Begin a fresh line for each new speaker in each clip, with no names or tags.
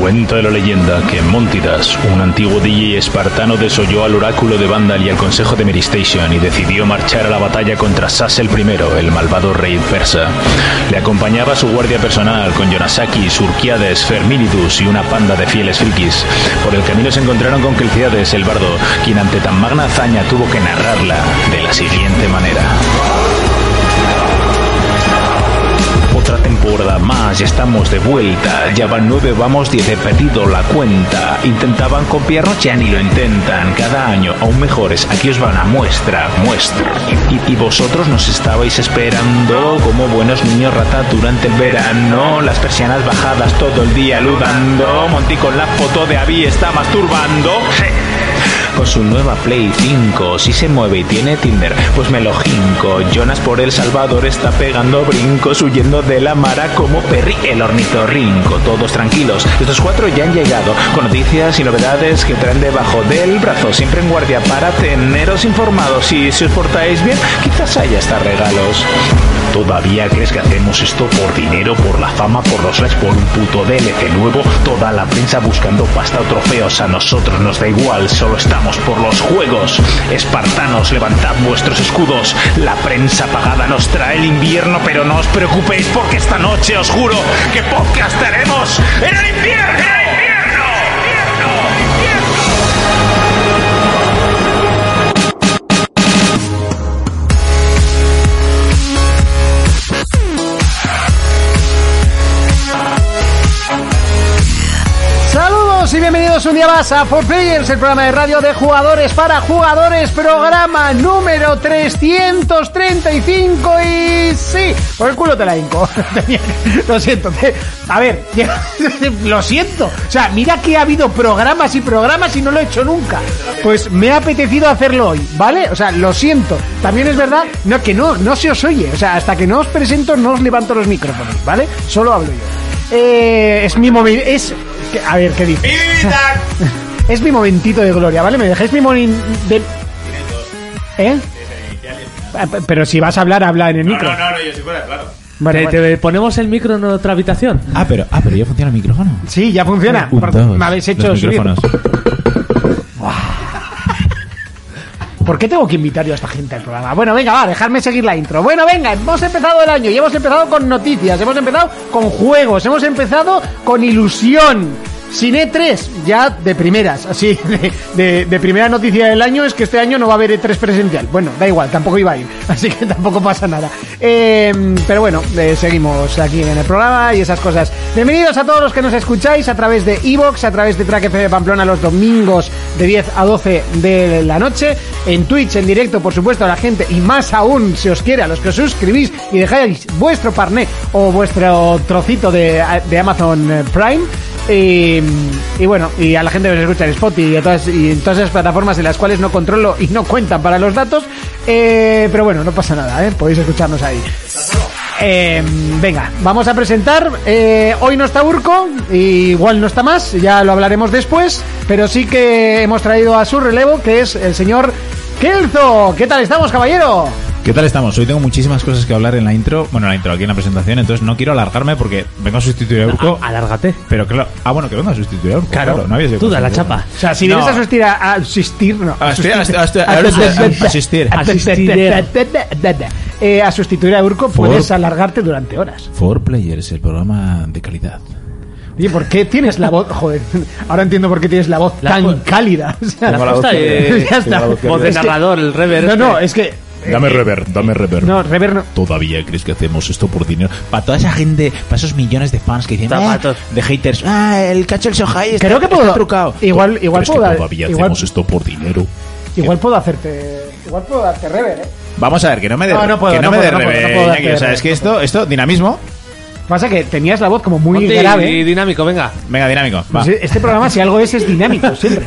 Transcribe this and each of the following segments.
Cuenta la leyenda que en Montidas, un antiguo DJ espartano desoyó al oráculo de Vandal y al consejo de Meristation y decidió marchar a la batalla contra Sassel I, el malvado rey persa. Le acompañaba su guardia personal con Yonasaki, Surquiades, Fermilidus y una panda de fieles frikis. Por el camino se encontraron con Kelciades, el bardo, quien ante tan magna hazaña tuvo que narrarla de la siguiente manera. Otra temporada más, ya estamos de vuelta. Ya van nueve, vamos diez, he perdido la cuenta. Intentaban copiarnos, ya ni lo intentan. Cada año, aún mejores. Aquí os van a muestra, muestra. Y, y vosotros nos estabais esperando como buenos niños rata durante el verano. Las persianas bajadas todo el día ludando. Monty con la foto de Abby está masturbando. Con su nueva Play 5, si se mueve y tiene Tinder, pues me lo jinco. Jonas por El Salvador está pegando brincos, huyendo de la mara como Perry el ornitorrinco. Todos tranquilos, estos cuatro ya han llegado, con noticias y novedades que traen debajo del brazo, siempre en guardia para teneros informados. Y si os portáis bien, quizás haya hasta regalos. ¿Todavía crees que hacemos esto por dinero, por la fama, por los likes, por un puto DLC nuevo? Toda la prensa buscando pasta o trofeos, a nosotros nos da igual, solo estamos por los juegos. Espartanos, levantad vuestros escudos, la prensa pagada nos trae el invierno, pero no os preocupéis porque esta noche os juro que podcast haremos en el invierno. ¡En el invierno!
Saludos y bienvenidos un día más a 4Players, el programa de radio de jugadores para jugadores, programa número 335 y sí, por el culo te la hinco. Tenía que- Lo siento, te- a ver, lo siento. O sea, mira que ha habido programas y programas y no lo he hecho nunca. Pues me ha apetecido hacerlo hoy, ¿vale? O sea, lo siento. También es verdad, no que no, no se os oye. O sea, hasta que no os presento no os levanto los micrófonos, ¿vale? Solo hablo yo. Eh, es mi móvil, es... que- A ver, ¿qué dice? Es mi momentito de gloria, ¿vale? ¿Me dejáis mi monin de...? ¿Eh? Ah, p- Pero si vas a hablar, habla en el micro.
No, no, no, yo si fuera, claro.
Vale,
¿Te,
vale.
te ponemos el micro en otra habitación?
Ah, pero, ah, pero ya funciona el micrófono.
Sí, ya funciona.
Un,
Por-
dos,
Me habéis hecho
los
subir.
micrófonos.
¿Por qué tengo que invitar yo a esta gente al programa? Bueno, venga, va, dejarme seguir la intro. Bueno, venga, hemos empezado el año y hemos empezado con noticias, hemos empezado con juegos, hemos empezado con ilusión. Sin E3, ya de primeras, así, de, de- de primera noticia del año es que este año no va a haber E3 presencial. Bueno, da igual, tampoco iba a ir, así que tampoco pasa nada. Eh, pero bueno, eh, seguimos aquí en el programa y esas cosas. Bienvenidos a todos los que nos escucháis a través de Evox, a través de Track FM Pamplona los domingos de 10 a 12 de la noche. En Twitch, en directo, por supuesto, a la gente. Y más aún, si os quiere, a los que os suscribís y dejáis vuestro parné o vuestro trocito de, de Amazon Prime. Y, y bueno, y a la gente que nos escucha en Spotify y, a todas, y en todas esas plataformas en las cuales no controlo y no cuentan para los datos. Eh, pero bueno, no pasa nada, ¿eh? podéis escucharnos ahí. Eh, venga, vamos a presentar. eh, hoy no está Urco, y igual no está más, ya lo hablaremos después, pero sí que hemos traído a su relevo, que es el señor Kelzo. ¿Qué tal estamos, caballero?
¿Qué tal estamos? Hoy tengo muchísimas cosas que hablar en la intro. Bueno, en la intro, aquí en la presentación. Entonces no quiero alargarme porque vengo a sustituir a Urco.
A- alárgate.
Pero claro. Ah, bueno, que vengo a sustituir a Urco. Claro, no había sido
Tú da la
consciente.
chapa.
O sea, si
No.
vienes a asistir a, a asistir, no.
Ah, estoy-
asistir-
ah, estoy- ah, ahora estoy- ah, asistir.
Eh, a sustituir a Urco puedes
Por-
alargarte durante horas.
Four Players, el programa de calidad.
Oye, ¿por qué tienes la voz? Joder, ahora entiendo por qué tienes la voz
La
tan
voz-
cálida. O sea,
Tengo la voz
ya
que-
está.
Voz de
Es que-
narrador, el rever.
No, no, es que.
Dame rever, dame rever.
No, Rever no.
¿Todavía crees que hacemos esto por dinero? Para toda esa gente, para esos millones de fans que dicen, ah,
Zapatos.
de haters, ah, el cacho el Sohai está,
Creo que puedo-
está trucado.
igual- igual
¿Crees que
puedo dar-
todavía
igual-
hacemos esto por dinero?
Igual puedo hacerte. Igual puedo darte Rever, eh.
Vamos a ver, que no me dé
No, no puedo,
que
no
no me
puedo,
dé
no puedo,
revés,
no puedo darte
Iñaki. O sea,
revés,
es que esto, esto, dinamismo.
Pasa que tenías la voz como muy
Ponte
grave. ¿eh?
y- y dinámico, venga.
Venga, dinámico. Va.
Pues este programa, si algo es, es dinámico, siempre.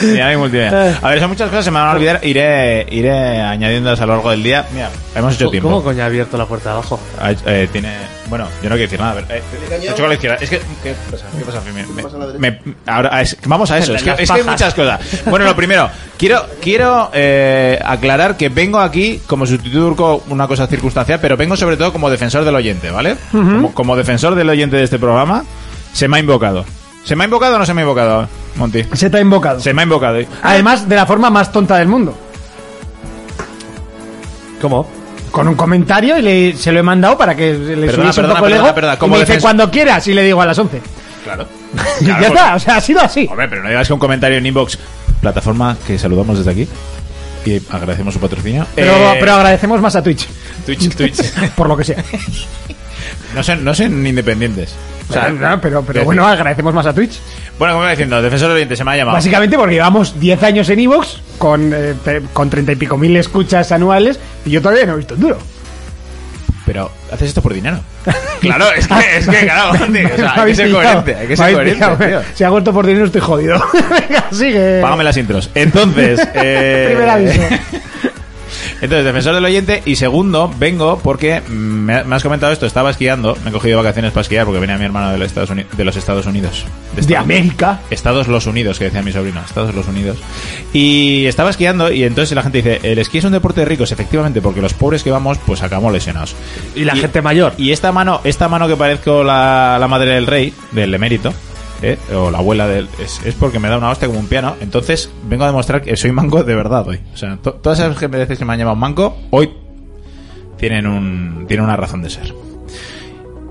Dinámico
Ah.
multimedia. eh. A ver, son muchas cosas, se me van a olvidar. Iré, iré añadiéndolas a lo largo del día. Mira, hemos hecho tiempo.
¿Cómo coño ha abierto la puerta de abajo?
Ah, eh, tiene. Bueno, yo no quiero decir nada. A ver, eh, lo he hecho con la izquierda. Es que. ¿Qué pasa? ¿Qué pasa, Fermín? Me- me- ahora, ah, es- vamos a eso. Es que,
Las
es que hay
pajas.
muchas cosas. Bueno, lo primero, quiero, quiero eh, aclarar que vengo aquí como sustituto turco, una cosa circunstancial, pero vengo sobre todo como defensor del oyente, ¿vale? como, como defensor del oyente de este programa. Se me ha invocado. ¿Se me ha invocado o no se me ha invocado, Monty?
Se te ha invocado.
Se me ha invocado.
Además, de la forma más tonta del mundo.
¿Cómo?
Con un comentario y le- se lo he mandado para que le
Perdona,
subiese un
perdona,
poco el
perdona,
ego.
perdona,
y
como
me dice
defensa-
cuando quieras y le digo a las 11.
Claro.
Y ya
Claro,
está, o sea, ha sido así.
Hombre, pero no digas que un comentario en inbox. Plataforma que saludamos desde aquí. Y agradecemos su patrocinio.
Pero,
Eh,
pero agradecemos más a Twitch,
Twitch, Twitch.
por lo que sea.
No son, no son independientes.
O sea, no, pero, pero
decir-
bueno, agradecemos más a Twitch.
Bueno, como iba diciendo, Defensor del Oriente se me ha llamado.
Básicamente porque llevamos 10 años en Evox con, eh, pe- con 30 y pico mil escuchas anuales y yo todavía no he visto un duro.
Pero, ¿haces esto por dinero? claro, es que, es que claro, Monty, o sea, hay que
habéis
ser
pillado,
coherente, hay que
me
ser
habéis
coherente,
pillado,
tío.
Si ha vuelto por dinero estoy jodido. Venga, sigue.
Págame las intros. Entonces, eh,
Primer aviso.
Entonces, defensor del oyente. Y segundo, vengo porque mm, me, me has comentado esto. Estaba esquiando. Me he cogido vacaciones para esquiar porque venía mi hermano de los Estados, Uni- de los Estados Unidos. De
De
Estados-
América.
Estados los Unidos, que decía mi sobrino, Estados los Unidos. Y estaba esquiando y entonces la gente dice, el esquí es un deporte de ricos, efectivamente, porque los pobres que vamos, pues acabamos lesionados.
Y la gente mayor.
Y esta mano, esta mano que parezco la, la madre del rey, del emérito, ¿eh? o la abuela del... Es, es porque me da una hostia como un piano, entonces vengo a demostrar que soy manco de verdad hoy. O sea, to- todas esas veces que me han llamado manco, hoy tienen, un, tienen una razón de ser.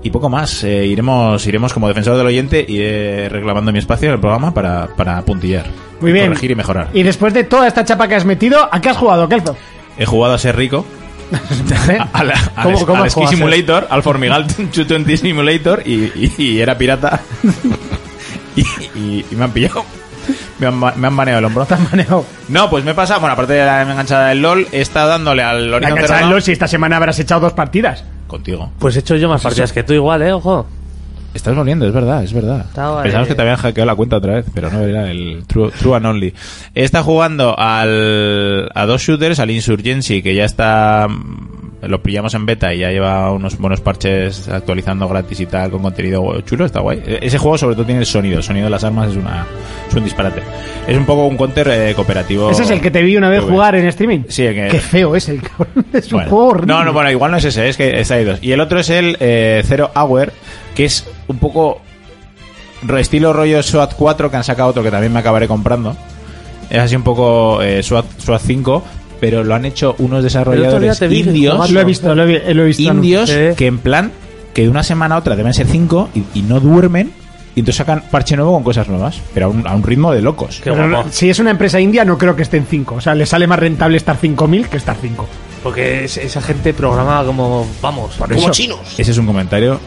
Y poco más, eh, iremos, iremos como defensor del oyente, iré reclamando mi espacio en el programa para, para puntillar.
Muy bien.
Corregir y mejorar.
Y después de toda esta chapa que has metido, ¿a qué has jugado, Kelzo? ¿Eh?
He jugado a ser rico. a- a la- al,
¿Cómo- cómo
al
has
Ski
jugado a ser?
Simulator, al Formigal 220 Simulator y, y- y era pirata. y, y- y me han pillado. Me han, ma- me han baneado el hombro.
Te has manejado.
No, pues me pasa, bueno, aparte de la enganchada del LOL, está dándole al
La
Horizon
cachada
Zero
en
Dawn-
LOL, si esta semana habrás echado dos partidas.
Contigo.
Pues he hecho yo más partidas que tú igual, ¿eh? Ojo.
Estás volviendo, es verdad, es verdad.
Está guay.
Pensamos que te habían hackeado la cuenta otra vez, pero no, era el True, true and Only. Está jugando al, a dos shooters, al Insurgency, que ya está... mm, Lo pillamos en beta y ya lleva unos buenos parches actualizando gratis y tal, con contenido chulo, está guay. E- Ese juego sobre todo tiene el sonido, el sonido de las armas es, una, es un disparate. Es un poco un counter eh, cooperativo.
Ese es el que te vi una vez
Muy
jugar ¿eh? en streaming.
Sí, el que-
Qué feo es el cabrón. Es un
bueno.
juego horrible.
No, no, bueno, igual no es ese, es que está ahí dos. Y el otro es el eh, Zero Hour, que es un poco ro- estilo rollo SWAT 4, que han sacado otro que también me acabaré comprando. Es así un poco eh, SWAT, SWAT 5, pero lo han hecho unos desarrolladores
te vi
indios,
jugando.
Lo he visto, lo he, vi- lo he visto.
indios
Sí.
que en plan, que de una semana a otra deben ser 5 y, y no duermen. Y entonces sacan parche nuevo con cosas nuevas, pero a un, a un ritmo de locos.
Qué
Pero no-
guapo.
si es una empresa india, no creo que estén 5. O sea, le sale más rentable estar 5.000 que estar 5.
Porque es- esa gente programaba como, vamos,
eso.
chinos.
Ese es un comentario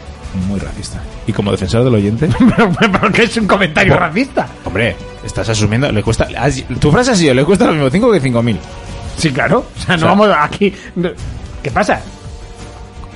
muy racista. Y como defensor del oyente...
pero, pero que es un comentario
Bueno.
racista.
Hombre, estás asumiendo, le cuesta. has- tu frase ha sido, le cuesta lo mismo 5 que 5.000.
Sí, claro. O sea, no
O sea,
vamos aquí. no- ¿Qué pasa?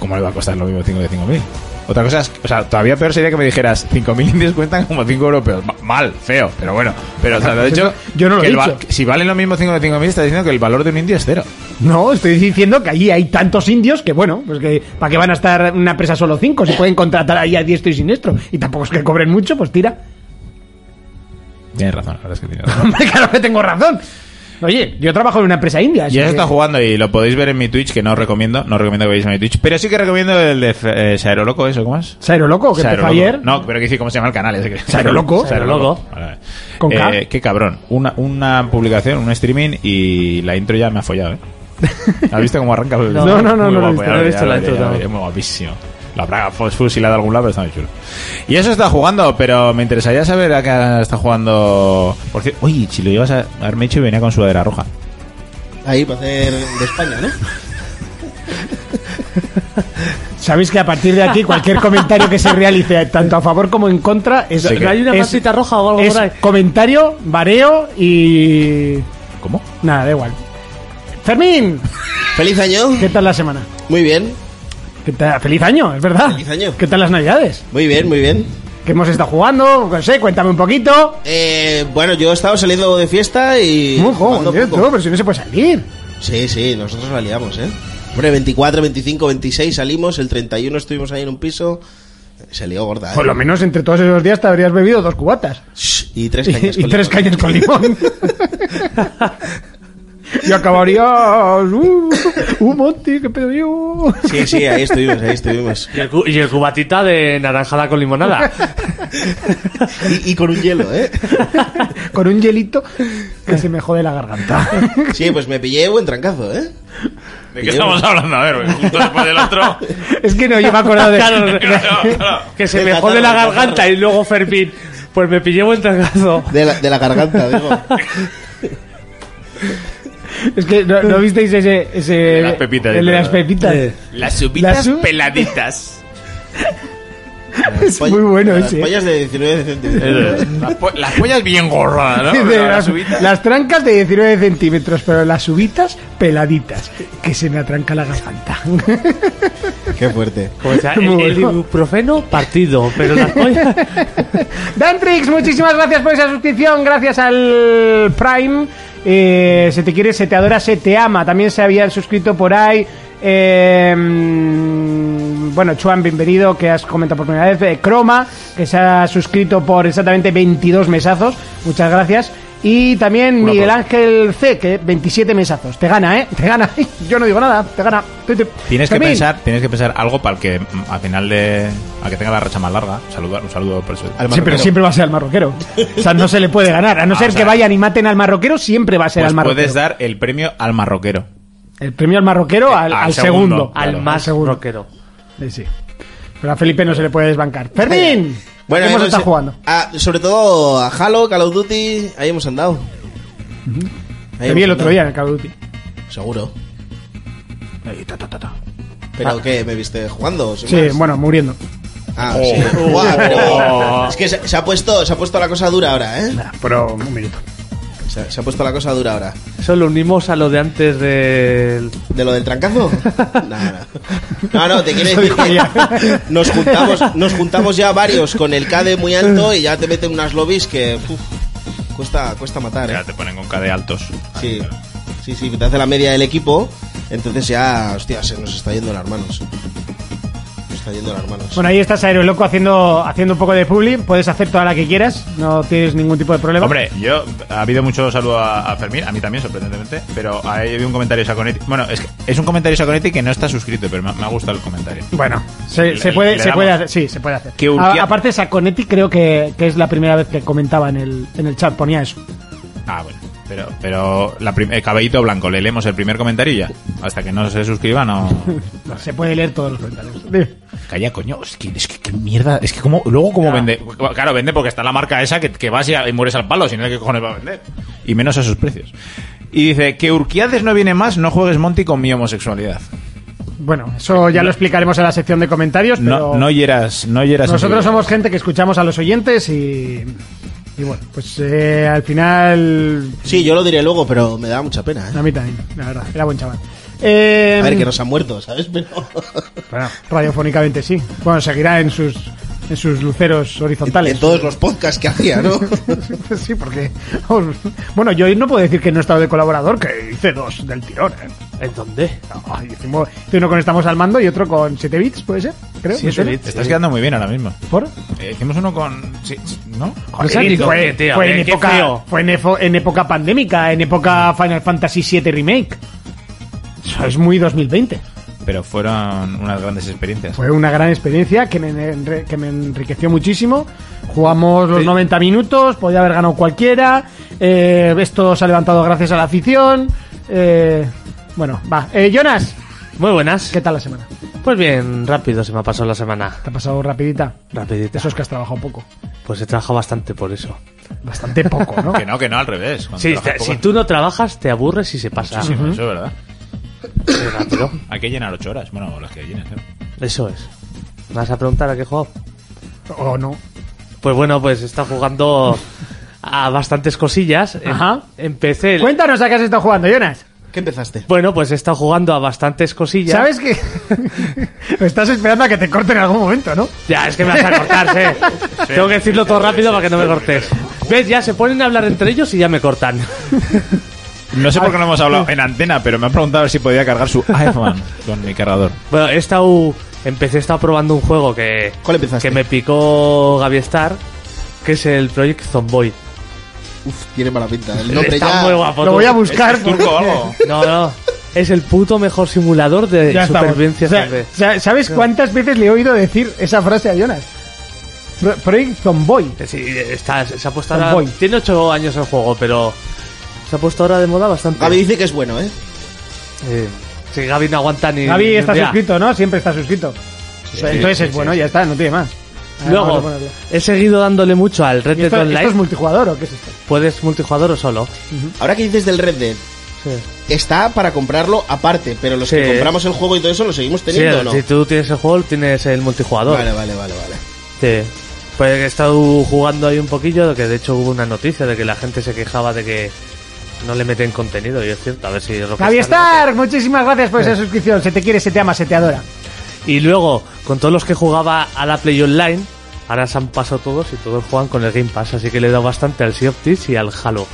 ¿Cómo le va a costar lo mismo 5 que 5.000? Otra cosa es, o sea, todavía peor sería que me dijeras 5.000 indios cuentan como 5 europeos. Ma- Mal, feo, pero bueno. Pero, o sea, lo he dicho.
Yo no lo
que
he
el va-
dicho.
Si valen lo mismo 5 que 5.000, estás diciendo que el valor de un indio es cero.
No, estoy diciendo que allí hay tantos indios que, bueno, pues que ¿para qué van a estar una empresa solo 5? Si pueden contratar ahí a diestro y siniestro. Y tampoco es que cobren mucho, pues tira.
Tienes razón, la verdad es que tienes razón.
Hombre, claro que tengo razón. Oye, yo trabajo en una empresa india. así
Ya se
que-
está jugando y lo podéis ver en mi Twitch, que no os recomiendo. No os recomiendo que veáis en mi Twitch. Pero sí que recomiendo el de eh, Saero Loco, ¿eso cómo es?
Sairo Loco, que
Saero
empezó
Loco.
ayer.
No, pero que decir cómo se llama el canal. ese que-
Saero Loco.
Saero
Saero Loco.
Vale, vale.
Con K.
Eh, Qué cabrón. Una, una publicación, un streaming y la intro ya me ha follado, ¿eh? ¿Has visto cómo arranca?
No,
no, no, no, no
Muy
lo he
guapo,
visto,
ya
no he
lo
visto
ya
la
lo
intro,
ya lo
no.
veré, muy guapísimo. La braga fue fusilada de algún lado, pero está muy chulo. Y eso está jugando, pero me interesaría saber a qué está jugando. Por cierto, uy, si lo llevas a haberme hecho y venía con sudadera roja.
Ahí, para hacer de España, ¿no?
Sabéis que a partir de aquí cualquier comentario que se realice tanto a favor como en contra es,
Sí que-
¿No hay una
es-
mantita roja o algo
es
por ahí?
comentario, vareo y
¿Cómo?
nada, da igual. Fermín,
¡Feliz año!
¿qué tal la semana?
Muy bien,
¿Qué tal? Feliz año, es verdad.
Feliz año.
¿Qué tal las Navidades?
muy bien, muy bien.
¿Qué hemos estado jugando? No sé, cuéntame un poquito.
Eh, bueno, yo he estado saliendo de fiesta y.
Un juego,
jugando
tío,
poco.
tú, pero si no se puede salir.
Sí, sí, nosotros la liamos, ¿eh? Hombre, 24, 25, 26 salimos, el 31 estuvimos ahí en un piso. Se lió gorda. ¿eh?
Por lo menos entre todos esos días te habrías bebido dos cubatas.
Shh, Y tres
Y,
cañas.
y
con
tres
limón.
cañas con limón. y acabarías. uh, un monte que pedo yo.
Sí, sí, ahí estuvimos, ahí estuvimos.
Y el, cu- y el cubatita de naranjada con limonada.
Y, y con un hielo, ¿eh?
Con un hielito que se me jode la garganta.
Sí, pues me pillé buen trancazo, ¿eh?
¿De qué estamos hablando? A ver, porque justo después del otro.
es que no, yo me he acordado
Claro,
de.
Claro, claro.
que se
El
me jode la
catarro, el
garganta y luego Fermín. Pues me pillé buen tragazo.
De la, de la garganta, digo.
Es que no, ¿no visteis ese. ese
de las pepitas,
El de
¿no?
las pepitas.
Las subitas
Las sub-
peladitas.
Es muy bueno
Las
ese.
pollas de 19 centímetros.
Las, po- las pollas bien gordas, ¿no?
Dice,
Las
las,
subitas.
las trancas de 19 centímetros, pero las uvitas peladitas, que se me atranca la garganta.
Qué fuerte.
Como decía, Pues el,
Muy
el
bueno.
ibuprofeno partido, pero las pollas.
Dantrix, muchísimas gracias por esa suscripción, gracias al Prime. Eh, se te quiere, se te adora, se te ama. También se habían suscrito por ahí. eh, bueno, Chuan, bienvenido, que has comentado por primera vez. Eh, Croma, que se ha suscrito por exactamente 22 mesazos. Muchas gracias. Y también
Una
Miguel
aplauso.
Ángel C, que 27 mesazos. Te gana, ¿eh? Te gana. Yo no digo nada, te gana.
Tienes que,
Fermín.
pensar, tienes que pensar algo para el que mm, al final de. al que tenga la racha más larga. Saludar, un saludo por eso.
Sí, pero siempre va a ser al marroquero. O sea, no se le puede ganar. A no
Ah,
ser
o sea,
que vayan y maten al marroquero, siempre va a ser
Pues
al marroquero.
puedes dar el premio al marroquero.
El premio al marroquero al,
Al
al
segundo,
segundo.
claro.
Al más
segundo.
rockero.
Sí, sí. Pero a Felipe no se le puede desbancar. ¡Fermín! Bueno, hemos
no
estado
sé-
jugando.
Ah, sobre todo a Halo, Call of Duty, ahí hemos andado. Ahí
Te vi
hemos
el otro
andado.
día ¿eh? en el Call of Duty.
Seguro. ¿Pero qué? ¿Me viste jugando? sin
Ah. Sí,
más?
bueno, muriendo.
Ah, sí. Buah, pero- Es que se, se ha puesto, se ha puesto la cosa dura ahora, ¿eh?
Nah, Pero un minuto.
Se, se ha puesto la cosa dura ahora.
Eso lo unimos a lo de antes del.
¿De lo del trancazo? No, no. No, no, te quiero decir que
ya.
nos juntamos, nos juntamos ya varios con el KD muy alto y ya te meten unas lobbies que uf, cuesta, cuesta matar,
Ya
¿eh?
te ponen con KD altos.
Sí, sí, sí, te hace la media del equipo, entonces ya, hostia, se nos está yendo las manos. Nos está yendo las manos.
Bueno, ahí estás, Aeroloco, haciendo, haciendo un poco de publi. Puedes hacer toda la que quieras. No tienes ningún tipo de problema.
Hombre, yo ha habido mucho saludo a, a Fermín, a mí también, sorprendentemente, pero ahí había un comentario de Saconetti. Bueno, es, que es un comentario de Saconetti que no está suscrito, pero me, me ha gustado el comentario.
Bueno, se,
Le-
se puede,
le
se
damos.
puede hacer. Sí, se puede hacer.
Que
A-
Urquia-
aparte, Saconetti creo que, que es la primera vez que comentaba en el, en el chat. Ponía eso.
Ah, bueno. Pero, pero la prim- el cabellito blanco, le leemos el primer comentario y ya. Hasta que no se suscriba, no.
Se puede leer todos los comentarios.
Calla, coño. Es que, es que qué mierda. Es que como, luego, ¿cómo vende? Claro, vende porque está la marca esa que, que vas y, y mueres al palo, si no, ¿qué cojones va a vender? Y menos a sus precios. Y dice: Que Urquiades no viene más, no juegues Monty con mi homosexualidad.
Bueno, eso ya lo explicaremos en la sección de comentarios.
No,
pero-
no hieras, no hieras.
Nosotros
sensibilidades.
somos gente que escuchamos a los oyentes y. Y bueno, pues eh, al final.
Sí, yo lo diré luego, pero me da mucha pena,
A
¿eh?
mí también, la verdad. Era buen chaval. Eh,
A ver, que nos han muerto, ¿sabes? Pero...
bueno, radiofónicamente sí. Bueno, seguirá en sus, en sus luceros horizontales.
En todos los podcasts que hacía, ¿no?
sí, porque. Bueno, yo no puedo decir que no he estado de colaborador, que hice dos del tirón. ¿eh?
¿En dónde?
No, hicimos- hice uno con Estamos al Mando y otro con 7 bits, ¿puede ser? Creo.
Sí,
¿me suena?
bits.
Te estás quedando muy bien ahora mismo.
¿Por?
Eh, hicimos uno con. sí, sí, ¿No?
No sé,
Joder,
Pues fue,
tío,
fue
qué-
en
qué
época,
feo.
fue en, efo- en época pandémica, en época Final Fantasy VII Remake. Eso es muy 2020.
Pero fueron unas grandes experiencias.
Fue una gran experiencia que me, enre- que me enriqueció muchísimo. Jugamos los 90 minutos, podía haber ganado cualquiera. eh, esto se ha levantado gracias a la afición. eh, bueno, va. Eh, Jonas,
Muy buenas.
¿qué tal la semana?
Pues bien, rápido se me ha pasado la semana.
¿Te ha pasado rapidita?
Rapidito.
Eso es que has trabajado poco.
Pues he trabajado bastante por eso.
Bastante poco, ¿no?
Que no, que no, al revés. Cuando
Sí,
trabajas
te-
poco-
si tú no trabajas, te aburres y se pasa.
Sí, Eso es verdad.
Muy rápido.
Hay que llenar ocho horas. Bueno, las que llenes, ¿eh?
Eso es. ¿Me vas a preguntar a qué he jugado?
o no.
Pues bueno, pues he estado jugando a bastantes cosillas. Em-
Ajá.
Empecé. el-
Cuéntanos a qué has estado jugando, Jonas.
¿Qué empezaste?
Bueno, pues he estado jugando a bastantes cosillas.
¿Sabes qué? Estás esperando a que te corten en algún momento, ¿no?
Ya, es que me vas a cortar, ¿eh? Tengo que decirlo todo rápido para que no me cortes. ¿Ves? Ya se ponen a hablar entre ellos y ya me cortan.
No sé por qué no hemos hablado en antena, pero me han preguntado si podía cargar su iPhone con mi cargador.
Bueno, he estado. Empecé, he estado probando un juego que.
¿Cuál empezaste?
Que me picó Gaby Star, que es el Project Zomboid.
Uf, tiene mala pinta. El nombre
Está
ya.
muy guapo.
Lo
tú.
voy a buscar.
¿Es turco o algo?
No, no. Es el puto mejor simulador de
Ya estamos.
supervivencia.
O sea,
que ve.
sa- ¿Sabes cuántas veces le he oído decir esa frase a Jonas? Pro- Project Zomboy.
Sí, está, se ha puesto ahora.
Fanboy.
Tiene 8 años el juego, pero se ha puesto ahora de moda bastante.
Gaby dice que es bueno, ¿eh?
Sí. Sí, Gaby no aguanta ni.
Gaby
ni
está
un día.
suscrito, ¿no? Siempre está suscrito. O sea, Entonces es bueno, ya está, no tiene más. Ah, A ver, vamos a
Ah, Luego,
ponerlo.
Este
he seguido dándole mucho al Red
¿Y
Dead
esto,
Online.
esto es multijugador o qué es esto?
Puedes multijugador o solo.
Ahora que dices del Red Dead,
Sí.
está para comprarlo aparte, pero los
Sí.
que compramos el juego y todo eso lo seguimos
Sí,
teniendo, ¿o ¿no?
si tú tienes el juego, tienes el multijugador.
Vale, vale, vale, vale.
Sí. Pues he estado jugando ahí un poquillo, que de hecho hubo una noticia de que la gente se quejaba de que no le meten contenido, y es cierto, a ver si Rockstar
Gaby
le
Star, muchísimas gracias por esa suscripción. Se te quiere, se te ama, se te adora.
mete. Y luego, con todos los que jugaba a la Play Online, ahora se han pasado todos y todos juegan con el Game Pass, así que le he dado bastante al Sea of Thieves y al Halo.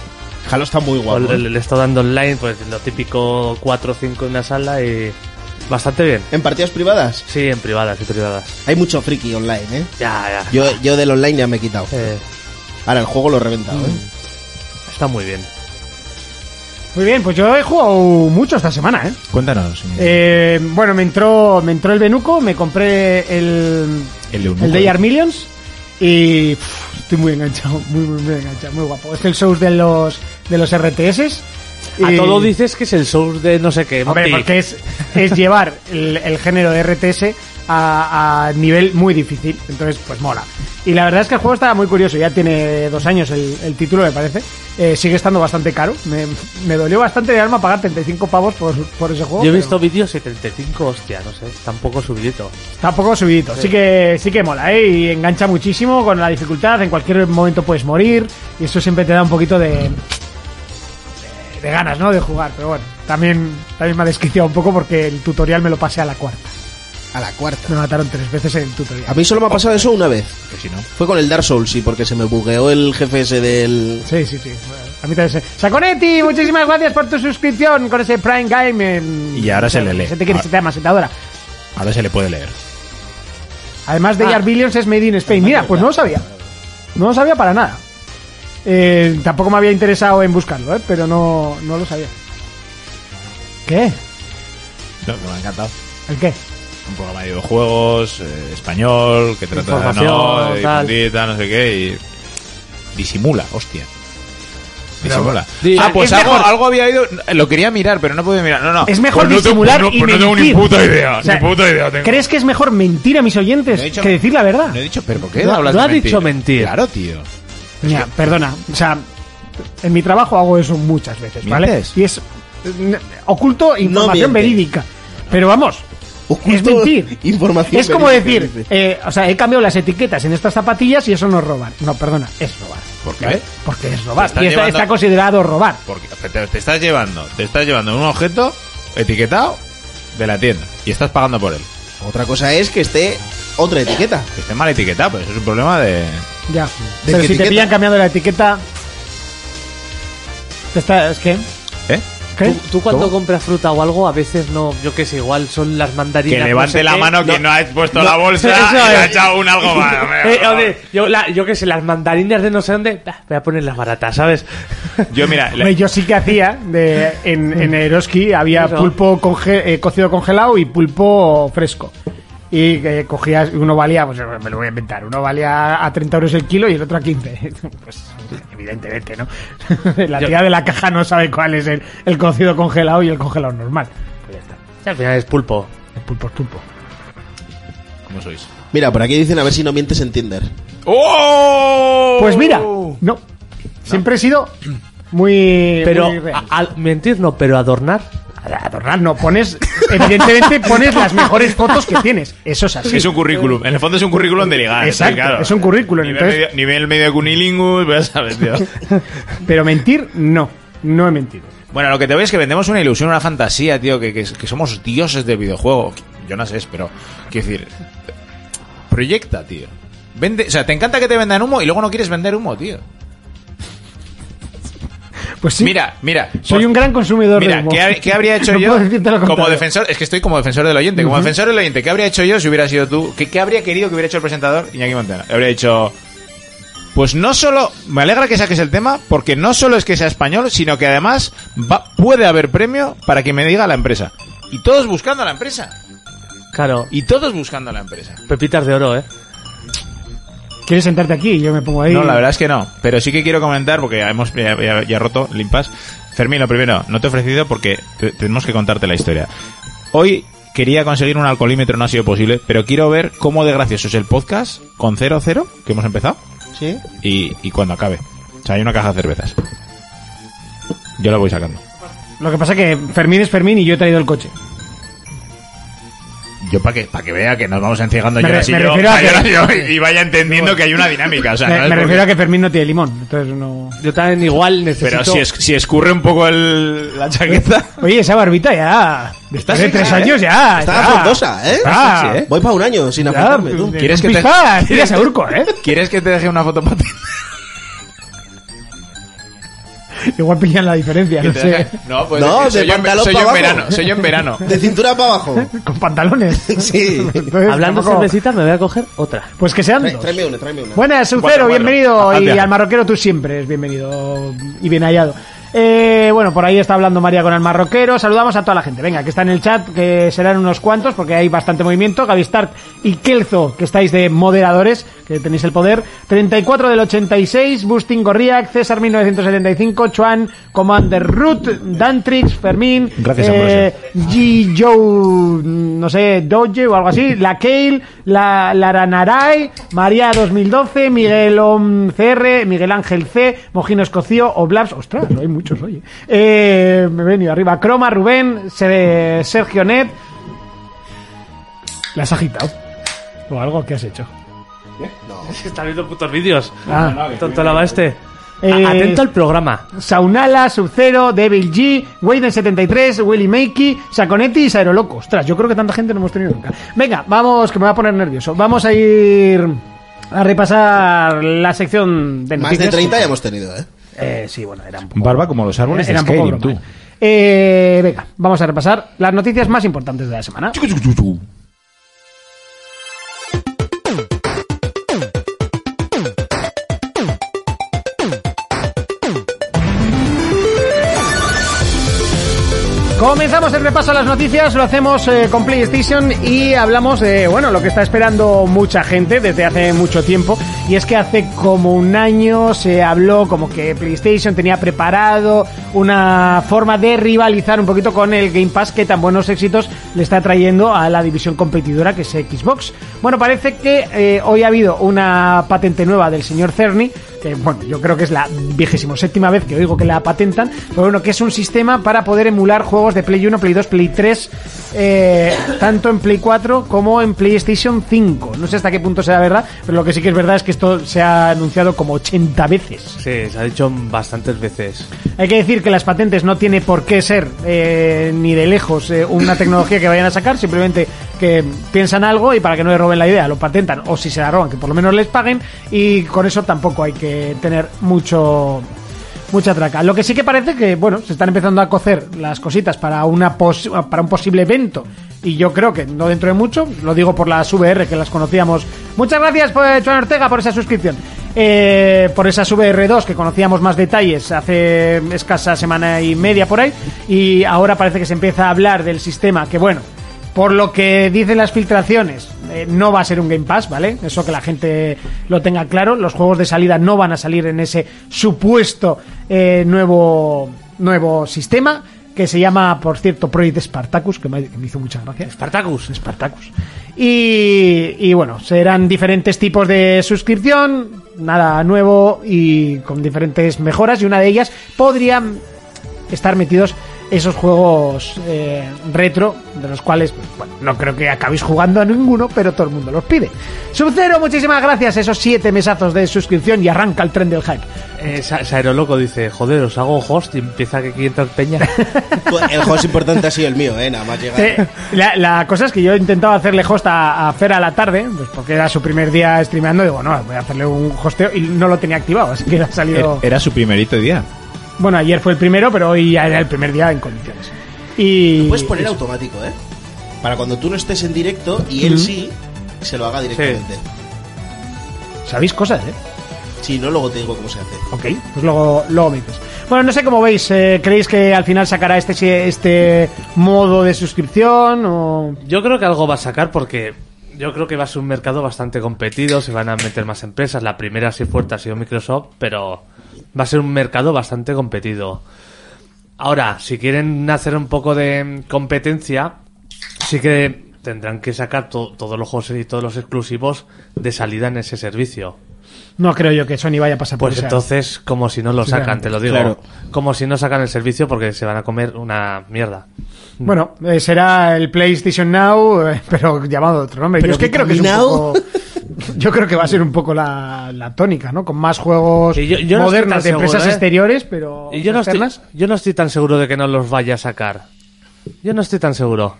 Pues
Halo está muy guapo.
le,
¿eh?
le he estado dando online, pues lo típico 4 o 5 en una sala y bastante bien.
¿En partidas privadas?
Sí, en privadas, en privadas.
Hay mucho friki online, ¿eh?
Ya, ya.
Yo, yo del online ya me he quitado.
Eh,
Ahora, el juego lo he reventado, ¿eh?
está muy bien.
Muy bien, pues yo he jugado mucho esta semana, ¿eh?
Cuéntanos.
Eh, bueno, me entró, me entró el Benuco, me compré el,
El de Eunuco,
el They
¿eh?
Are Millions y pff, estoy muy enganchado, muy, muy, muy enganchado, muy guapo. Es el show de los, de los RTS.
A
Y-
todo dices que es el source de no sé qué.
Hombre,
Monty.
porque es, es llevar el, el género de RTS a, a nivel muy difícil. Entonces, pues mola. Y la verdad es que el juego estaba muy curioso. Ya tiene dos años el, el título, me parece. Eh, sigue estando bastante caro. Me, me dolió bastante de alma pagar 35 pavos por, por ese juego.
Yo he
pero
visto vídeos y 35, hostia, no sé, tampoco subidito.
Está un poco subidito. Sí, que, sí que mola, ¿eh? Y engancha muchísimo con la dificultad. En cualquier momento puedes morir. Y eso siempre te da un poquito de... de- de ganas, ¿no? De jugar, pero bueno, también, también me ha desquiciado un poco porque el tutorial me lo pasé a la cuarta.
A la cuarta.
Me mataron tres veces en el
A
tutorial.
mí solo me ha pasado eso una vez.
Que si no.
Fue con el Dark Souls, sí, porque se me bugueó el jefe ese del...
Sí, sí, sí. A mí también se... Saconetti, muchísimas gracias por tu suscripción con ese Prime Game. en-
Y ahora se le lee.
Se te quiere,
Ahora-
se te ama, se te adora.
Ahora se le puede leer.
Además de
Ah.
Yar Billions es Made in Spain. Mira, pues no lo sabía. No lo sabía para nada. Eh, tampoco me había interesado en buscarlo, ¿eh? pero no, no lo sabía. ¿Qué?
No, que me ha encantado.
¿El qué?
Un programa de videojuegos, eh, español, que trata de
Información,
no, de
tal.
difundir, tal, no sé qué, y... Disimula, hostia. Disimula.
Di-
ah, pues
es
algo,
mejor.
algo había ido... Lo quería mirar, pero no pude mirar. Pues No, no.
Es mejor disimular y mentir.
idea,
O sea, ¿Crees que es mejor mentir a mis oyentes
No he dicho-
que decir la verdad?
No he dicho, pero ¿por qué
No-
hablas
no
de
ha dicho mentir.
Claro, tío.
Mira, perdona, o sea, en mi trabajo hago eso muchas veces, ¿vale?
¿Mientes?
Y es eh, oculto información
miente.
verídica. Pero vamos, es
Oculto
mentir.
Información
Es como
verídica,
decir,
dice.
eh, o sea, he cambiado las etiquetas en estas zapatillas y eso no es robar. No, perdona, es robar.
¿Por qué?
¿Vale? Porque es robar.
Te estás
Y está,
llevando-
está considerado robar.
Porque te, te estás llevando, te estás llevando un objeto etiquetado de la tienda y estás pagando por él.
Otra cosa es que esté otra etiqueta.
Que esté mal etiquetado, pero eso es un problema de...
Ya.
¿De
Pero
qué
si te
etiqueta?
pillan cambiando la etiqueta. te está- es que.
¿Eh?
¿qué?
Tú, tú cuando
¿Cómo?
compras fruta o algo, a veces no, yo qué sé, igual son las mandarinas.
Que
no
levante
sé
la
qué.
mano quien no, ha puesto la bolsa
Eso
y le ha
es.
echado un algo más.
Eh, oye, yo, la- yo qué sé, las mandarinas de no sé dónde, bah, voy a poner las baratas, ¿sabes?
Yo, mira, la-
Hombre, yo sí que hacía de, en, en Eroski había
Eso.
pulpo conge- eh, cocido congelado y pulpo fresco y eh, cogías uno valía pues eh, me lo voy a inventar uno valía a 30 euros el kilo y el otro a 15 pues evidentemente no la
Yo-
tía de la caja no sabe cuál es el, el cocido congelado y el congelado normal
Y al final es pulpo.
el pulpo es pulpo
¿Cómo sois?
Mira, por aquí dicen a ver si no mientes en Tinder.
¡Oh!
pues mira no, siempre he sido muy
Pero,
muy real.
a- al- mentir no, pero adornar.
adornar no pones evidentemente pones las mejores fotos que tienes eso es así
Es un currículum. En el fondo es un currículum de ligar.
Exacto, es un currículum,
Nivel,
entonces-
medio, nivel medio cunilingus, pues, ¿sabes, tío?
Pero mentir, no. No he mentido.
Bueno, lo que te voy es que vendemos una ilusión, una fantasía, tío, que, que- que somos dioses del videojuego. Yo no sé, pero. Quiero decir. Proyecta, tío. Vende, o sea, te encanta que te vendan humo y luego no quieres vender humo, tío.
Pues sí.
Mira, mira.
soy
pues-
un gran consumidor de
Mira,
humo.
¿qué, ha- qué habría hecho
No
yo
puedo decirte lo
como
contrario.
defensor? Es que estoy como defensor del oyente. Como defensor del oyente, ¿qué habría hecho yo si hubiera sido tú? ¿Qué, qué habría querido que hubiera hecho el presentador Iñaki Montana? Habría dicho... Pues no solo, me alegra que saques el tema, porque no solo es que sea español, sino que además va- puede haber premio para que me diga la empresa. Y todos buscando a la empresa.
Claro,
Y todos buscando a la empresa.
pepitas de oro, ¿eh?
¿Quieres sentarte aquí? Y Yo me pongo ahí.
No, la verdad es que no. Pero sí que quiero comentar, porque ya hemos ya, ya- ya roto el impasse. Fermín, lo primero, no te he ofrecido porque te- tenemos que contarte la historia. Hoy quería conseguir un alcoholímetro, no ha sido posible, pero quiero ver cómo de gracioso es el podcast con 00, que hemos empezado,
¿Sí?
y, y cuando acabe. O sea, hay una caja de cervezas. Yo la voy sacando.
Lo que pasa es que Fermín es Fermín y yo he traído el coche.
Yo para que, para que vea que nos vamos encigando
Me
yo,
re-
así
me
yo,
refiero a
yo,
que-
yo, y vaya entendiendo que hay una dinámica. O sea,
me
no es
me
porque-
refiero a que Fermín no tiene limón. Entonces no.
Yo también igual necesito...
Pero si, es- si escurre un poco el- la chaqueta...
Oye, esa barbita ya. Después de
seca,
tres
¿eh?
años ya.
Está
ya.
frondosa, ¿eh?
Ah,
Sí, ¿eh?
Voy para un año sin
Ya, pues.
afeitarme, tú.
¿Quieres que te-
pija, tiras a urco, ¿eh?
¿Quieres que te deje una foto para ti?
Igual pillan la diferencia, no sé.
No, pues
No,
es que soy,
de
yo, en-
pantalón
soy
pa'
yo en
abajo.
verano, soy yo en verano.
De cintura para abajo.
Con pantalones.
Sí.
Entonces,
Hablando de
tampoco-
cervecita, me voy a coger otra.
Pues que sean
Trae-
dos.
Tráeme una, tráeme una.
Buenas, Sucero,
Bueno, bueno,
bienvenido.
al
y
viaje.
al marroquero tú siempre es bienvenido y bien hallado. Eh, bueno, por ahí está hablando María con el marroquero. Saludamos a toda la gente. Venga, que está en el chat, que serán unos cuantos porque hay bastante movimiento. Gaby Stark y Kelzo, que estáis de moderadores, que tenéis el poder. 34 del 86, Bustin Gorriak, César 1975, Chuan, Commander Root, Dantrix, Fermín,
Gracias,
eh, G. Joe, no sé, Doge o algo así, la Kale, la Laranaray, María 2012, Miguel Om CR, Miguel Ángel C, Mojino Escocio, Oblabs, ostras, no hay muchos, oye. Eh, me he venido arriba, Croma, Rubén, Se- Sergio Net. ¿La has agitado? ¿O algo que has hecho?
Está viendo putos vídeos.
Ah.
Tonto lava este. A-
Eh,
Atento al programa.
Saunala, Sub-Zero, Devil G, Wayden73, Willy Makey, Saconetti y Saero Loco. Ostras, yo creo que tanta gente no hemos tenido nunca. Venga, vamos, que me va a poner nervioso. Vamos a ir a repasar la sección de
Más de
noticias.
30 ya hemos tenido, ¿eh?
Eh, sí, bueno, era un poco...
Barba como los árboles
era
de
un poco
Skyrim,
broma,
tú.
¿eh? Eh, venga, vamos a repasar las noticias más importantes de la semana. Comenzamos el repaso a las noticias, lo hacemos eh, con PlayStation y hablamos de, bueno, lo que está esperando mucha gente desde hace mucho tiempo. Y es que hace como un año se habló como que PlayStation tenía preparado una forma de rivalizar un poquito con el Game Pass que tan buenos éxitos le está trayendo a la división competidora que es Xbox. Bueno, parece que eh, hoy ha habido una patente nueva del señor Cerny que bueno, yo creo que es la vigésimo séptima vez que oigo que la patentan, pero bueno, que es un sistema para poder emular juegos de Play 1, Play 2, Play 3, eh, tanto en Play 4 como en PlayStation 5. No sé hasta qué punto sea verdad, pero lo que sí que es verdad es que esto se ha anunciado como 80 veces.
Sí, se ha dicho bastantes veces.
Hay que decir que las patentes no tiene por qué ser eh, ni de lejos eh, una tecnología que vayan a sacar, simplemente que piensan algo y para que no les roben la idea lo patentan o si se la roban que por lo menos les paguen y con eso tampoco hay que tener mucho mucha traca. Lo que sí que parece que bueno se están empezando a cocer las cositas para una pos- para un posible evento y yo creo que no dentro de mucho lo digo por las VR que las conocíamos. Muchas gracias pues, Joan Ortega por esa suscripción. Eh, por esas VR2 que conocíamos más detalles hace escasa semana y media por ahí y ahora parece que se empieza a hablar del sistema que bueno por lo que dicen las filtraciones eh, no va a ser un Game Pass vale eso que la gente lo tenga claro los juegos de salida no van a salir en ese supuesto eh, nuevo nuevo sistema que se llama por cierto Project Spartacus que me, que me hizo muchas gracias
Spartacus.
Spartacus. Y, y bueno, serán diferentes tipos de suscripción, nada nuevo y con diferentes mejoras. Y una de ellas podrían estar metidos esos juegos eh, retro, de los cuales pues, bueno, no creo que acabéis jugando a ninguno, pero todo el mundo los pide. Subcero, muchísimas gracias. Esos siete mesazos de suscripción y arranca el tren del hype.
Eh, Sa- Saero Loco dice, joder, os hago host y empieza que aquí entrar peña.
El juego es importante ha sido el mío, ¿eh? Nada más llegar.
Eh, la, la cosa es que yo he intentado hacerle host a, a Fer a la tarde, pues porque era su primer día streameando, digo, no, voy a hacerle un hosteo y no lo tenía activado, así que ha salido...
Era, era su primerito día.
Bueno, ayer fue el primero, pero hoy ya era el primer día en condiciones. Y...
Puedes poner automático, ¿eh? Para cuando tú no estés en directo y él sí, se lo haga directamente.
Sabéis cosas, ¿eh?
Sí, Si no, luego te digo cómo se hace.
Ok, pues luego, luego me dices. Bueno, no sé cómo veis. eh, ¿Creéis que al final sacará este, este modo de suscripción? O...
Yo creo que algo va a sacar porque yo creo que va a ser un mercado bastante competido, se van a meter más empresas. La primera así fuerte ha sido Microsoft, pero va a ser un mercado bastante competido. Ahora, si quieren hacer un poco de competencia, sí que tendrán que sacar to- todos los juegos y todos los exclusivos de salida en ese servicio.
No creo yo que Sony vaya a pasar por
Pues
esa.
entonces, como si no lo sacan, te lo digo.
Claro.
Como si no sacan el servicio porque se van a comer una mierda.
Bueno, eh, será el PlayStation Now, eh, pero llamado de otro nombre.
Pero
yo es que creo que es un
Now.
poco- Yo creo que va a ser un poco la, la tónica, ¿no? Con más juegos
Y yo- yo no estoy
modernos
tan
de empresas
seguro, ¿eh?
exteriores, pero
Y yo no, estoy,
externas.
yo no estoy tan seguro de que no los vaya a sacar. Yo no estoy tan seguro.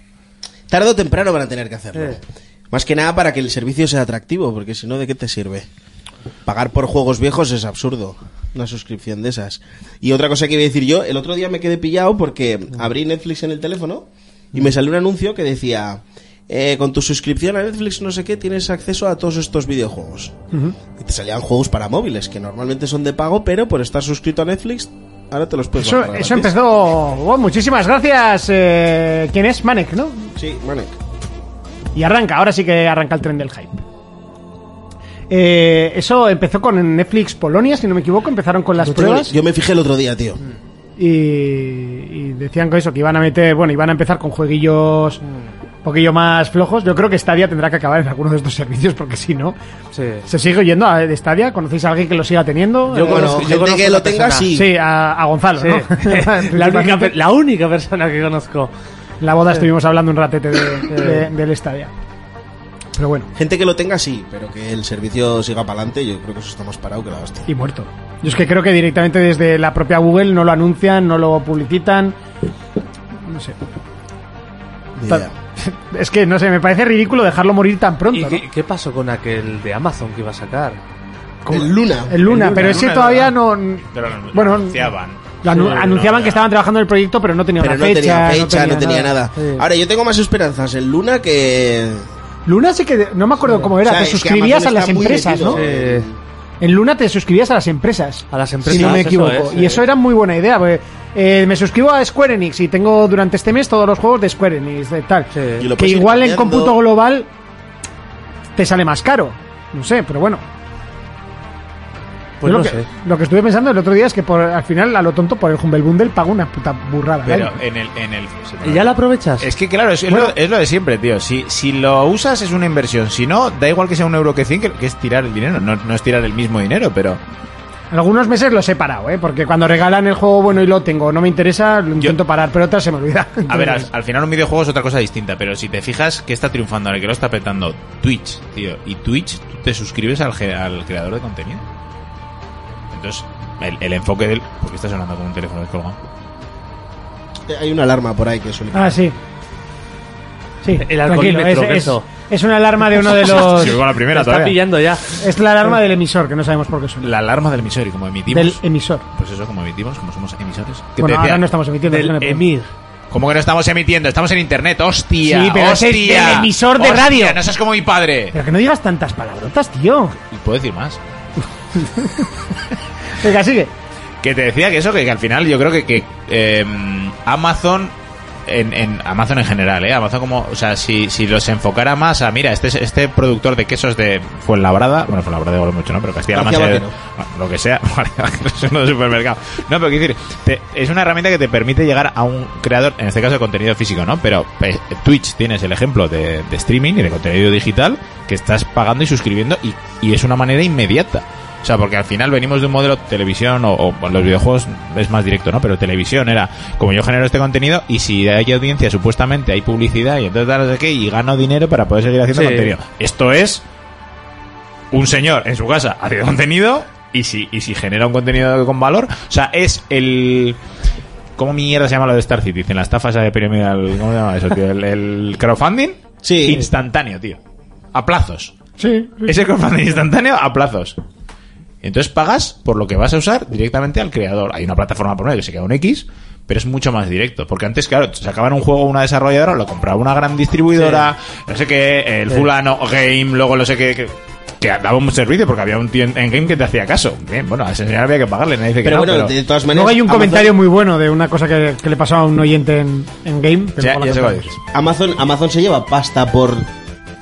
Tarde o temprano van a tener que hacerlo.
Eh.
Más que nada para que el servicio sea atractivo, porque si no, ¿de qué te sirve? Pagar por juegos viejos es absurdo. Una suscripción de esas. Y otra cosa que iba a decir yo, el otro día me quedé pillado porque abrí Netflix en el teléfono y me salió un anuncio que decía, eh, con tu suscripción a Netflix no sé qué, tienes acceso a todos estos videojuegos. Y te salían juegos para móviles, que normalmente son de pago, pero por estar suscrito a Netflix, ahora te los puedes
Eso,
bajar
eso
gratis.
empezó. Bueno, muchísimas gracias. eh, ¿Quién es? Manek, ¿no?
Sí, Manek.
Y arranca, ahora sí que arranca el tren del hype. Eh, eso empezó con Netflix Polonia, si no me equivoco, empezaron con las
Yo
pruebas Mm.
me fijé el otro día, tío.
y, y decían que eso, que iban a meter, bueno, iban a empezar con jueguillos
Mm.
un poquillo más flojos. Yo creo que Stadia tendrá que acabar en alguno de estos servicios porque si no,
Sí.
se sigue yendo a de Stadia. ¿Conocéis a alguien que lo siga teniendo?
Yo
Eh,
Bueno,
conozco- yo
gente
conozco
que
una
lo tenga,
persona.
sí.
sí, a, a Gonzalo,
Sí.
¿no? Pues
la, única,
Principalmente.
per- la única persona que conozco.
En la boda estuvimos hablando un ratete de- de- del Stadia. Pero bueno,
Gente que lo tenga, sí, pero que el servicio siga para adelante, yo creo que eso está más parado que la hostia.
y muerto. Yo es que creo que directamente desde la propia Google no lo anuncian, no lo publicitan. No sé.
Ni
Ta-
idea.
Es que no sé, me parece ridículo dejarlo morir tan
¿Y
pronto. ¿no?
qué, qué pasó con aquel de Amazon que iba a sacar?
El Luna.
El Luna,
Luna,
pero es que
Luna,
todavía
¿verdad?
no.
Pero lo
Bueno,
anunciaban.
lo anu-
Sí,
anunciaban
no,
que
ya.
estaban trabajando en el proyecto, pero no tenían
Pero no
una fecha.
tenía fecha, no tenía nada.
Sí.
Ahora, yo tengo más esperanzas en Luna que.
Luna sí que. No me acuerdo cómo era.
O sea,
te
es que
suscribías a
Amazon
las
está muy
empresas,
metido
¿no?
en-
En Luna te suscribías a las empresas.
A las
si
empresas.
no me
eso
equivoco.
es,
y
eh.
eso era muy buena idea, porque eh, me suscribo a Square Enix y tengo durante este mes todos los juegos de Square Enix, de tal.
Sí.
Y lo
Que
puedes ir
igual en
cambiando.
cómputo global te sale más caro. No sé, pero bueno.
Pues
Yo
no
lo, que,
sé.
lo que estuve pensando el otro día es que por, al final, a lo tonto, por el Humble Bundle pago una puta burrada.
Pero
¿vale?
en el. En el se me
¿Y ya la aprovechas?
Es que claro, es, es lo, es lo de siempre, tío. Si, si lo usas es una inversión. Si no, da igual que sea un euro que 100, que, que es tirar el dinero. No, no es tirar el mismo dinero, pero...
Algunos meses los he parado, ¿eh? porque cuando regalan el juego bueno y lo tengo, no me interesa, lo intento parar, pero otras se me olvida.
A ver, al,
Entonces,
al final un videojuego es otra cosa distinta, pero si te fijas que está triunfando ahora, que lo está petando Twitch, tío. Y Twitch, tú te suscribes al, ge- al creador de contenido. Entonces, el, el enfoque del... ¿Por qué estás hablando con un teléfono descolgado?
Eh, Hay una alarma por ahí que suena.
Ah, sí. Sí,
El
tranquilo, es,
alcoholímetro,
es-
eso.
es una alarma de uno de los...
Si voy con la primera
está
todavía.
pillando ya.
es la alarma del emisor, que no sabemos por qué suena.
La alarma del emisor y como emitimos...
Del emisor.
Pues eso, como emitimos, como somos emisores. que
Bueno,
te decía-
ahora no estamos emitiendo.
Del
no le-
Emir.
¿Cómo que no estamos emitiendo? Estamos en internet, hostia.
Sí, pero ese
hostia,
es del emisor de
hostia,
radio.
No seas como mi padre.
Pero que no digas tantas palabrotas, tío.
Y puedo decir más.
Venga, sigue.
Que te decía que eso, que, que al final yo creo que, que, eh, Amazon. En, en Amazon en general, ¿eh? Amazon como, o sea, si, si los enfocara más a, mira, este, este productor de quesos de Fuenlabrada, bueno, Fuenlabrada igual mucho, ¿no? Pero Castilla-La
García
Mancha,
Vaquero.
eh, lo que sea, es uno de supermercado. No, pero quiero decir, te- es una herramienta que te permite llegar a un creador, en este caso de contenido físico, ¿no? Pero eh, Twitch tienes el ejemplo de, de streaming y de contenido digital que estás pagando y suscribiendo y, y es una manera inmediata. O sea, porque al final venimos de un modelo televisión o, o bueno, los videojuegos es más directo, ¿no? Pero televisión era como yo genero este contenido y si hay audiencia, supuestamente hay publicidad y entonces tal, no sé qué, y gano dinero para poder seguir haciendo
Sí.
contenido. Esto es un señor en su casa hace contenido y si, y si genera un contenido con valor, o sea, es el... ¿Cómo mierda se llama lo de Star City? Dicen la estafa esa de piramidal... ¿Cómo se llama eso, tío? ¿El, el crowdfunding?
Sí.
Instantáneo, tío. A plazos.
Sí.
Es el crowdfunding instantáneo a plazos. Entonces pagas por lo que vas a usar directamente al creador. Hay una plataforma por medio que se queda un X, pero es mucho más directo. Porque antes, claro, sacaban un juego una desarrolladora, lo compraba una gran distribuidora, no sé qué, el fulano game, luego no sé qué. que- que daba un servicio porque había un tío en, en game que te hacía caso. Bien, bueno, a ese señor había que pagarle, nadie dice que
Pero
no,
bueno,
pero-
de todas maneras.
Luego hay un
Amazon-
comentario muy bueno de una cosa que, que le pasó a un oyente en, en game. pero
Ya-
luego la
ya sé cuál
contamos.
es.
Amazon, Amazon se lleva pasta por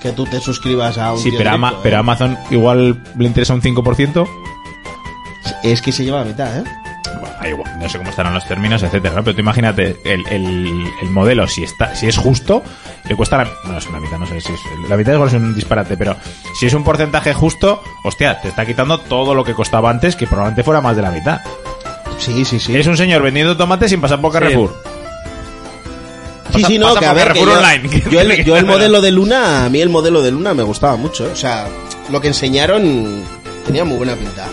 que tú te suscribas a un
Sí,
tío
pero,
directo,
Ama-
¿eh?
pero Amazon igual le interesa un 5%.
Es que se lleva la mitad, ¿eh?
Bueno, da igual, no sé cómo estarán los términos, etcétera, ¿no? Pero tú imagínate, el, el- el modelo, si está, si es justo, le cuesta la, bueno, es una mitad, no sé si es- la mitad igual es un disparate, pero si es un porcentaje justo, hostia, te está quitando todo lo que costaba antes, que probablemente fuera más de la mitad.
Sí, sí, sí.
Es un señor vendiendo tomates sin pasar por Carrefour.
Sí,
Pasa-
sí, no,
pasa
que
por
a ver, que
Carrefour
yo,
Online, que
yo
tiene
el,
que
yo el
estar-
modelo de Luna, a mí el modelo de Luna me gustaba mucho, ¿eh? o sea, lo que enseñaron tenía muy buena pinta.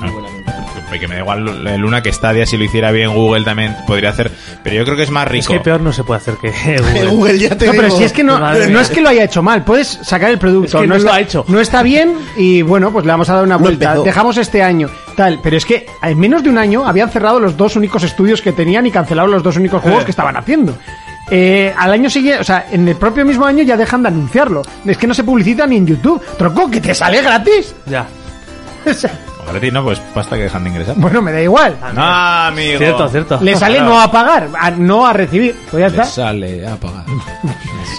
Muy buena pinta.
Que me da igual el Luna que Stadia, si lo hiciera bien Google también podría hacer, pero yo creo que es más
Es
rico.
que peor no se puede hacer que
Eh,
Google.
Google ya te
No, pero
digo.
si es que no,
Madre
no
mía.
es que lo haya hecho mal, puedes sacar el producto.
Es que no
está,
lo ha hecho.
No está bien y bueno, pues le vamos a dar una
No
vuelta.
empezó.
Dejamos este año, tal. Pero es que en menos de un año habían cerrado los dos únicos estudios que tenían y cancelado los dos únicos juegos que estaban haciendo. Eh, al año siguiente, o sea, en el propio mismo año ya dejan de anunciarlo. Es que no se publicita ni en YouTube. Troco, que te sale gratis.
Ya.
O sea,
Ojalá, tío, no, pues pasta que dejan de ingresar.
bueno, me da igual.
Ah, amigo.
Cierto, cierto.
Le sale no a pagar, a- no a recibir. Pues ya
Le
está.
sale a pagar.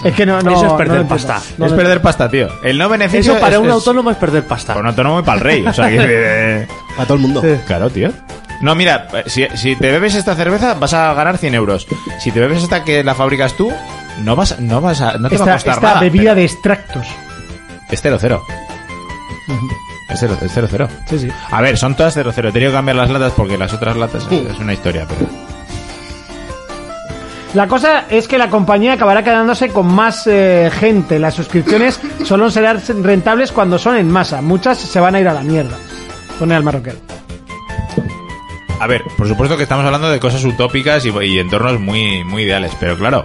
Es que no, no.
Eso es
no
perder
lo entiendo.
pasta.
No
es
lo
perder pasta, tío. El no beneficio
Eso para
es-
un
es-
autónomo es perder pasta.
Para un autónomo y para el rey. O sea, que... eh,
Para todo el mundo.
claro, tío. No, mira, eh, si, si te bebes esta cerveza vas a ganar 100 euros. Si te bebes esta que la fabricas tú, no vas, no vas a... No te va
esta,
a costar
esta
nada,
bebida
pero
de extractos.
Es 0-0. Es 0-0. Es 0-0.
Sí, sí.
A ver, son todas 0-0. He tenido que cambiar las latas porque las otras latas
Sí.
es una historia, pero...
La cosa es que la compañía acabará quedándose con más eh, gente. Las suscripciones solo serán rentables cuando son en masa. Muchas se van a ir a la mierda. Pone al marroquero.
A ver, por supuesto que estamos hablando de cosas utópicas y, y entornos muy, muy ideales, pero claro,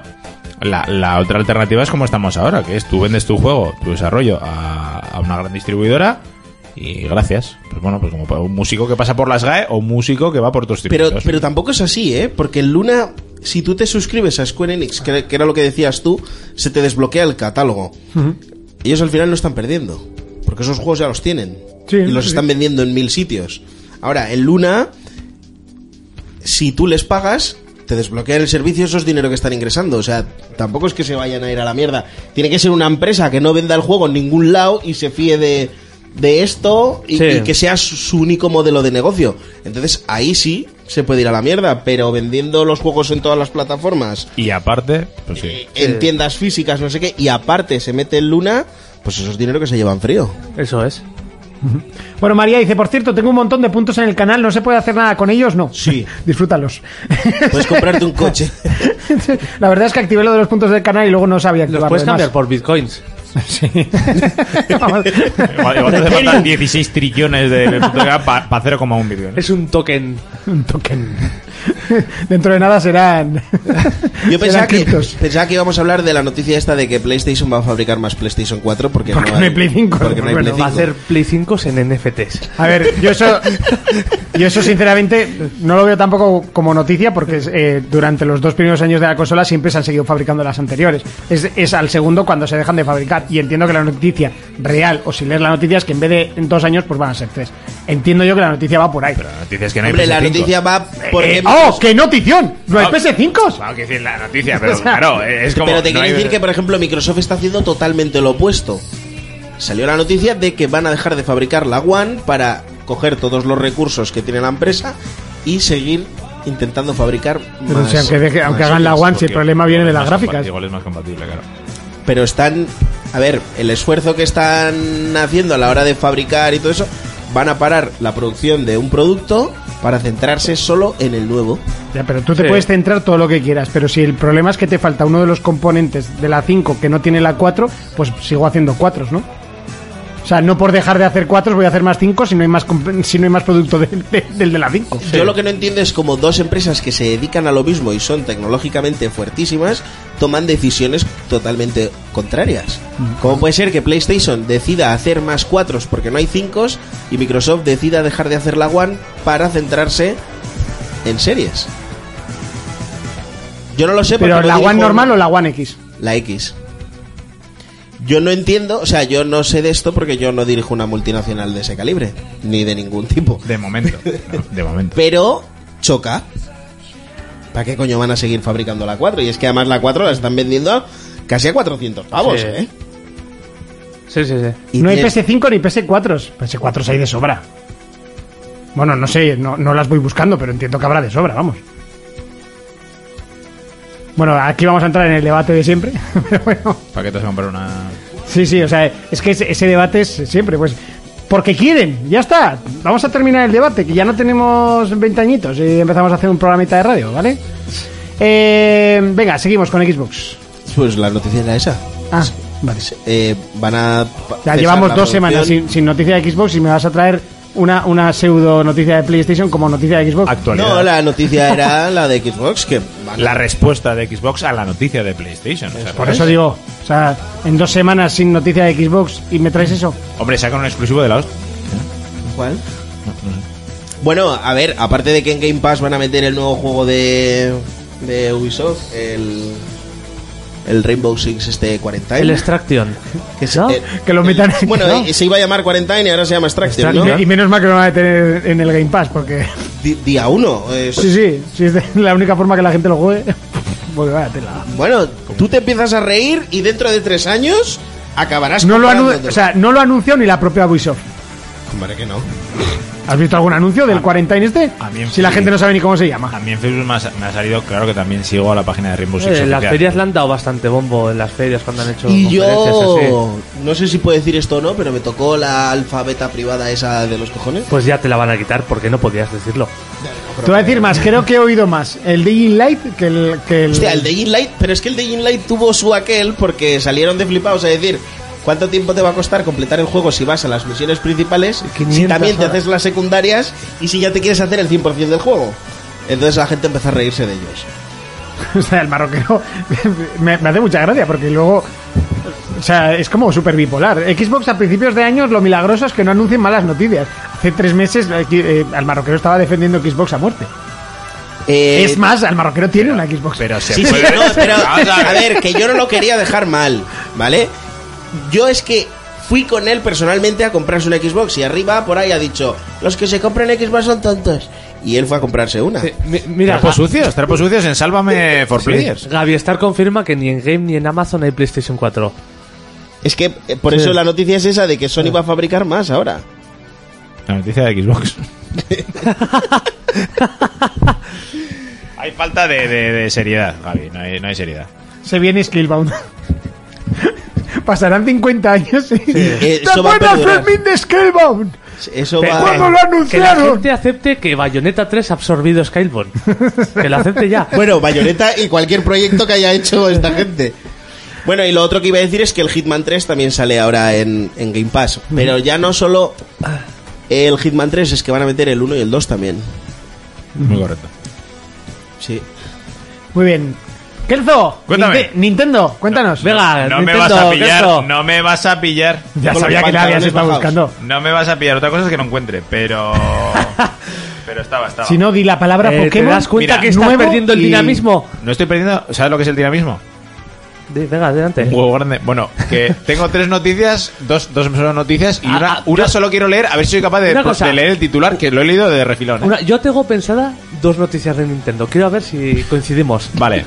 la, la otra alternativa es como estamos ahora, que es tú vendes tu juego, tu desarrollo a, a una gran distribuidora y gracias. Pues bueno, pues como un músico que pasa por las GAE o un músico que va por tus
Pero,
circuitos.
pero tampoco es así, ¿eh? Porque el Luna, si tú te suscribes a Square Enix, que, que era lo que decías tú, se te desbloquea el catálogo. Ellos al final no están perdiendo. Porque esos juegos ya los tienen.
Sí,
y los
sí.
están vendiendo en mil sitios. Ahora, el Luna, si tú les pagas, te desbloquean el servicio, eso es dinero que están ingresando. O sea, tampoco es que se vayan a ir a la mierda. Tiene que ser una empresa que no venda el juego en ningún lado y se fíe de, de esto y,
Sí.
y que sea su- su único modelo de negocio. Entonces, ahí sí se puede ir a la mierda, pero vendiendo los juegos en todas las plataformas,
Y aparte, pues sí.
eh, en tiendas físicas, no sé qué, y aparte se mete en Luna, pues eso es dinero que se llevan frío.
Eso es.
Bueno, María dice, por cierto, tengo un montón de puntos en el canal, no se puede hacer nada con ellos, no.
Sí.
Disfrútalos.
Puedes comprarte un coche.
la verdad es que activé lo de los puntos del canal y luego no sabía
Los
activarlo.
puedes
además.
cambiar por bitcoins.
Vamos.
Igual, igual te hace falta 16 trillones de para 0,1 billones.
Es un token.
Un token. Dentro de nada serán.
Yo
serán
pensaba que,
criptos.
pensaba que íbamos a hablar de la noticia esta de que PlayStation va a fabricar más PlayStation 4 porque,
Porque no hay Play 5,
Porque no hay
bueno,
Play
Va a
5.
hacer Play 5 en NFTs.
A ver, yo eso, yo eso sinceramente no lo veo tampoco como noticia porque eh, durante los dos primeros años de la consola siempre se han seguido fabricando las anteriores. Es, es al segundo cuando se dejan de fabricar y entiendo que la noticia real o si lees la noticia es que en vez de en dos años pues van a ser tres. Entiendo yo que la noticia va por ahí.
La noticia es que no hay
Hombre, la
PS5.
noticia va
Eh,
porque...
¡Oh, qué notición! ¿No hay
Ah.
PS5?
Claro que sí, la noticia, pero
O sea,
claro, es como...
Pero te
no
quiero
hay-
decir que, por ejemplo, Microsoft está haciendo totalmente lo opuesto. Salió la noticia de que van a dejar de fabricar la One para coger todos los recursos que tiene la empresa y seguir intentando fabricar
Pero,
más-
o sea, aunque, deje- aunque
más
hagan la
series.
One, si el problema viene de las
Más
gráficas.
compa- Igual es más compatible, claro.
Pero están... A ver, el esfuerzo que están haciendo a la hora de fabricar y todo eso, van a parar la producción de un producto para centrarse solo en el nuevo.
Ya, pero tú te
Sí.
puedes centrar todo lo que quieras, pero si el problema es que te falta uno de los componentes de la 5 que no tiene la 4, pues sigo haciendo 4, ¿no? O sea, no por dejar de hacer 4 voy a hacer más 5 si no hay más comp- si no hay más producto de- de- del de la 5.
Yo lo que no entiendo es como dos empresas que se dedican a lo mismo y son tecnológicamente fuertísimas toman decisiones totalmente contrarias. ¿Cómo puede ser que PlayStation decida hacer más 4 porque no hay 5 y Microsoft decida dejar de hacer la One para centrarse en series? Yo no lo sé,
Pero
porque me
la
dijo
One normal o la One X.
la X. Yo no entiendo, o sea, yo no sé de esto porque yo no dirijo una multinacional de ese calibre, ni de ningún tipo.
De momento. no, de momento.
Pero choca. ¿Para qué coño van a seguir fabricando la 4? Y es que además la 4 la están vendiendo casi a 400 pavos,
Sí.
¿eh?
Sí, sí, sí.
Y
no hay
tiene-
PS5 ni PS4. PS4 hay de sobra. Bueno, no sé, no, no las voy buscando, pero entiendo que habrá de sobra, vamos. Bueno, aquí vamos a entrar en el debate de siempre. Pero bueno,
¿Para qué te vas a comprar una.?
sí, sí, o sea, es que ese, ese debate es siempre, pues. Porque quieren, ya está. Vamos a terminar el debate, que ya no tenemos 20 añitos y empezamos a hacer un programita de radio, ¿vale? Eh, venga, seguimos con Xbox.
Pues la noticia era esa.
Ah, vale.
Eh, van a. pa-
Ya
cesar
llevamos
la
dos semanas
producción.
sin, sin noticia de Xbox y me vas a traer una, una pseudo noticia de PlayStation como noticia de Xbox.
Actualidad.
No, la noticia era la de Xbox, que van a-
la respuesta de Xbox a la noticia de PlayStation. o sea,
Por eso digo, o sea, en dos semanas sin noticia de Xbox y me traes eso.
Hombre, sacan un exclusivo de la host-
¿Cuál? Bueno, a ver, aparte de que en Game Pass van a meter el nuevo juego de, de Ubisoft, el, el Rainbow Six este
El
Quarantine.
Extraction.
que se-
¿no?
eh,
Que lo
el-
metan-
Bueno,
¿no?
eh, se iba a llamar Quarantine y ahora se llama Extraction,
Y,
¿no?
me- y menos mal que no va a tener en el Game Pass, porque
Di- Día 1.
sí, sí, sí es de- la única forma que la gente lo juegue. Porque vaya tela.
Bueno, tú te empiezas a reír y dentro de tres años acabarás
No lo, anu-
comprándotelo.
o sea, no lo anunció ni la propia Ubisoft.
Hombre, que no.
¿Has visto algún anuncio del Quarantine este?
a mí en
Si la
fin.
gente no sabe ni cómo se llama.
A mí en Facebook me ha, me ha salido, claro que también sigo a la página de
Pues
Rainbow Six.
Eh, las
Oficial.
ferias le han dado bastante bombo en las ferias cuando han hecho
Y
conferencias
yo, no sé si puedo decir esto o no, pero me tocó la alfabeta privada esa de los cojones.
así. Pues ya te la van a quitar porque no podías decirlo.
Te voy a decir más, creo que he oído más el Digging Light que el... Que el...
Hostia, el Day in Light, pero es que el Day in Light tuvo su aquel porque salieron de flipados a decir cuánto tiempo te va a costar completar el juego si vas a las misiones principales, si
500
también te
horas.
haces las secundarias y si ya te quieres hacer el 100% del juego. Entonces la gente empezó a reírse de ellos.
O sea, el marroquero me, me hace mucha gracia porque luego. O sea, es como súper bipolar. Xbox a principios de años lo milagroso es que no anuncien malas noticias. Hace tres meses eh, eh, al marroquero estaba defendiendo Xbox a muerte.
Eh,
es más, al marroquero tiene una Xbox.
Pero se
Sí, sí,
vuelve-
no, pero
Vamos a ver.
a ver, que yo no lo quería dejar mal, ¿vale? Yo es que fui con él personalmente a comprarse una Xbox y arriba por ahí ha dicho, los que se compran Xbox son tontos. Y él fue a comprarse una.
mira,
ah.
Trapos sucios, trapos sucios en Sálvame for Players.
Gaby Star confirma que ni en Game ni en Amazon hay PlayStation 4.
Es que eh, por eso la noticia es esa de que Sony va a fabricar más ahora.
La noticia de Xbox. hay falta de, de- de seriedad, Javi. No hay, no hay seriedad.
Se viene Skillbound. Pasarán 50 años y.
Eh,
¡Te
eso va a
van a hacer
perdurar.
min de Scalebound!
Eso
Pero-
va...
¿Cuándo lo
Que la
anunciaron?
gente acepte que Bayonetta 3 ha absorbido Skybound. que lo acepte ya.
Bueno, Bayonetta y cualquier proyecto que haya hecho esta gente. Bueno, y lo otro que iba a decir es que el Hitman 3 también sale ahora en, en Game Pass.
Mm.
Pero ya no solo el Hitman 3, es que van a meter el 1 y el 2 también.
Muy correcto.
Sí.
Muy bien. Kelzo,
Cuéntame.
Ninte- Nintendo, cuéntanos.
Venga,
No me vas
Nintendo,
a pillar.
Kelso.
No me vas a pillar.
Ya
Con
sabía
los
que la habías
pantalones
estado
bajados.
buscando.
No me vas a pillar. Otra cosa es que no encuentre, pero. pero estaba, estaba.
Si no, di la palabra
Eh, ¿Te
Pokémon.
das cuenta
Mira,
que estás
nuevo
perdiendo el
y-
dinamismo?
No estoy perdiendo. ¿Sabes lo que es el dinamismo?
De- Venga, adelante.
Un huevo grande. Bueno, que tengo tres noticias, dos, dos solo noticias y
Ah,
una,
ah,
una
yo-
solo quiero leer, a ver si soy capaz de,
Una cosa.
de leer el titular, que lo he leído de refilón. ¿eh?
Una- yo tengo pensada dos noticias de Nintendo. Quiero ver si coincidimos.
Vale.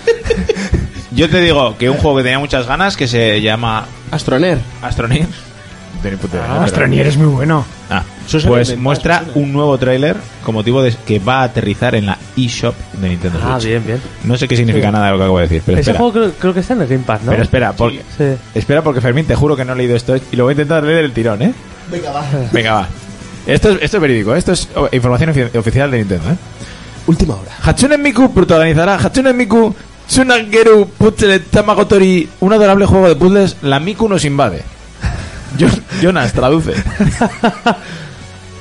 Yo te digo que un juego que tenía muchas ganas, que se llama
Astroner.
Astroneer. No tengo ni puta idea,
Ah,
pero-
Astronier es muy bueno.
Ah,
Eso se
pues
reinventa,
muestra
eso se
un nuevo tráiler con motivo de que va a aterrizar en la eShop de Nintendo Switch.
Ah, bien, bien.
No sé qué significa nada lo que acabo de decir, pero
Ese
espera.
juego creo, creo que está en el Game Pass, ¿no?
Pero espera, porque,
Sí.
espera porque Fermín, te juro que no he leído esto y lo voy a intentar leer el tirón, ¿eh?
Venga, va.
Venga, va. Esto es, esto es verídico, ¿eh? esto es o- información ofi- oficial de Nintendo, ¿eh?
Última hora.
Hatsune Miku protagonizará Hatsune Miku Tsunageru Puzzle Tamagotori, un adorable juego de puzzles, la Miku nos invade. Yo- Jonas, traduce.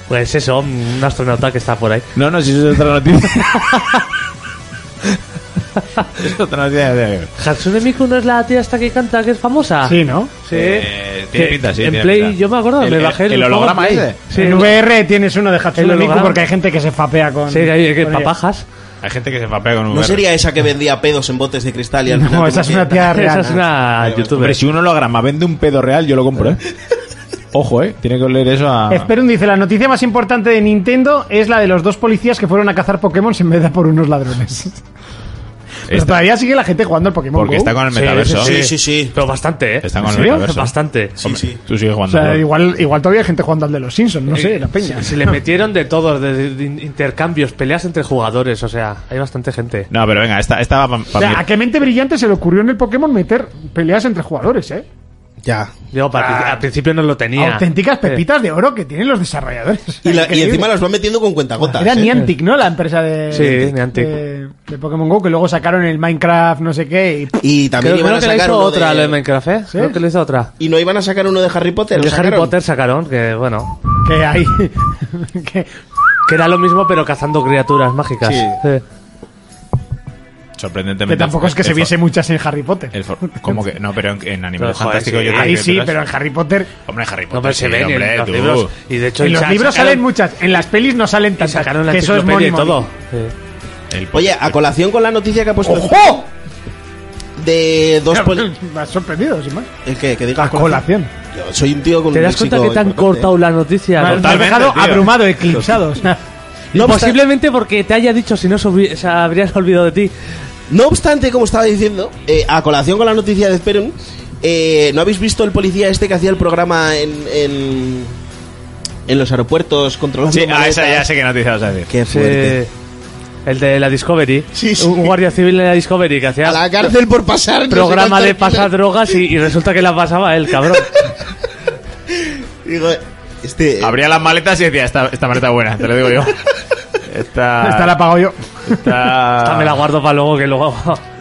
Pues eso, un astronauta que está por ahí.
No, no, si eso es otra noticia. es otra noticia. de-
Hatsune Miku no es la tía esta que canta, que es famosa.
Sí, ¿no?
Sí.
Eh, tiene
Que
pinta, sí,
En
tiene
Play,
pinta.
yo me acuerdo,
El-
me
el-
bajé el,
el
juego
holograma
en Play.
ese.
Sí,
en VR tienes uno de Hatsune
El
Miku
holograma.
porque hay gente que se fapea con.
Sí, que hay que
con ello.
papajas.
Hay gente que se papea con un
No sería esa que vendía pedos en botes de cristal y al final
No,
tuvo
esa es
que-
una tía
Esa
real.
es una youtuber.
Hombre, si uno lo grama vende un pedo real, yo lo compro, ¿eh? Ojo, ¿eh? Tiene que oler eso a...
Esperun dice, la noticia más importante de Nintendo es la de los dos policías que fueron a cazar Pokémon en vez de a por unos ladrones. Pero
Está-
todavía sigue la gente jugando al Pokémon
Porque
Go.
está con el metaverso.
sí, sí, sí.
Pero bastante, ¿eh?
Está con
¿En
el
serio?
metaverso.
Bastante.
Sí, sí.
Tú sigues
O
jugando.
sea,
¿no?
igual, igual todavía hay gente jugando al de los Simpsons, no sé,
Eh,
la peña.
Se, se le metieron de todo, de, de- de intercambios, peleas entre jugadores, o sea, hay bastante gente.
No, pero venga, esta, esta va para
O sea, ¿a qué mente brillante se le ocurrió en el Pokémon meter peleas entre jugadores, eh?
Ya.
Yo para, al principio no lo tenía.
Eh.
Auténticas pepitas de oro que tienen los desarrolladores.
Y, la- y
Increíble.
encima las van metiendo con cuentagotas.
Era
¿eh?
Niantic, ¿no? La empresa de,
Sí,
de-
Niantic.
De, de Pokémon Go, que luego sacaron el Minecraft, no sé qué. Y,
Y también
creo, creo
iban a
que le
sacar
hizo
uno
otra
de-
lo de Minecraft, ¿eh? Creo que le hizo otra.
Y no iban a sacar uno de Harry Potter.
El de
¿lo
Harry
sacaron?
Potter sacaron, que bueno,
que hay. que-
que era lo mismo pero cazando criaturas mágicas.
Sí.
Eh,
Sorprendentemente.
que tampoco es que
el
se
for-
viese muchas en Harry Potter.
el for- ¿Cómo que? No, pero en, en Animales
Pero, joder,
Fantásticos
sí.
yo creo
Ahí
que
sí,
verás-
pero en Harry Potter.
Hombre, Harry Potter.
No, pero se
sí,
ven
hombre,
en los
tú.
libros. Y de hecho,
En los
sa-
libros
sacaron-
salen muchas, en las pelis no salen tantas.
Sacaron la
que eso es
enciclopedia
muy
y todo. Sí.
El po-
Oye, a colación con la noticia que ha puesto.
¡Ojo!
De dos poli-
Me has sorprendido, sin más.
¿El qué? Que diga
A colación.
Yo soy un tío con
¿Te
un
das cuenta
léxico
que te han
importante.
cortado la noticia?
Me has- me has
Totalmente,
dejado
tío.
abrumado, eclipsado. o sea,
No obsta-
Posiblemente porque te haya dicho, si no, se hubi- se habrías olvidado de ti.
No obstante, como estaba diciendo, eh, a colación con la noticia de Esperon, eh, ¿no habéis visto el policía este que hacía el programa en, en, en los aeropuertos controlando
Sí, ah, esa ya
maletas?
sé que noticia vas a decir.
Qué fuerte.
Sí. eh, El de la Discovery.
Sí, sí.
Un guardia civil de la Discovery que hacía
A la cárcel por pasar. no sé
programa
cuántas
de pasar
vidas.
drogas y, y resulta que la pasaba él, cabrón.
Digo, este...
Abría las maletas y decía, esta, esta maleta buena, te lo digo yo. Esta...
Esta la pago yo.
esta-
Ah, me la guardo para luego que luego.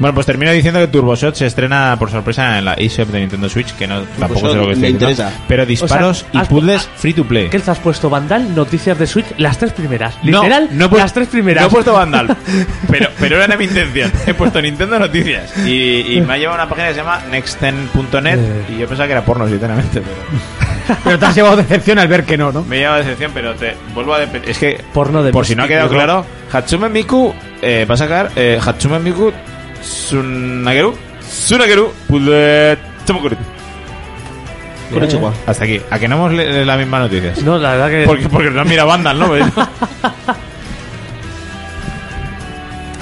Bueno, pues termino diciendo que TurboShot se estrena por sorpresa en la eShop de Nintendo Switch, que no, tampoco sé lo que
me
estoy diciendo,
interesa.
Pero disparos
has-
y puzzles free to play.
¿Qué te has puesto? Vandal, noticias de Switch, las tres primeras.
No,
Literal,
no he pu-
las tres primeras.
No he puesto Vandal, pero, pero era mi intención. He puesto Nintendo Noticias y, y me ha llevado a una página que se llama nexten.net y yo pensaba que era porno, sinceramente. Pero
Pero te has llevado decepción al ver que no, ¿no?
me lleva decepción, pero te vuelvo a... dep- Es que,
Porno de
por si no ha quedado
Mystic
claro, Hatsume Miku eh, va a sacar eh, Hatsume Miku Tsunageru Tsunageru Puzzle Tomokuru.
Konnichiwa.
Hasta aquí. ¿A que no hemos leído las mismas noticias?
No, la verdad que.
Porque, porque no mira bandas, ¿no? Pues-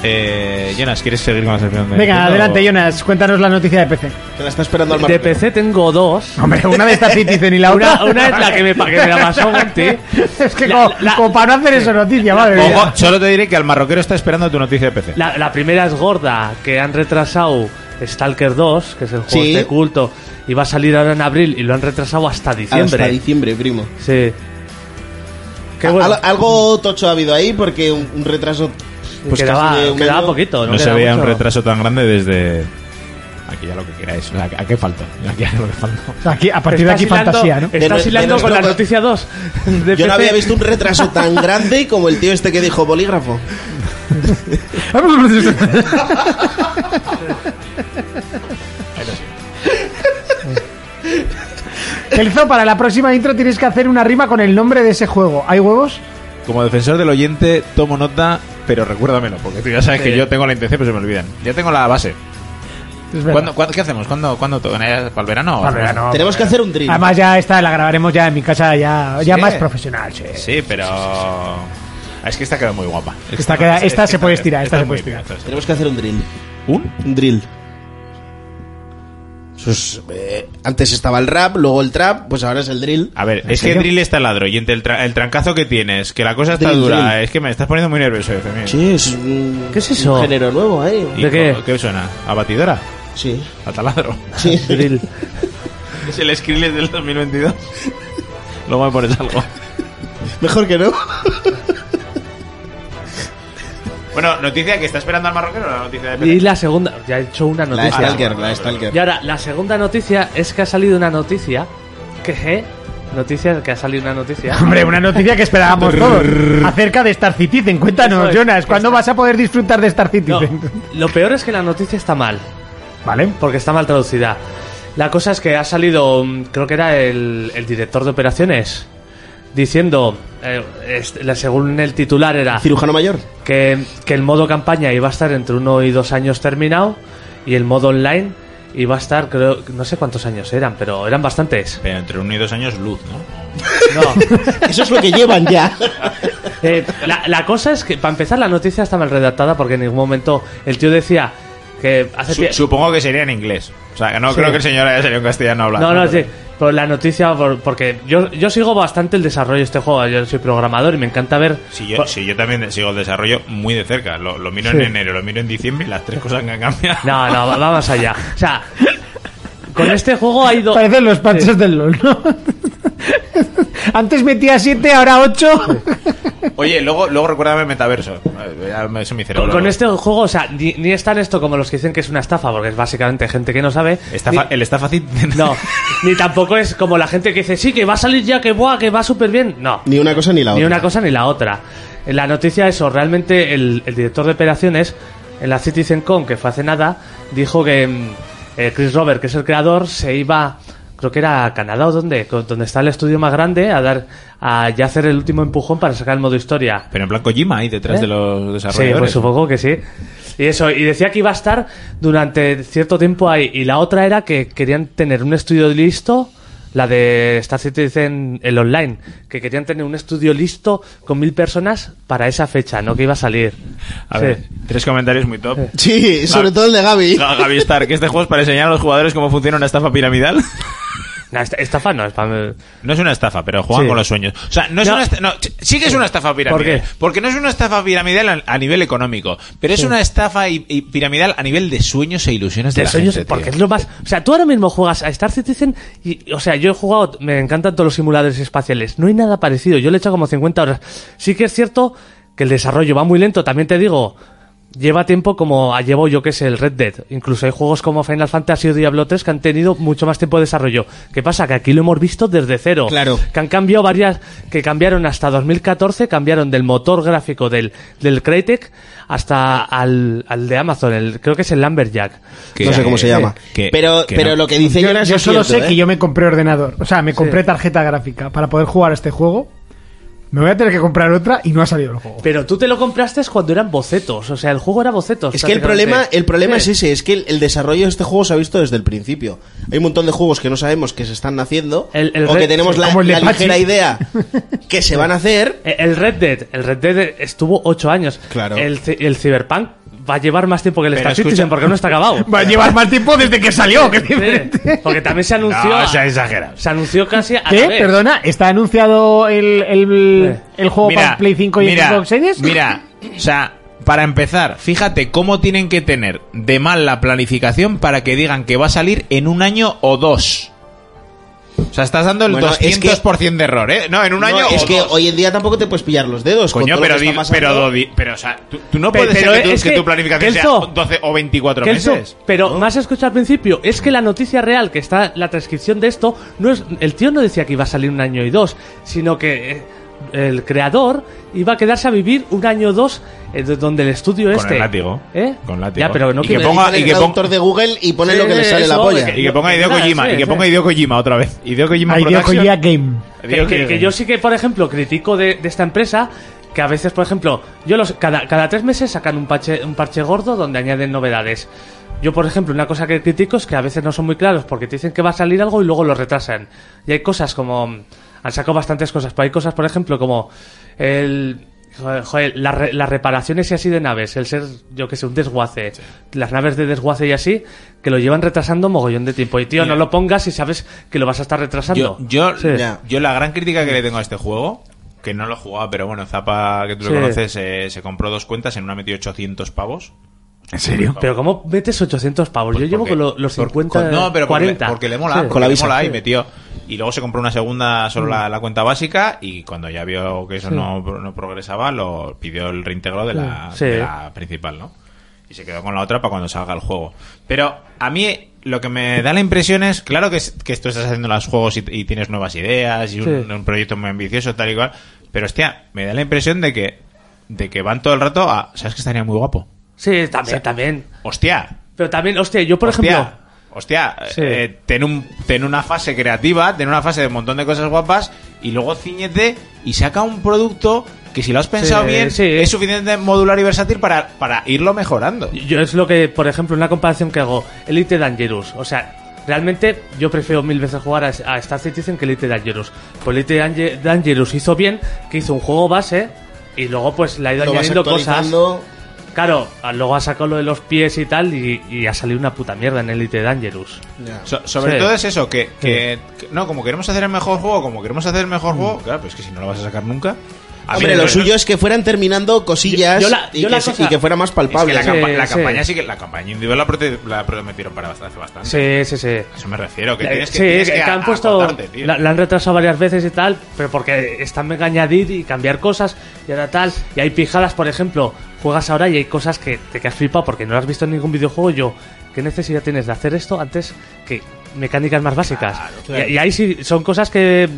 eh, Jonas, ¿quieres seguir con la sección de
Venga,
Nintendo
adelante,
o-
Jonas. Cuéntanos la noticia de PC.
Te la está esperando al
de
marco.
PC tengo dos.
Hombre, una de estas Citizen y la
Una,
otra.
una es la que me, pa- que me la pasó Monty.
Es que
La-
como,
la-
como para no hacer eso noticia, madre mía.
Ojo, solo te diré que al marroquero está esperando tu noticia de PC.
La, la primera es gorda, que han retrasado Stalker 2, que es el juego
Sí.
de culto, y va a salir ahora en abril y lo han retrasado hasta diciembre.
Hasta diciembre, primo.
Sí. Qué
Al-
bueno.
algo tocho ha habido ahí porque un, un retraso... Pues
quedaba,
casi de un
quedaba
año.
poquito,
no
¿no?
se
Quedaba
veía un
mucho.
retraso tan grande desde... Aquí ya lo que queráis. O sea, ¿A qué falta? Aquí ya lo que falta.
Aquí, a partir de
Estás
aquí
hilando-
fantasía, ¿no?
De nue-
Estás
de
hilando con
nuestro-
la noticia 2. de
Yo
PC.
no había visto un retraso tan grande como el tío este que dijo bolígrafo.
Kelzo, para la próxima intro tienes que hacer una rima con el nombre de ese juego. ¿Hay huevos?
Como defensor del oyente, tomo nota, pero recuérdamelo, porque tú ya sabes que yo tengo la intención, pero se me olvidan. Ya tengo la base.
Es verdad.
¿Cuándo- cuándo- qué hacemos? ¿Cuándo, cuándo tocan? ¿Para el verano?
Para el verano.
Tenemos que hacer un trim.
Además ya esta la grabaremos ya en mi casa ya, ya
Sí.
más profesional, sí.
Sí, pero... Ah, Es que esta queda muy guapa. Es
Esta
que
queda-
no, es-
esta
es que
se puede estirar, esta
es
se puede
muy bien,
estirar.
esta
Tenemos que hacer un drill.
es- ¿Un?
Un drill. Eso es, eh, antes estaba el rap, luego el trap, pues ahora es el drill.
A ver, es que
serio?
drill está ladro y entre el, tra- el trancazo que tienes, que la cosa está
Drill,
dura,
drill.
es que me estás poniendo muy nervioso. Efe, mira.
Sí, es un,
¿Qué es eso?
un género nuevo, ¿eh?
¿Y
¿De qué?
co- ¿Qué suena? ¿A batidora?
Sí.
¿A taladro?
sí.
Drill.
Es el Skrillex del 2022. Luego me pones algo.
Mejor que no.
Bueno, noticia que está esperando al marroquero, la noticia de
Y
Pérez?
la segunda. Ya he hecho una
La
noticia.
Stalker, la Stalker.
Y ahora, la segunda noticia es que ha salido una noticia. Que, ¿eh? Noticia, que ha salido una noticia.
Hombre, una noticia que esperábamos todos acerca de Star Citizen. Cuéntanos,
Eso es.
Jonas, ¿cuándo vas a poder disfrutar de Star
No,
Citizen?
lo peor es que la noticia está mal.
Vale.
porque está mal traducida. La cosa es que ha salido, mm, creo que era el, el director de operaciones, diciendo eh, este- la- según el titular era
¿Cirujano mayor?
que, que el modo campaña iba a estar entre uno y dos años terminado y el modo online iba a estar, creo, no sé cuántos años eran, pero eran bastantes.
Pero entre uno y dos años, luz, ¿no?
No.
Eso es lo que llevan ya.
Eh, la, la cosa es que, para empezar, la noticia está mal redactada porque en ningún momento el tío decía que hace
Su-
pie-
supongo que sería en inglés. O sea, que no
Sí.
creo que el señor haya salido en castellano hablando.
No, no,
pero-
sí. Pero la noticia, por- porque yo, yo sigo bastante el desarrollo de este juego. Yo soy programador y me encanta ver.
Si yo, si yo también sigo el desarrollo muy de cerca. Lo, lo miro en enero, lo miro en diciembre y las tres cosas que han cambiado.
No, no, va va más allá. O sea, con este juego ha ido.
Parecen los panchos del LOL, ¿no? Antes metía 7, ahora 8.
Oye, luego, luego recuérdame el metaverso. Eh, ya me- Eso me
Con,
hicieron.
con este juego, o sea, ni, ni es tan esto como los que dicen que es una estafa, porque es básicamente gente que no sabe. Ni-
el está fácil.
No, ni tampoco es como la gente que dice, sí, que va a salir ya, que buah, que va súper bien. No,
Ni una cosa ni la
ni
otra.
una cosa ni la otra. En la noticia eso, realmente el, el director de operaciones en la CitizenCon, que fue hace nada, dijo que mm, eh, Chris Robert, que es el creador, se iba, creo que era a Canadá o donde, donde está el estudio más grande, a dar a ya hacer el último empujón para sacar el modo historia.
Pero en plan Kojima ahí detrás
¿Eh?
de los
Sí,
desarrolladores.
pues supongo que sí. Y eso, y decía que iba a estar durante cierto tiempo ahí. Y la otra era que querían tener un estudio listo, la de Star Citizen, el online, que querían tener un estudio listo con mil personas para esa fecha, no que iba a salir.
A
Sí.
ver, tres comentarios muy top.
Sí, sobre
Ah.
todo el de Gaby.
No, Gaby Star, que este juego es para enseñar a los jugadores cómo funciona una estafa piramidal.
No, esta- estafa no, es para...
No es una estafa, pero juegan
Sí.
con los sueños. O sea, no es
No.
una esta- no, ch- sí que es una estafa piramidal.
¿Por qué?
Porque no es una estafa piramidal a, a nivel económico, pero es una estafa y, y piramidal a nivel de sueños e ilusiones de,
De
la
sueños,
gente,
porque
tío.
es lo más. O sea, tú ahora mismo juegas a Star Citizen y, o sea, yo he jugado, me encantan todos los simuladores espaciales. No hay nada parecido. Yo le he echado como 50 horas. Sí que es cierto que el desarrollo va muy lento. También te digo, lleva tiempo como ha llevado yo que sé el Red Dead. Incluso hay juegos como Final Fantasy o Diablo 3 que han tenido mucho más tiempo de desarrollo. ¿Qué pasa? Que aquí lo hemos visto desde cero.
Claro.
Que han cambiado varias, que cambiaron hasta 2014, cambiaron del motor gráfico del, del Crytek hasta al, al de Amazon, el, creo que es el Lumberjack.
Que-
no sé cómo se
eh,
llama.
que-
pero
que
pero
no.
lo que dice
Yo,
Jonas
yo
es
solo
cierto,
sé
¿eh?
que yo me compré ordenador. O sea, me compré tarjeta gráfica para poder jugar a este juego. Me voy a tener que comprar otra y no ha salido el juego.
Pero tú te lo compraste cuando eran bocetos, o sea, el juego era bocetos.
Es que el problema,
prácticamente.
el problema
Sí.
es ese, es que el, el desarrollo de este juego se ha visto desde el principio. Hay un montón de juegos que no sabemos que se están haciendo
El- el
o
Red-
que tenemos
sí,
la,
como el de
la
Pachi.
ligera idea que se van a hacer.
Eh, El Red Dead, el Red Dead estuvo ocho años.
Claro.
El, ci- el Cyberpunk va a llevar más tiempo que el
Pero
Star
escucha-
Citizen porque no está acabado.
Va a llevar más tiempo desde que salió. Que
Sí, porque también se anunció.
No,
a-
se ha exagerado.
se anunció casi a la
¿Qué?
vez.
Perdona, ¿está anunciado el, el, el juego para Play 5 y
mira,
Xbox Series?
Mira, o sea, para empezar, fíjate cómo tienen que tener de mal la planificación para que digan que va a salir en un año o dos. O sea, estás dando el
Bueno, es que-
200% de error, ¿eh? No, en un
No,
año
es
o
que
dos.
hoy en día tampoco te puedes pillar los dedos. con
Coño,
todo lo
pero,
que
di-
está
pero,
pasando.
do- di- pero, o sea, tú, tú no
Pe-
puedes
pero
ser que, tú-
es
que
que-
tu planificación
Kelso,
sea 12 o 24
Kelso,
meses.
pero más escuchado al principio, es que la noticia real que está la transcripción de esto, no es el tío no decía que iba a salir un año y dos, sino que eh, el creador iba a quedarse a vivir un año o dos eh, de- donde el estudio
Con
este.
el látigo.
¿eh?
Con látigo.
Ya, pero no
Y
Que
quiero-
ponga, y que
ponga-
traductor de Google y pone
Sí,
lo que le
sí,
sale
eso,
la polla.
porque-
Y que ponga Hideo
Nada,
Kojima,
sí,
y que
sí.
ponga Hideo Kojima otra vez. Hideo Kojima
Ay, Dios,
Production.
Kojima Game.
que,
Hideo
que-
Kojima.
que yo sí que, por ejemplo, critico de, de esta empresa que a veces, por ejemplo, yo los cada, cada tres meses sacan un parche, un parche gordo donde añaden novedades. Yo, por ejemplo, una cosa que critico es que a veces no son muy claros porque te dicen que va a salir algo y luego lo retrasan. Y hay cosas como... Han sacado bastantes cosas, pero hay cosas, por ejemplo, como el... Joder, joder, las, re- las reparaciones y así de naves, el ser, yo que sé, un desguace, las naves de desguace y así, que lo llevan retrasando mogollón de tiempo. Y tío, no lo pongas si sabes que lo vas a estar retrasando.
Yo, yo,
Sí.
Ya.
yo la gran crítica que le tengo a este juego, que no lo he jugado, pero bueno, Zapa, que tú
Sí.
lo conoces, eh, se compró dos cuentas, en una metió 800 pavos.
¿En serio?
Pero ¿cómo metes 800 pavos? Yo llevo
Pues Porque-
con lo- los
por-
50,
con- no, pero porque,
40.
porque le mola,
Sí.
porque
Con la
le
visa,
mola y
sí.
metió. Y luego se compró una segunda, solo
Mm.
la, la cuenta básica, y cuando ya vio que eso no, no progresaba, lo pidió el reintegro de la,
Mm. Sí.
de la principal, ¿no? Y se quedó con la otra para cuando salga el juego. Pero a mí lo que me da la impresión es, claro que, es- que tú estás haciendo los juegos y, y tienes nuevas ideas y un,
Sí.
un proyecto muy ambicioso, tal y cual, pero hostia, me da la impresión de que, de que van todo el rato a, ¿sabes que estaría muy guapo?
Sí, también, también.
Hostia,
Pero también, hostia, yo por
Hostia,
ejemplo...
Hostia,
Sí.
eh, ten, un, ten una fase creativa, ten una fase de un montón de cosas guapas y y luego ciñete y saca un producto que si lo has pensado
Sí,
bien
sí.
es suficiente modular y versátil para, para irlo mejorando.
Yo es lo que, por ejemplo, una comparación que hago, Elite Dangerous. O sea, realmente yo prefiero mil veces jugar a, a Star Citizen que Elite Dangerous. Pues Elite Dange- Dangerous hizo bien, que hizo un juego base y luego pues le ha ido
Lo vas
añadiendo cosas.
actualizando.
Claro, luego ha sacado lo de los pies y tal y, y ha salido una puta mierda en Elite Dangerous.
Ya.
So- sobre
Sí.
todo es eso, que, que- que- no, como queremos hacer el mejor juego, como queremos hacer el
Mm.
mejor juego, claro, pues que si no lo vas a sacar nunca. A mí
Hombre,
no-
lo suyo es que fueran terminando cosillas
Yo- yo la-
y,
yo
que,
la
se-
cosa-
y que fuera más
es que
palpable.
la,
Sí,
campa- la
sí.
campaña sí que la campaña individual la, prote- la prometieron para bastante, bastante.
Sí, sí, sí.
A eso me refiero, que
Eh,
tienes que,
sí,
tienes
es
que
que han
a-
puesto.
acotarte, tío.
La, la han retrasado varias veces y tal, pero porque están mega añadir y cambiar cosas y ahora tal. Y hay pijadas, por ejemplo, juegas ahora y hay cosas que te quedas flipado porque no las has visto en ningún videojuego. Yo, ¿qué necesidad tienes de hacer esto antes que mecánicas más básicas? Y, y ahí sí son cosas que.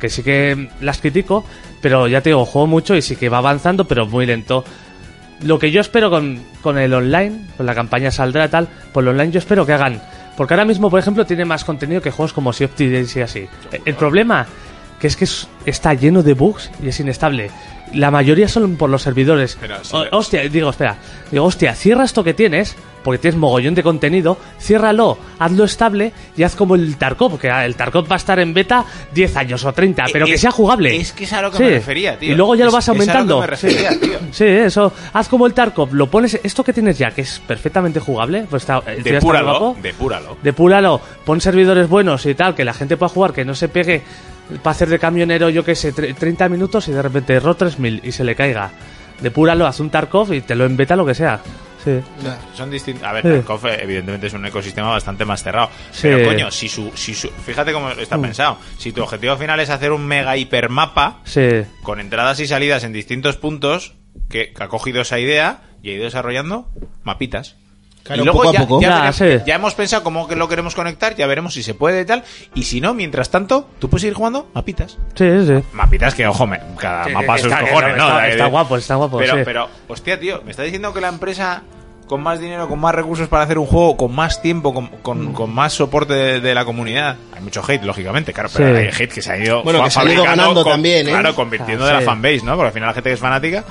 Que sí que las critico, pero ya te digo, juego mucho y sí que va avanzando, pero muy lento. Lo que yo espero con, con el online, con la campaña saldrá tal, por el online yo espero que hagan. Porque ahora mismo, por ejemplo, tiene más contenido que juegos como Sea of Thieves y así. E, El, el problema que es que es- está lleno de bugs y es inestable. La mayoría son por los servidores.
Pero, sí,
O-
pero-
hostia, digo, espera. Digo, hostia, cierra esto que tienes, porque tienes mogollón de contenido, ciérralo, hazlo estable y haz como el Tarkov, que ah, el Tarkov va a estar en beta 10 años o 30, pero que
E, Es-
sea jugable.
Es que es a lo que
Sí.
me refería, tío.
Y luego ya lo
Es-
vas aumentando.
Es a lo que me refería, tío.
Sí, eso. Haz como el Tarkov. Lo pones. Esto que tienes ya, que es perfectamente jugable. Pues está, el tío está muy
Depúralo,
guapo.
depúralo.
Depúralo. Pon servidores buenos y tal, que la gente pueda jugar, que no se pegue para hacer de camionero, yo que sé, tre- 30 minutos y de repente erró 3000 y se le caiga. Depúralo, haz un Tarkov y te lo embeta lo que sea. Sí.
Son distintos. A ver,
Sí.
Tarkov, eh, evidentemente es un ecosistema bastante más cerrado. Pero
Sí. Mm.
coño, si su, si su, fíjate cómo está pensado. Si tu objetivo final es hacer un mega hipermapa
Sí.
con entradas y salidas en distintos puntos, que, que ha cogido esa idea y ha ido desarrollando mapitas.
Claro,
y luego
poco a
ya,
poco.
ya
Ya,
veremos-
sí.
ya hemos pensado cómo que lo queremos conectar, ya veremos si se puede y tal. Y si no, mientras tanto, tú puedes ir jugando mapitas.
Sí, sí.
Mapitas que, ojo, me- cada
Sí,
mapa a
que
sus
está- que
cojones,
no,
¿no?
está-
Eh,
está guapo, está guapo,
Pero,
sí.
pero, hostia, tío, me está diciendo que la empresa con más dinero, con más recursos para hacer un juego, con más tiempo, con,
Mm.
con- con más soporte de, de la comunidad. Hay mucho hate, lógicamente, claro, pero
Sí.
hay hate que se ha ido,
Bueno,
fa-
que se ha ido
fabricando,
ganando
con-
también, ¿eh?
Claro, convirtiendo
Ah,
de la
sí.
fanbase, ¿no? Porque al final la gente que es fanática.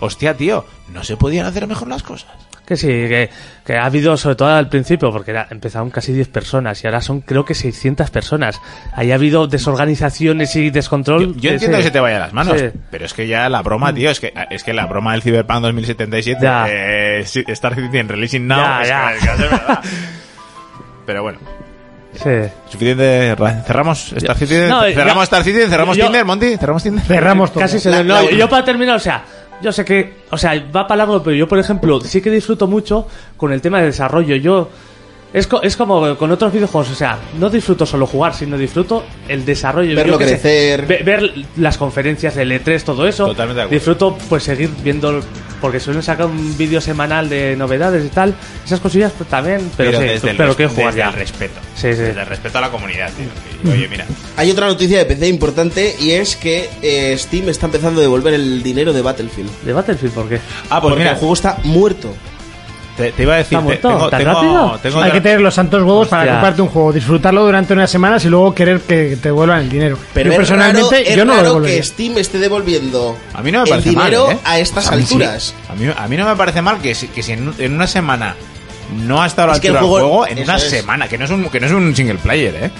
Hostia, tío, no se podían hacer mejor las cosas.
Que sí, que, que ha habido, sobre todo al principio, porque era, empezaron casi 10 personas y ahora son creo que 600 personas. Ahí ha habido desorganizaciones y
Yo,
descontrol.
yo entiendo
sí.
que se te vaya las manos,
Sí.
pero es que ya la broma, tío, es que, es que la broma del Cyberpunk 2077,
Ya.
eh, sí, Star Citizen Releasing Now,
Ya,
es que- que
ya.
va a ser verdad. Pero bueno,
Sí.
suficiente. ra- Cerramos Star Citizen,
No, eh,
cerramos
ya-
Star Citizen, cerramos
yo-
Tinder, Monty, cerramos Tinder.
Cerramos todo.
Casi se
La-
me- no,
la-
yo- yo para terminar, o sea, yo sé que, o sea, va para largo, pero yo, por ejemplo, sí que disfruto mucho con el tema de desarrollo. Yo es, co- es como con otros videojuegos, o sea, no disfruto solo jugar, sino disfruto el desarrollo.
Verlo
Yo qué sé,
crecer.
ve- ver las conferencias del E3, todo eso.
Totalmente de acuerdo.
Disfruto pues seguir viendo, porque suelen sacar un vídeo semanal de novedades y tal. Esas cosillas pues, también, pero, sí,
el
pero
res-
que jugar
desde
ya.
el respeto.
Sí, Mm. sí.
Desde el respeto a la comunidad, tío. Y, Oye, mira.
Hay otra noticia de PC importante y es que eh, Steam está empezando a devolver el dinero de Battlefield.
De Battlefield, ¿por qué?
Ah, pues
porque
mira,
el juego está muerto.
te, te iba a decir.
¿Está
te-
muerto? ¿Tan rápido?
tengo
Hay
otra-
que tener los santos huevos para
Hostia.
comprarte un juego, disfrutarlo durante unas semanas y luego querer que te devuelvan el dinero.
Pero
yo
es
personalmente
raro, es
yo no lo
raro
devolvería.
que Steam esté devolviendo
A mí no me
el
parece mal.
dinero
¿eh?
a estas
mí sí.
alturas.
A mí, a mí no me parece mal que si, que si en, en una semana no ha estado a la
Es que el
altura del juego,
juego-
en
eso
una
es.
semana, que no, es un, que no es un single player, ¿eh?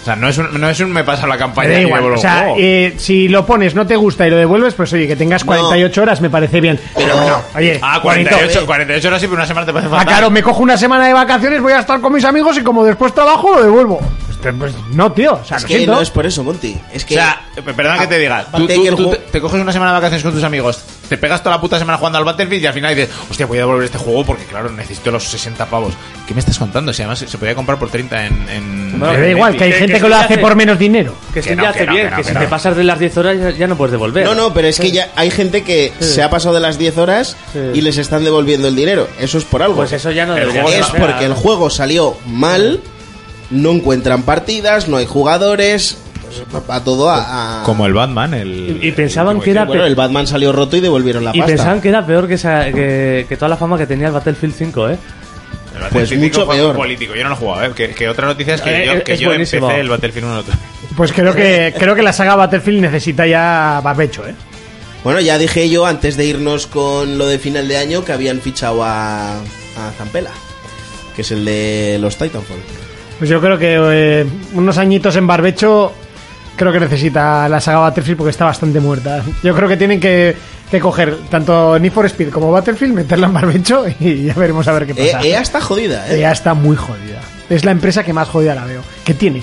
O sea, no es un, no es un me pasa la
Me
campaña
da
y
igual,
devuelvo
o
el
sea,
juego.
eh, si lo pones, no te gusta y lo devuelves, pues oye, que tengas 48 horas me parece bien.
Pero-
oye,
ah,
eh, bonito.
Eh,
48, 48 horas sí, pero una semana te parece
Ah,
fatal.
claro, me cojo una semana de vacaciones, voy a estar con mis amigos y como después trabajo, lo devuelvo. Pues, te- pues, no, tío, o sea,
Es
lo
que
siento.
no es por eso, Monty. Es
O
que
sea, eh, perdona que te diga, tú,
Aparte
tú-
que el
tú
juego-
te, te coges una semana de vacaciones con tus amigos, te pegas toda la puta semana jugando al Battlefield y al final dices, hostia, voy a devolver este juego porque, claro, necesito los 60 pavos. ¿Qué me estás contando? Si además se- se podía comprar por 30 en... en-
Bueno,
Me
en
da igual,
Epic.
que hay
que-
gente
que
que lo
se
hace
hace-
por menos dinero.
Que Steam
no,
ya
que
hace
no,
bien,
que
que,
no,
si
que no.
te pasas de las 10 horas ya, ya no puedes devolver.
No, no, pero es que ya hay gente que se ha pasado de las 10 horas
Sí.
y les están devolviendo el dinero. Eso es por algo.
Pues eso ya no
El
debería
juego
es
ser.
porque el juego salió mal, no encuentran partidas, no hay jugadores, pues va- va todo a... a-
Como el Batman, el...
Y- y pensaban
el-
que era-
Bueno, el Batman salió roto y devolvieron la
Y
pasta.
pensaban que era peor que, esa- que, que toda la fama que tenía el Battlefield 5, ¿eh?
El Battlefield
Pues mucho
fue
peor.
político, yo no lo he jugado, ¿eh? Que, que otra noticia es que
Eh,
yo,
es-
que
es
yo
buenísimo.
empecé el Battlefield 1 el otro-
Pues creo que, creo que la saga Battlefield necesita ya barbecho, ¿eh?
Bueno, ya dije yo antes de irnos con lo de final de año que habían fichado a, a Zampela, que es el de los Titanfall.
Pues yo creo que eh, unos añitos en barbecho creo que necesita la saga Battlefield porque está bastante muerta. Yo creo que tienen que, que coger tanto Need for Speed como Battlefield, meterla en barbecho y ya veremos a ver qué
Eh,
pasa.
EA está jodida, ¿eh?
¿E
Ya está muy jodida. Es la empresa que más jodida la veo. ¿Qué tiene?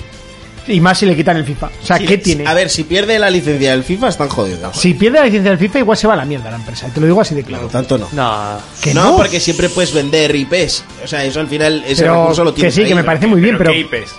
Y más si le quitan el FIFA. O sea,
Si-
¿qué tiene?
A ver, si pierde la licencia del FIFA están jodidos.
Si pierde la licencia del FIFA, igual se va a la mierda la empresa. Te lo digo así de claro.
No, tanto no.
No,
Que
no,
no.
porque siempre puedes vender IPs. O sea, eso al final, ese
Pero
recurso lo
que
tienes.
sí,
ahí.
que me parece muy bien, pero
¿qué IPs?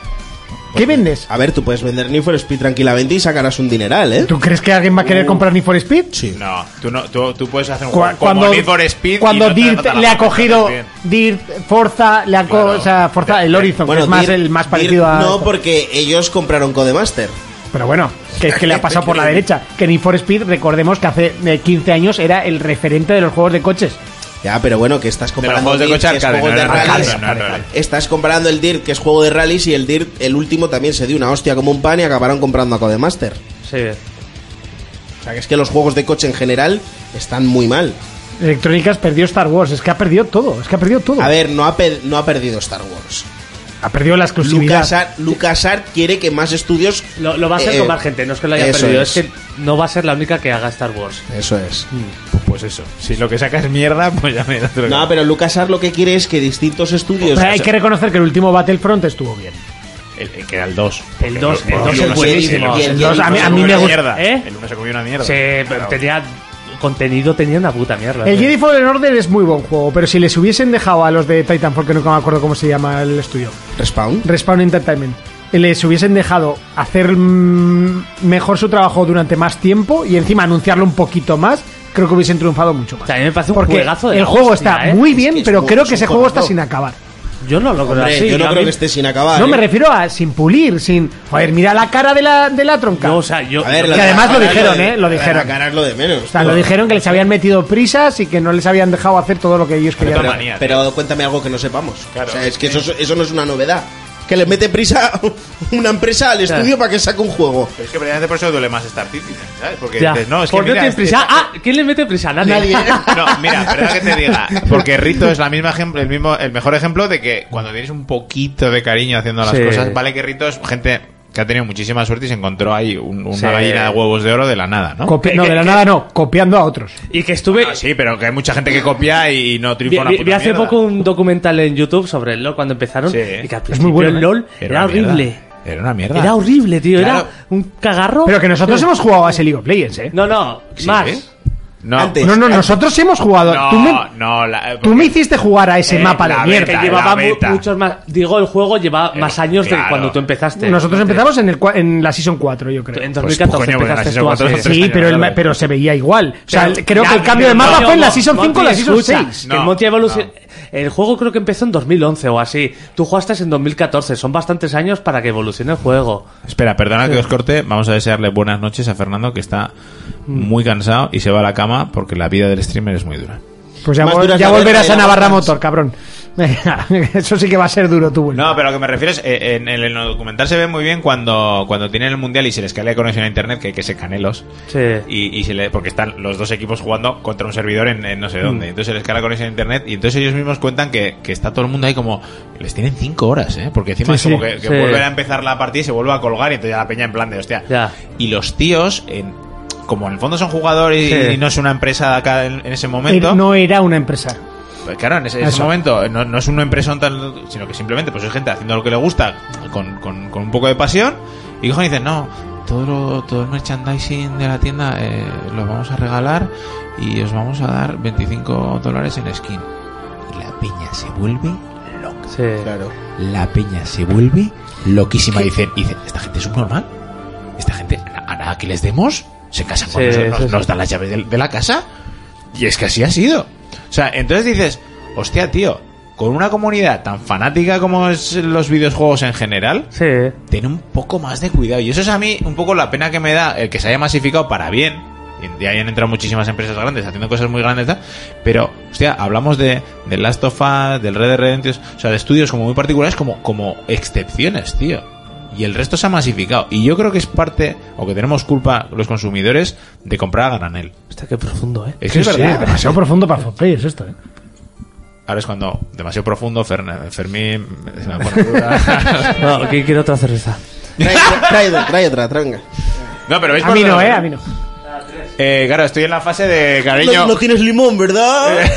¿qué vendes?
A ver, tú puedes vender Need for Speed tranquilamente y sacarás un dineral, ¿eh?
¿Tú crees que alguien va a querer comprar Need for Speed?
Sí.
No, tú, no tú, tú puedes hacer un
Cu-
juego
cuando
como Need for Speed. y
cuando
no te
Dirt
trata la
le ha
mano,
cogido
también.
Dirt, Forza, le ha co-
Claro.
o sea, Forza el Horizon, que es más
Dirt-
el más
Dirt
parecido a
No, porque ellos compraron Codemaster.
Pero bueno, que es que le ha pasado por la derecha, que Need for Speed recordemos que hace eh, 15 años era el referente de los juegos de coches.
Ya, pero bueno, que
De los
estás comparando
juegos de
Dirt,
coche
que es
arcade, no
juego de
era
rallies.
arcade, no era arcade.
Estás comparando el Dirt, que es juego de rallies, y el Dirt, el último, también se dio una hostia como un pan y acabaron comprando a Codemaster.
sí.
O sea, que es que los juegos de coche en general están muy mal.
Electrónicas perdió Star Wars, es que ha perdido todo, es que ha perdido todo.
A ver, no ha, pe- no ha perdido Star Wars.
ha perdido la exclusividad.
LucasArts LucasArts quiere que más estudios...
Lo, lo va a hacer
eh,
con más gente, no es que lo haya
eso
perdido,
es.
es. que no va a ser la única que haga Star Wars.
Eso es.
Pues eso. Si lo que sacas es mierda, pues ya me da otro
No, pero LucasArts lo que quiere es que distintos estudios...
Pero hay que reconocer que el último Battlefront estuvo bien.
el, el que era el 2.
El 2 el dos
y el
es buenísimo.
Jedi, y el
Sí,
Los- a mí, a mí me gusta.
Mierda.
¿Eh?
El 1 se comió una mierda.
pero tenía contenido, tenía una puta mierda.
El
sí.
Jedi Fallen Order es muy buen juego, pero si les hubiesen dejado a los de Titanfall, que nunca me acuerdo cómo se llama el estudio,
Respawn.
Respawn Entertainment, les hubiesen dejado hacer mm, mejor su trabajo durante más tiempo y encima anunciarlo un poquito más, creo que hubiesen triunfado mucho más.
O sea, a mí me parece un
Porque
juegazo de
el
la
juego
hostia,
está
¿eh?
muy
Es
bien,
que es
pero
un-
creo
es
que
un
ese juego está
juegazo.
sin acabar.
Yo no lo creo
Hombre,
así.
yo no
a
creo
mí-
que esté sin acabar.
No
¿eh?
me refiero a sin pulir, sin... Joder, mira la cara de la, de la tronca.
No, o sea, yo.
A ver,
yo-
la
que
de
además lo
Macarena
dijeron,
de-
¿eh? Lo
la de
dijeron.
Macarena es lo de menos.
O sea, lo dijeron que les habían metido prisas y que no les habían dejado hacer todo lo que ellos querían.
Pero,
hacer.
manía,
pero cuéntame algo que no sepamos.
Claro.
O sea, es que eso, eso no es una novedad. Que le mete prisa una empresa al estudio para que saque un juego.
Pero es que precisamente por eso duele más Star Citizen, ¿sabes? Porque
ya.
dices, no, es que ¿eh?
¿Por qué
mira,
te
este-
prisa? Ah, ¿quién le mete prisa? Nadie.
No, mira, perdón que te diga. Porque Rito es la misma ejemplo, el mismo, el mejor ejemplo de que cuando tienes un poquito de cariño haciendo las
Sí.
cosas, vale que Rito es gente que ha tenido muchísima suerte y se encontró ahí un- una
Sí.
gallina de huevos de oro de la nada, ¿no? Eh,
Copi- no,
¿Qué-
de la
qué-
nada no, copiando a otros.
Y que estuve.
Ah, sí, pero que hay mucha gente que copia y no
Vi,
triunfa una
vi-
puta
vi hace
mierda.
poco un documental en YouTube sobre el LOL cuando empezaron.
Sí.
Y que al
Es muy
principio
bueno,
el
¿eh?
LOL era
una mierda.
horrible.
Era una mierda.
Era horrible, tío.
Claro.
Era un cagarro.
Pero que nosotros hemos jugado a ese League of Legends, ¿eh?
No, no,
Sí,
más.
¿eh? No.
Antes.
No, no, nosotros hemos jugado.
No,
tú, me,
no, la-
tú me hiciste jugar a ese
Eh,
mapa de
la
Que
beta,
mierda.
llevaba
la
mu-
beta.
muchos más. Digo, el juego llevaba
Eh,
más años
claro.
de cuando tú empezaste.
Nosotros empezamos Pues, en, el, cua- en la Season 4, yo creo.
En 2014
coño, bueno,
empezaste
la
tú a
Season 4
hacer-
es
Sí, pero, el ma-
pues, Claro.
pero se veía igual. O sea,
Pero-
creo
Ya,
que el cambio de
pero
mapa
no,
fue en la
Monty,
Season 5 o la
Monty,
Season
escucha,
6.
que
No,
Monty evolucion- El juego creo que empezó en 2011 o así. Tú jugaste en 2014. Son bastantes años para que evolucione el juego.
Espera, perdona que os corte. Vamos a desearle buenas noches a Fernando, que está
Mm.
muy cansado y se va a la cama porque la vida del streamer es muy dura.
Pues ya,
Más
vol-
duras
ya
la
volverás
verga
a
de la
Navarra
Barrans.
Motor, cabrón. Venga, Eso sí que va a ser duro tu vuelta.
No, pero lo que me refiero es, eh, en, el, en el documental se ve muy bien cuando, cuando tienen el mundial y se les cae la conexión a internet, que hay que se canelos.
Sí.
Y, y se le, porque están los dos equipos jugando contra un servidor en, en no sé
Mm.
dónde. Entonces se les cae la conexión a internet y entonces ellos mismos cuentan que, que está todo el mundo ahí como... Les tienen cinco horas, ¿eh? Porque encima
Sí,
es como
sí,
que, que
sí.
vuelven a empezar la partida y se vuelve a colgar y entonces ya la peña en plan de hostia.
Ya.
Y los tíos, en- como en el fondo son jugadores y-
Sí.
y, no es una empresa de acá en, en ese momento...
Er- No era una empresa.
Pues claro, en ese, ese
Eso.
momento eh, no, no es una empresa tal, sino que simplemente pues es gente haciendo lo que le gusta con, con- con un poco de pasión y cogen y dicen, no, todo, lo- todo el merchandising de la tienda eh, lo vamos a regalar y os vamos a dar 25 dólares en skin. Y la peña se vuelve loca.
Sí.
Claro.
La peña se vuelve loquísima. Dicen, dicen, esta gente es subnormal. Esta gente, a a nada que les demos, se casan con
Sí,
nosotros, nos,
sí, sí.
nos dan las llaves de, de la casa. Y es que así ha sido. O sea, entonces dices, hostia, tío, con una comunidad tan fanática como es los videojuegos en general,
Sí. eh.
ten un poco más de cuidado. Y eso es a mí un poco la pena que me da el que se haya masificado para bien. Y hayan entrado muchísimas empresas grandes haciendo cosas muy grandes, tal. Pero, hostia, hablamos de, de Last of Us, del Red Dead Redemption, o sea, de estudios como muy particulares, como, como excepciones, tío. y el resto se ha masificado. Y yo creo que es parte, o que tenemos culpa los consumidores, de comprar a granel.
Hostia, qué profundo, ¿eh?
Es que es
Sí,
verdad.
demasiado profundo para Foplayers esto, ¿eh?
Ahora es cuando, demasiado profundo, Fern- Fermín, se me acuerda.
No, aquí quiero otra cerveza.
Trae, trae, trae, trae otra, trae, venga.
no, pero veis
A
por
mí no,
dónde-
¿eh? A mí no.
Eh, claro, estoy en la fase de cariño.
No, no tienes limón,
Eh.
¿verdad?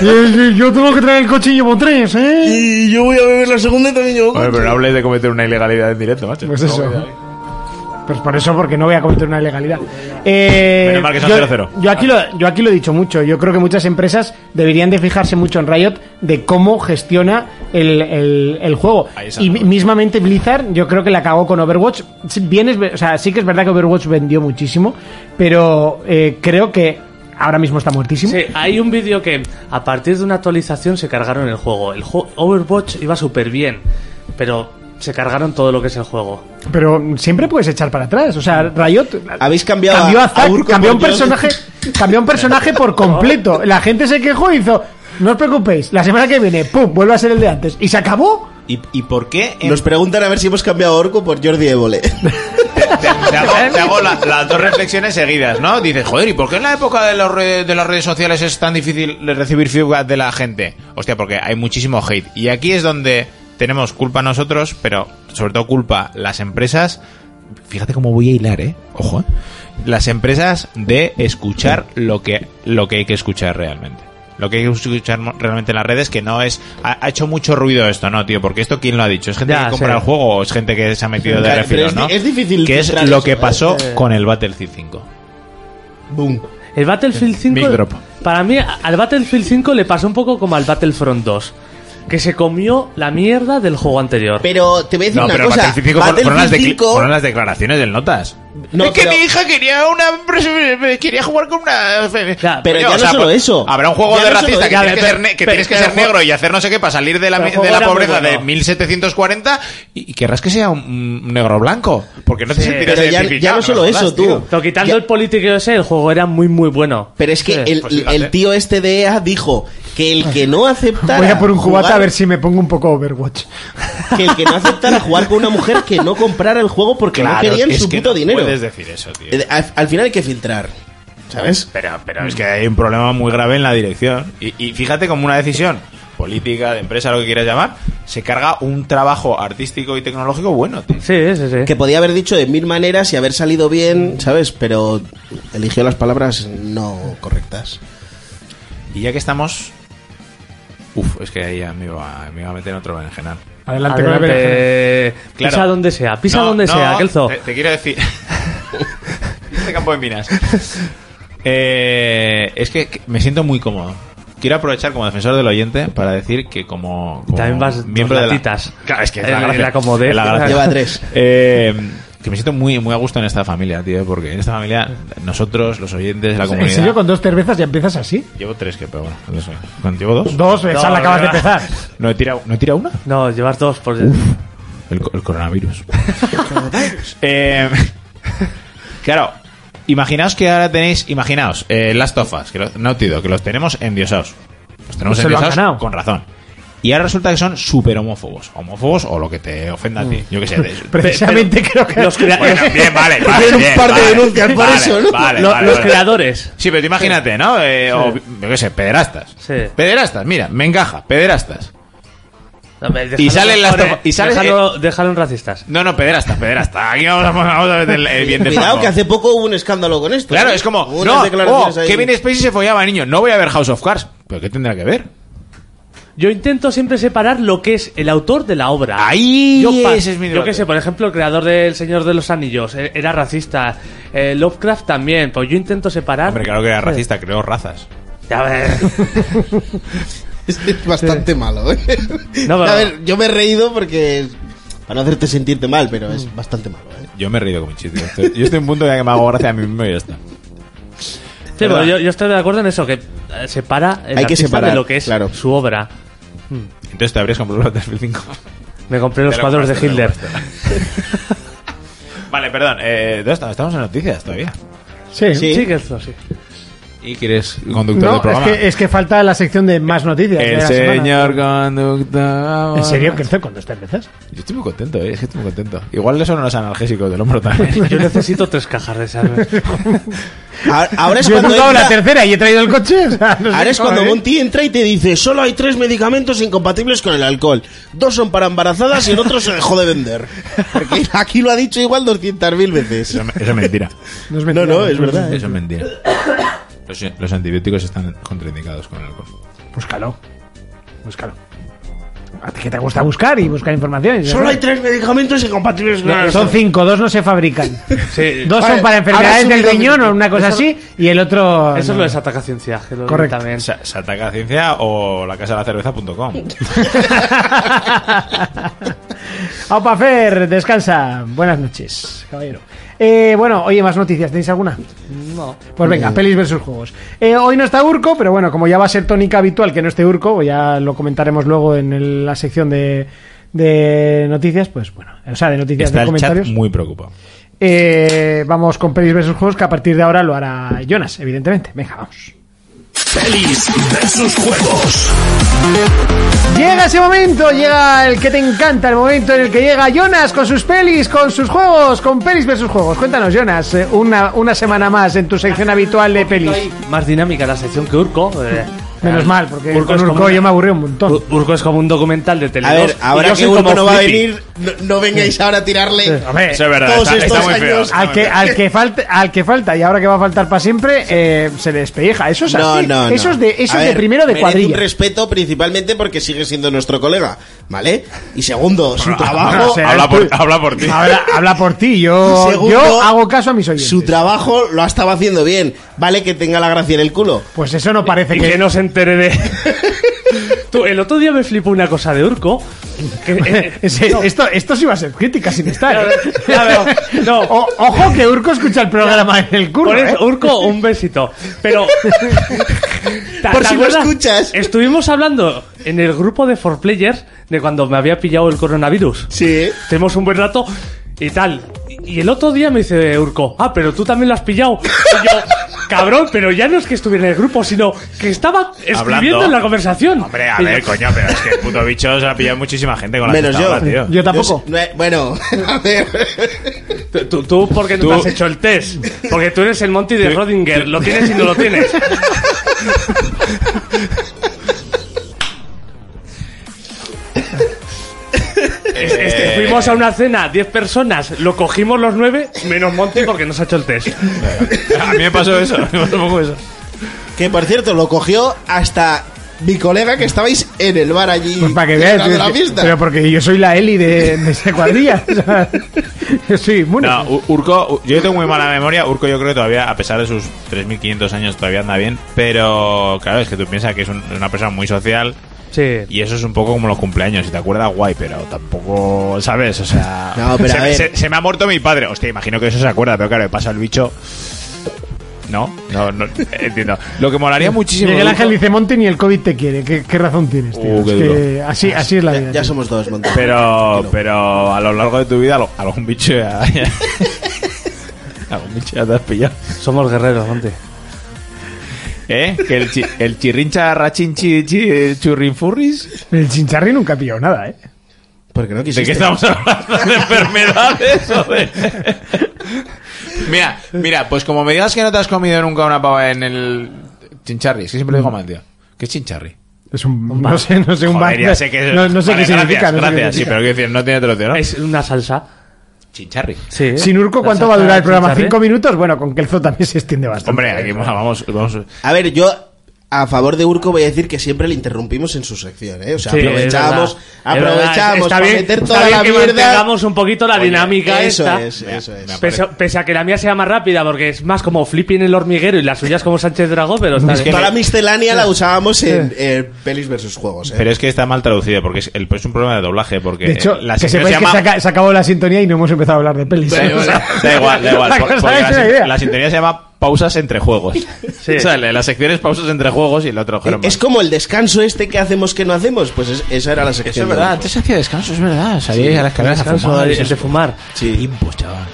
yo tengo que traer el coche y llevo tres, ¿eh?
Y yo voy a beber la segunda y también llevo
Joder, pero no hables de cometer una ilegalidad en directo, macho.
Pues
No,
eso.
voy a-
Pues por eso, porque no voy a cometer una ilegalidad. Eh,
Menos mal que son
yo,
0-0.
Yo aquí, lo, yo aquí lo he dicho mucho. Yo creo que muchas empresas deberían de fijarse mucho en Riot de cómo gestiona el, el- el juego.
Ahí está.
Y mi- mismamente Blizzard, yo creo que la cagó con Overwatch. Sí, Bien es ve- o sea, sí que es verdad que Overwatch vendió muchísimo, pero eh, creo que ahora mismo está muertísimo.
Sí, hay un vídeo que a partir de una actualización se cargaron el juego. El juego Overwatch iba súper bien, pero se cargaron todo lo que es el juego.
Pero siempre puedes echar para atrás. O sea, Riot
Habéis cambiado
cambió
a-
a Zack,
a Urco
cambió un
por John.
personaje, cambió un personaje por completo. La gente se quejó y hizo, no os preocupéis, la semana que viene, pum, vuelve a ser el de antes. Y se acabó.
¿Y, y por qué? en-
Nos preguntan a ver si hemos cambiado a Orco por Jordi Évole.
Te, te hago, te hago la- las dos reflexiones seguidas, ¿no? Dices, joder, ¿y por qué en la época de, los re- de las redes sociales es tan difícil de recibir feedback de la gente? Hostia, porque hay muchísimo hate. Y aquí es donde tenemos culpa nosotros, pero sobre todo culpa las empresas. Fíjate cómo voy a hilar, ¿eh? Ojo. ¿eh? Las empresas de escuchar lo que, lo que hay que escuchar realmente. Lo que hay que escuchar mo- realmente en las redes, que no es. Ha, ha hecho mucho ruido esto, ¿no, tío? Porque esto, ¿quién lo ha dicho? ¿Es gente
Ya,
que compra
sí.
el juego o es gente que se ha metido de
Claro, pero
refilón,
es di-
no?
es difícil
Que es
filtrar
lo
eso,
que
¿eh?
pasó
Eh.
con el Battlefield 5.
Boom.
El Battlefield 5.
Mic drop.
Para mí, al Battlefield 5 le pasó un poco como al Battlefront 2, que se comió la mierda del juego anterior.
Pero te voy a decir
No,
una
pero
cosa.
Battlefield 5 fueron- fueron, las
Battlefield
decla-
5
fueron las declaraciones del Notas.
No,
es que
pero-
mi hija quería una quería jugar con una
Ya,
pero ya no solo
pues,
eso.
Habrá un juego
Ya
de
no solo
racista que
eso.
tienes que
Ya,
ser, ne- que
pero- pero-
tienes que
pero
ser
el juego-
negro y hacer no sé qué para salir de la,
Pero el
de
juego
la
era muy
pobreza de
bueno.
1740 y, y querrás que sea un, un negro blanco, porque no te
Sí,
sentirás
pero ya, ya
identificado,
no solo
jodas,
eso, tú.
tío.
Pero quitando
Ya-
el político ese, el juego era muy, muy bueno.
Pero es que
Sí.
el,
pues fíjate.
el tío este de EA dijo que el que no aceptara.
Voy a por un cubata
jugar-
a ver si me pongo un poco Overwatch.
Que el que no aceptara jugar con una mujer que no comprara el juego porque no
Claro,
querían
es
su
que
puto
no
dinero.
Puedes decir eso, tío.
Eh, Al, al final hay que filtrar. ¿Sabes?
Pero, pero es que hay un problema muy grave en la dirección. Y, y fíjate como una decisión política, de empresa, lo que quieras llamar, se carga un trabajo artístico y tecnológico bueno, tío.
Sí, sí, sí.
Que podía haber dicho de mil maneras y haber salido bien, ¿sabes? Pero eligió las palabras no correctas.
Y ya que estamos... Uf, es que ahí ya me iba, me iba a meter en otro berenjenal.
Adelante, con la berenjena.
Adelante.
Claro.
Pisa donde sea, pisa
No,
donde
no, eh.
sea, Kelzo.
Te, te quiero decir... este campo de minas. Eh, es que que me siento muy cómodo. Quiero aprovechar como defensor del oyente para decir que como, como
También vas dos
de la-
latitas.
Claro, es que es
Eh,
la gracia.
la comodé.
Es la gracia.
Lleva tres.
Eh, que me siento muy, muy a gusto en esta familia, tío, porque en esta familia nosotros, los oyentes, la
¿En
comunidad...
serio con dos cervezas ya empiezas así?
Llevo tres, que pero bueno. no sé. ¿Cuánto ¿Llevo dos?
Dos, eh.
No,
esa la acabas de
no, no.
empezar.
¿No he tirado, ¿no he tirado una?
No, llevas dos por...
El, co- el coronavirus. Eh, claro, imaginaos que ahora tenéis, imaginaos, eh, Last of Us, que lo, Naughty Dog, que los tenemos endiosados. Los tenemos
Se lo han ganado.
endiosados con razón. Y ahora resulta que son súper homófobos. Homófobos o lo que te ofenda a ti. Yo que sé. de-
Precisamente creo que...
Los, crea-
Bueno, bien, vale, vale.
Tienen un
bien,
par de
vale,
denuncias por
vale,
eso, ¿no?
Vale,
lo-
vale,
los
vale.
creadores.
Sí, pero tú imagínate, ¿no? Eh, O, yo qué sé, pederastas.
Sí.
Pederastas, mira, me encaja, pederastas.
No, me-
Y
déjalo
salen las
mejor,
tofa-
eh.
y salen-
Déjalo- déjalo en racistas.
No, no, pederasta, pederasta. Aquí vamos a, vamos a meter el, el bien de
Cuidado
fondo.
que hace poco hubo un escándalo con esto.
Claro,
¿eh?
es como,
Hubo unas
no,
declaraciones
oh,
ahí.
Kevin Spacey se follaba a niño, no voy a ver House of Cards. ¿Pero qué tendrá que ver?
Yo intento siempre separar lo que es el autor de la obra.
Ahí
yo, pa-
ese es mi
yo
debate.
que sé, por ejemplo, el creador del Señor de los Anillos eh, era racista. Eh, Lovecraft también, pues yo intento separar.
Hombre, claro que era racista, creo razas.
A ver.
Este es bastante malo, ¿eh?
No, pero-
A ver, yo me he reído porque. Para no hacerte sentirte mal, pero es bastante malo, ¿eh?
Yo me he reído con mi chiste. Estoy- Yo estoy en un punto ya que me hago gracia a mí mismo y ya está.
Sí, pero yo, yo estoy de acuerdo en eso, que eh, separa el
Hay que
artista
separar,
de lo que es
claro.
su obra.
Entonces te habrías comprado el Battlefield 5.
Me compré los
Te lo
cuadros de
compraste,
Hitler.
te lo Vale, perdón. Eh, ¿dónde estamos? Estamos en noticias todavía.
Sí.
Sí.
Sí, que eso, sí.
Y Y que eres conductor del
No, es
programa.
que, es que falta la sección de más noticias. de
El
la semana.
señor conductor.
¿En serio que estoy cuando tres veces?
Yo estoy muy contento, eh. Es que estoy muy contento. Igual eso no los analgésicos del hombro también.
Yo necesito tres cajas de esas.
Ahora, ahora es
Yo he
cuando,
dudado la
entra-
tercera y he traído el coche. o sea, no sé
ahora es
cómo,
cuando
¿eh?
Monty entra y te dice, solo hay tres medicamentos incompatibles con el alcohol. Dos son para embarazadas y el otro se dejó de vender. Porque aquí lo ha dicho igual 200.000 veces.
Eso, es- eso es mentira.
¿eh? No, es
No,
mentira,
no, es verdad. ¿eh?
Eso es mentira. Los, los antibióticos están contraindicados con el alcohol.
Búscalo. Búscalo. A ti que te gusta buscar y buscar información. Ya
Solo hay
sabes.
tres medicamentos incompatibles con el alcohol.
Son cinco, dos no se fabrican.
Sí.
Dos
Vale,
son para enfermedades
ahora
del
sí,
riñón
dos-
o una cosa así y el otro...
Eso
no.
es lo de Sataka Ciencia. que lo
Correcto.
También.
Sa- Sataka Ciencia o la casa de la cerveza.com.
Aupa, Fer, descansa. Buenas noches, caballero. Eh, bueno, oye, más noticias. ¿Tenéis alguna?
No.
Pues venga, pelis versus juegos. Eh, hoy no está Urco, pero bueno, como ya va a ser tónica habitual que no esté Urco, pues ya lo comentaremos luego en el- la sección de, de noticias, pues bueno, o sea, de noticias
Está
de
el chat
comentarios.
muy preocupado.
Eh, vamos con pelis versus juegos, que a partir de ahora lo hará Jonas, evidentemente. Venga, vamos.
Feliz versus juegos.
Llega ese momento, llega el que te encanta, el momento en el que llega Jonas con sus pelis, con sus juegos, con pelis versus juegos. Cuéntanos, Jonas, eh, una, una semana más en tu sección habitual de pelis.
Más dinámica la sección que Urco. eh.
Menos mal, porque con
es como
Urco
una-
yo me aburrí un montón.
Ur- Urco es como un documental de tele
A ver,
dos, y
ahora
yo
que
soy como
Urco no va a
Flippy.
venir, no, no vengáis ahora a tirarle.
Hombre,
Eso es verdad,
Todos
está, está
estos
muy feo.
años-
está
al
muy
que,
feo.
al, que falta, al que falta y ahora que va a faltar para siempre, eh, se le despelleja. Eso es
No,
así.
no, no.
Eso es de, eso
A
es de
ver,
primero de
merece
cuadrilla.
Un respeto principalmente porque sigue siendo nuestro colega, ¿vale? Y segundo, su
no
trabajo,
sé.
habla, por, habla por ti.
Habla, habla por ti, yo,
Segundo,
yo hago caso a mis oyentes.
su trabajo lo ha estado haciendo bien. Vale que tenga la gracia en el culo.
Pues eso no parece
Y
que...
que no se entere de. Tú, el otro día me flipó una cosa de Urco. que- eh,
Ese- esto, esto sí va a ser crítica sin estar. ¿eh?
Ya veo, no.
O- ojo que Urco escucha el programa en el curro.
Por eso,
¿eh?
Urco, un besito. Pero. ¿Te-
Por
te
si lo
acuerdas?
escuchas.
Estuvimos hablando en el grupo de 4Players de cuando me había pillado el coronavirus.
Sí.
Tenemos un buen rato y tal. Y el otro día me dice Urco, ah, pero tú también lo has pillado. Y yo, cabrón, pero ya no es que estuviera en el grupo, sino que estaba escribiendo
Hablando.
en la conversación.
Hombre, a
Y yo,
ver, coño, pero es que el puto bicho se ha pillado muchísima gente con la
Menos
pistola,
yo.
tío.
Yo tampoco.
Yo sé- no, eh, bueno, a ver.
Tú, tú, tú, ¿por qué no
Tú-
te has hecho el test? Porque tú eres el Monty de
Tú-
Rodinger. Lo tienes y no lo tienes. Es- es
Eh.
que fuimos a una cena, 10 personas, lo cogimos los 9, menos Monty porque no se ha hecho el test.
A mí me pasó eso. me pasó un poco eso.
Que por cierto, lo cogió hasta mi colega que estabais en el bar allí.
Pues para que
durante
veas. yo-
la fiesta.
Pero porque yo soy la Eli de, de esa cuadrilla. o sea, yo soy inmune.
No, U- Urco, yo tengo muy mala memoria. Urco, yo creo que todavía, a pesar de sus 3.500 años, todavía anda bien. Pero claro, es que tú piensas que es un- una persona muy social.
Sí.
Y eso es un poco como los cumpleaños. Si te acuerdas, guay, pero tampoco, ¿sabes? O sea,
No, pero
se,
a
me-
ver.
se- se me ha muerto mi padre. Hostia, imagino que eso se acuerda, pero claro, le pasa el bicho. No, no, no, entiendo. Lo que molaría muchísimo.
Miguel
de
Ángel
Urco-
dice Monty ni el COVID te quiere. ¿Qué, qué razón tienes, tío?
Uh, qué
Es que
duro.
así, así es la vida.
Ya, ya
tío.
somos dos, Monty.
Pero,
Tranquilo.
pero a lo largo de tu vida, a lo- algún bicho ya. ya- algún bicho ya te has pillado.
Somos guerreros, Monty.
¿Eh? ¿Que el, chi- el chirrincha rachinchi chi- churrinfurris?
El chincharri nunca ha pillado nada, ¿eh?
Porque no
¿De
quisiste.
qué estamos hablando? ¿De enfermedades? o de- mira, mira, pues como me digas que no te has comido nunca una pava en el chincharri, es que siempre lo digo mal, tío. ¿Qué es chincharri?
Es un. No sé, no sé, un
Joder,
bar-
ya sé que
No, no sé
Vale,
qué significa. no sé
Gracias,
qué
gracias. Sí,
significa.
pero quiero decir, no tiene traducción, ¿no?
Es una salsa.
chincharri.
Sí.
Sin Urco,
La
¿cuánto va a
salsa
durar el programa?
chicharré.
¿Cinco minutos? Bueno, con Kelzo también se extiende bastante.
Hombre, aquí vamos, vamos.
A ver, yo a favor de Urco voy a decir que siempre le interrumpimos en su sección, ¿eh? O sea,
Sí, es verdad.
aprovechamos,
Es verdad.
aprovechamos
Está
para
bien-
meter
está
toda
bien
la
que
mierda.
mantengamos un poquito la dinámica
eso
esta.
es, eso es.
Pese, pese a que la mía sea más rápida, porque es más como Flipping el hormiguero y la suya es como Sánchez Dragó, pero está bien.
Toda la miscelánea la usábamos en, en pelis versus juegos, ¿eh?
Pero es que está mal traducido porque es, el- es un problema de doblaje. Porque
De hecho,
eh, la
que
sección
sepáis
se llama-
que se, aca- se acabó la sintonía y no hemos empezado a hablar de pelis. ¿eh? O sea,
Da igual, da igual.
para
por-
que os
porque
hagáis
la,
una
sin-
idea.
la sintonía se llama pausas entre juegos. O sea, la, la sección es pausas entre juegos y la otra
Eh,
juego
es como el descanso este que hacemos que no hacemos, pues es- esa era la sección. de Urco.
hacía descanso, es verdad. Salíais a las
Descanso, el de fumar.
Sí.
tiempos, chaval.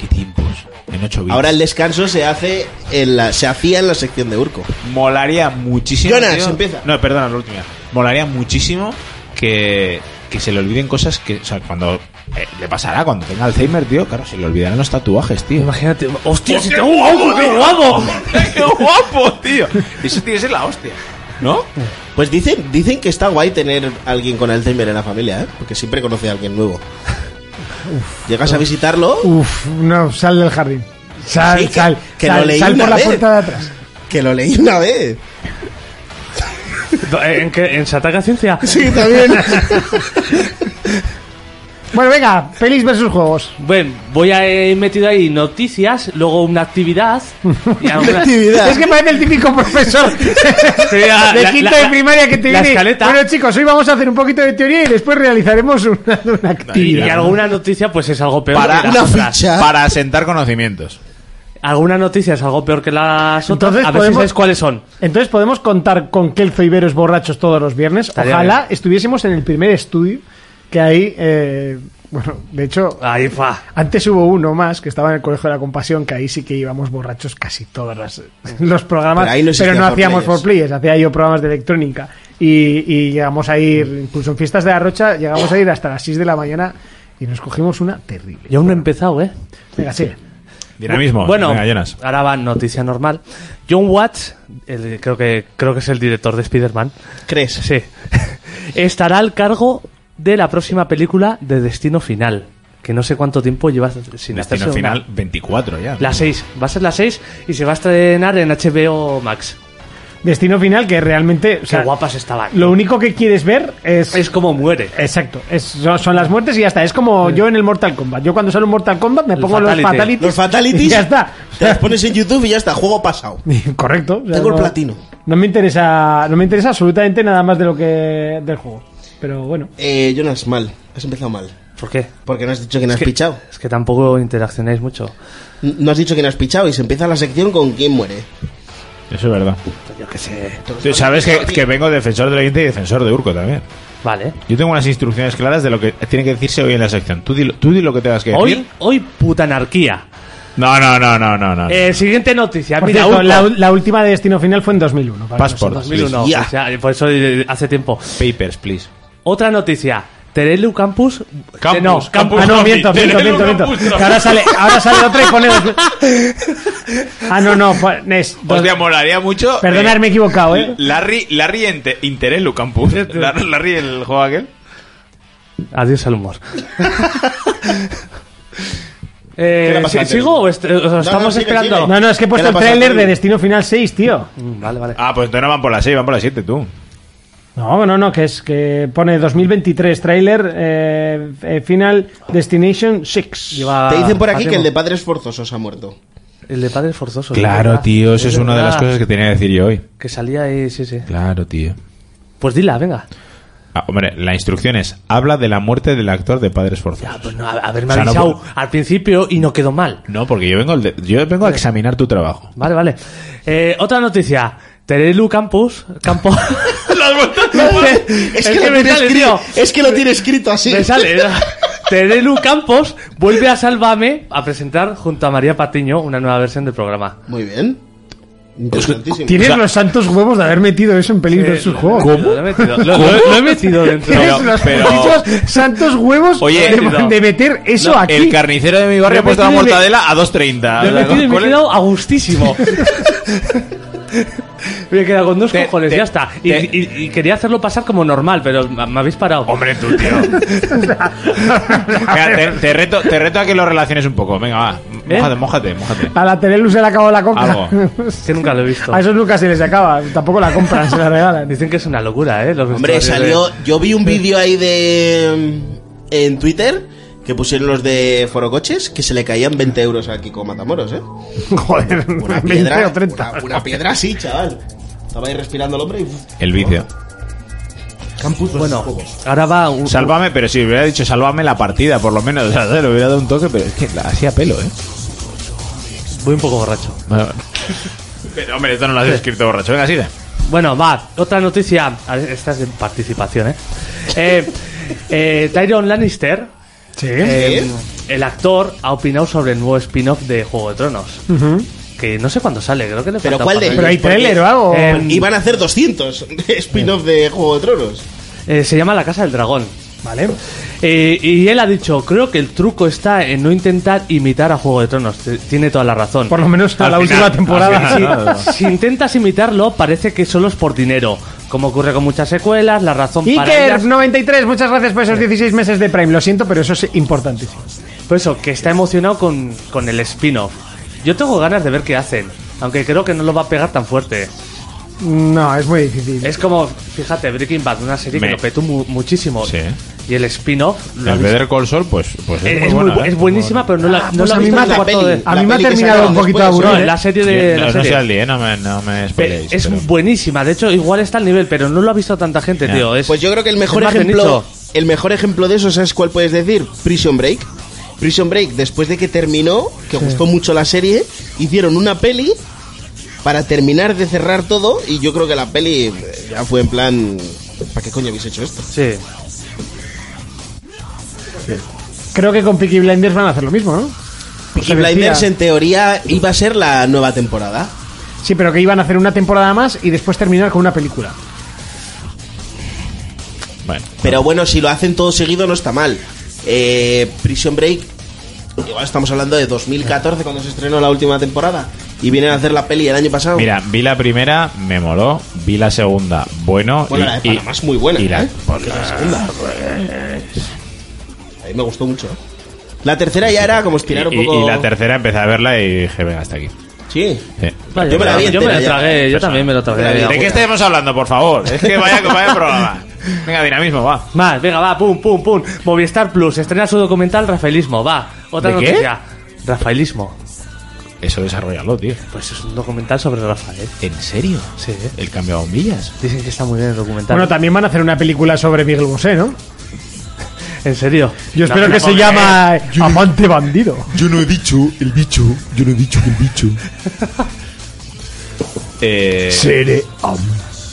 Qué tiempos. En 8 bits.
Ahora el descanso se hace en la, se hacía en la sección de Urco.
Molaría muchísimo.
Jonas, empieza.
No, perdona, la última. Molaría muchísimo que, que se le olviden cosas que. O sea, cuando. eh, le pasará cuando tenga Alzheimer, tío. Claro, se le olvidarán los tatuajes, tío.
Imagínate, hostia, si tengo un ojo, qué guapo.
¡Qué guapo, tío! Eso tiene que ser la hostia. ¿No?
Pues dicen, dicen que está guay tener alguien con Alzheimer en la familia, ¿eh? Porque siempre conoce a alguien nuevo. Llegas a visitarlo,
Uf, no, sal del jardín. Sal,
Sí, que-
sal.
que
sal,
lo leí
sal
una
por la
vez.
puerta de atrás.
que lo leí una vez.
¿En, qué, ¿En se ataca ciencia?
Sí, también.
Bueno, venga, pelis versus juegos.
Bueno, voy a he metido ahí noticias, luego una actividad y alguna...
Actividad.
Es que parece el típico profesor
Sí,
Ah,
la-
de
la-
quinto
la-
de primaria que te
la
viene.
escaleta.
Bueno, chicos, hoy vamos a hacer un poquito de teoría y después realizaremos una, una
Y,
actividad.
alguna noticia pues es algo peor
Para
que las
una
otras.
ficha.
Para asentar conocimientos.
Alguna noticia es algo peor que las otras.
Entonces
a ver si
podemos-
sabes cuáles son.
Entonces, ¿podemos contar con Kelzo y Veros borrachos todos los viernes?
Estaría
Ojalá
bien.
estuviésemos en el primer estudio que hay. eh, bueno, de hecho,
Ahí fa.
Antes hubo uno más que estaba en el Colegio de la Compasión, que ahí sí que íbamos borrachos casi todos los, los programas,
Pero
pero,
ahí no existía
no
Four
hacíamos
Players.
por players, hacía yo programas de electrónica. Y, y llegamos a ir, incluso en fiestas de la Rocha, llegamos a ir hasta las 6 de la mañana y nos cogimos una terrible.
Yo aún no he empezado, ¿eh?
Venga, sigue.
Dinamismo.
Bueno,
Venga, Jonas.
ahora va noticia normal. John Watts, el- creo, que, creo que es el director de Spider-Man,
¿Crees?
sí, estará al cargo de la próxima película de Destino Final. Que no sé cuánto tiempo lleva sin hacerse
Destino
una.
final 24 ya.
La 6, va a ser la 6 y se va a estrenar en HBO Max.
Destino final que realmente. o sea,
Qué guapas estaban.
Lo único que quieres ver es.
Es como muere.
Exacto, es- son, son las muertes y ya está. Es como yo en el Mortal Kombat. Yo cuando sale un Mortal Kombat me
El
pongo los
fatality.
fatalities.
Los fatalities.
y ya está.
Te las pones en YouTube y ya está, juego pasado.
Correcto. o sea,
Tengo el
no-
platino.
No me interesa, no me interesa absolutamente nada más de lo que del juego. Pero bueno.
Eh, Jonas, mal. Has empezado mal.
¿Por qué?
Porque no has dicho quién has
que-
pichado.
Es que tampoco interaccionáis mucho.
N- No has dicho quién has pichado y se empieza la sección con quién muere.
Eso es verdad.
Yo qué sé.
Tú sabes que, que vengo defensor del oyente y defensor de Urco también.
Vale.
Yo tengo unas instrucciones claras de lo que tiene que decirse hoy en la sección. Tú di, lo- tú di lo que tengas que decir.
Hoy, hoy puta anarquía.
No, no, no, no, no. no.
Eh, siguiente noticia.
Por
Mira,
cierto,
Urco.
la, la última de Destino Final fue en 2001. para que
Passport.
lo sepas.
2001.
Ya.
o sea, por eso eh, hace tiempo.
Papers, please.
Otra noticia. Terelu Campus.
Campus,
eh, no,
Campus
Campus.
ah, no,
Zombie.
miento, miento,
Tiene
miento,
un
miento.
capuz,
Que ahora sale, ahora sale otra y pone... dos- Ah, no, no, fue- es... dos-
Hostia, Pues molaría mucho.
Perdonad, me he equivocado, ¿eh?
Larry, Larry en Interelu Campus. La- Larry, el juego aquel.
Adiós al humor. Eh,
¿Qué le pasa
¿sí-
a Terelu?
¿Sigo o, est- o estamos
no, sigue,
esperando?
sigue.
No, no, es que he puesto
¿Qué le
el
ha pasado,
tráiler de
David?
Destino Final 6, tío.
Mm, Vale, vale.
Ah, pues entonces no van por las 6, van por las 7, tú.
No, no, no, que es que pone 2023, tráiler eh, eh, Final Destination 6.
Lleva-
Te dicen por aquí que el
hacemos-
de padres forzosos ha muerto.
El de padres forzosos.
Claro,
¿verdad?
tío, eso Pues es una de
verdad.
las cosas que tenía que decir yo hoy.
Que salía ahí, sí, sí.
Claro, tío.
Pues dila, venga.
Ah, hombre, la instrucción es: habla de la muerte del actor de Padres
Ya,
Forzosos.
pues no, a- haberme
O sea, no
avisado
puedo.
al principio y no quedó mal.
No, porque yo vengo, al de- yo vengo a examinar tu trabajo.
Vale, vale. Eh, otra noticia. Terelu Campus. Campo. es, que, me sale, tío.
es que lo tiene escrito así.
Me sale. Terelu Campos vuelve a Sálvame a presentar junto a María Patiño una nueva versión del programa.
Muy bien. Interesantísimo.
Tienes
O sea-
los santos huevos de haber metido eso en pelis
Eh,
versus
lo-
juego.
Lo, lo he metido, lo- lo- lo he metido dentro.
Tienes
Pero-
los
pero-
malditos santos huevos
Oye,
de,
no.
de meter eso
No,
aquí.
El carnicero de mi barrio ha
Lo he
puesto la
metido y me-
mortadela a 2.30.
Lo he
O sea,
metido y me he
¿cuál es?
quedado a gustísimo. me he quedado con dos
Te-
cojones,
te-
ya está. Y,
te-
y- y quería hacerlo pasar como normal, pero me me habéis parado.
Hombre, tú, tío. Venga, te, te reto, te reto a que lo relaciones un poco. Venga, va.
¿Eh?
Mójate, mójate, mójate.
A la Telelu se le acabó la compra.
Algo.
Que nunca lo he visto.
A esos nunca se les acaba. Tampoco la compran, se la regalan.
Dicen que Ah, es una locura, ¿eh? Los
Hombre,
vestuarios
salió. Yo vi un vídeo ahí de. mm, En Twitter. Que pusieron los de Forocoches. Que se le caían 20 euros a Kiko Matamoros, ¿eh.
Joder,
Una
20
piedra.
o 30.
Una, una piedra así, chaval. Estaba ahí respirando el hombre y. uf,
El vicio.
Campus bueno,
de- Ahora va un...
Sálvame, pero si hubiera dicho sálvame la partida, por lo menos. O sea, le hubiera dado un toque, pero es que la hacía pelo, ¿eh?
Voy un poco borracho.
Pero, hombre, esto no lo has escrito borracho. Venga, sigue.
Bueno, va. Otra noticia. A ver, Esta es de participación, ¿eh? eh, eh, Tyrion Lannister
Sí.
eh, el actor ha opinado sobre el nuevo spin-off de Juego de Tronos. Que no sé cuándo sale, creo que le
Pero
falta
¿cuál
un
de
par
Pero hay
Porque-
trailer o algo.
Eh,
Pues Iban a hacer 200 spin-off de Juego de Tronos.
Eh, se llama La Casa del Dragón.
vale.
Eh, y él ha dicho, creo que el truco está en no intentar imitar a Juego de Tronos. T- Tiene toda la razón.
Por lo menos a
Al
la
final,
última temporada.
al final,
sí.
¿no?
Si intentas imitarlo, parece que solo es por dinero. Como ocurre con muchas secuelas, la razón para ellas-
Iker93, muchas gracias por esos 16 meses de Prime. Lo siento, pero eso es importantísimo.
Por eso, que está emocionado con, con el spin-off. Yo tengo ganas de ver qué hacen, aunque creo que no lo va a pegar tan fuerte.
No, es muy difícil.
Es como, fíjate, Breaking Bad, una serie
Me-
que lo petó mu- muchísimo.
Sí.
Y el spin-off lo
El
has visto-
Better Call Saul, pues, pues
es,
es, muy
es muy
buena,
bu-
¿eh?
es buenísima, pero no la, no
pues
la
a
he
mí
visto
me
en
ha-
el cuarto de-
peli.
A mí
La
me ha
peli que
terminado un
sacaron
poquito
después,
aburrido.
No,
¿eh?
la serie
Sí,
de...
no,
la
no
serie.
sea el día, no me, no me
Pe-
spoiléis,
es
pero-
buenísima, de hecho igual está al nivel, pero no lo ha visto tanta gente,
Ya.
tío. Es,
Pues yo creo que el
es
mejor
más de
ejemplo
nicho.
el mejor ejemplo de eso, ¿sabes cuál puedes decir? Prison Break. Prison Break, después de que terminó, que gustó mucho la serie, hicieron una peli para terminar de cerrar todo y yo creo que la peli eh, ya fue en plan ¿Para qué coño habéis hecho esto?
Sí.
Creo que con Peaky Blinders van a hacer lo mismo, ¿no?
Pues
O
Peaky
sea, decía-
Blinders en teoría iba a ser la nueva temporada.
Sí, pero que iban a hacer una temporada más y después terminar con una película.
Bueno,
Pero bueno, si lo hacen todo seguido no está mal. Eh, Prison Break, igual estamos hablando de 2014 cuando se estrenó la última temporada y vienen a hacer la peli el año pasado.
mira, vi la primera, me moló. Vi la segunda, bueno.
Bueno,
y-
la de
y-
Panamá es muy buena,
y la-
¿eh? Porque la segunda, pues, A mí me gustó mucho. La tercera ya era como estirar un
y- y-
poco...
y la tercera empecé a verla y dije, venga, hasta aquí.
Sí.
Sí.
Vale, Yo me la vi
yo me
entera
la
ya.
tragué, yo
Persona.
también me lo
Me la vi.
tragué.
¿De qué estamos hablando, por favor? Es que vaya, vaya programa. Venga, dinamismo, va.
Más, venga, va, pum, pum, pum. Movistar Plus, estrena su documental Rafaelismo, va. Otra
¿De qué?
noticia. Rafaelismo.
Eso desarrollalo, tío.
Pues es un documental sobre Rafael.
¿En serio?
Sí.
¿El cambio a bombillas?
Dicen que está muy bien el documental.
Bueno, también van a hacer una película sobre Miguel Bosé, ¿no?
en serio. eh,
Yo espero que se llama Amante Bandido.
Yo no he dicho el bicho, yo no he dicho que el bicho.
Eh,
Seré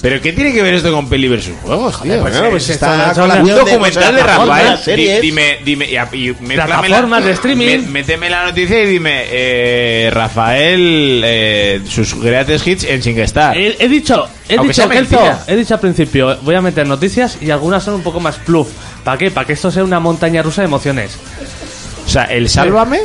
¿Pero qué tiene que ver esto con peli versus juegos, tío?
Bueno, pues está...
está-
colación
un
de ¿eh?
documental
cosas
de
plataformas,
Rafael.
series.
Di- Dime, dime, y, a- y mézclame
Plataformas de streaming.
me- méteme la noticia y dime, eh, Rafael, eh, sus grandes hits en Sin estar.
He, he dicho, he
Aunque sea
dicho, Kelzo,
mentira.
he dicho al principio, voy a meter noticias y algunas son un poco más pluf. ¿Para qué? Para que esto sea una montaña rusa de emociones.
O sea, el Sálvame,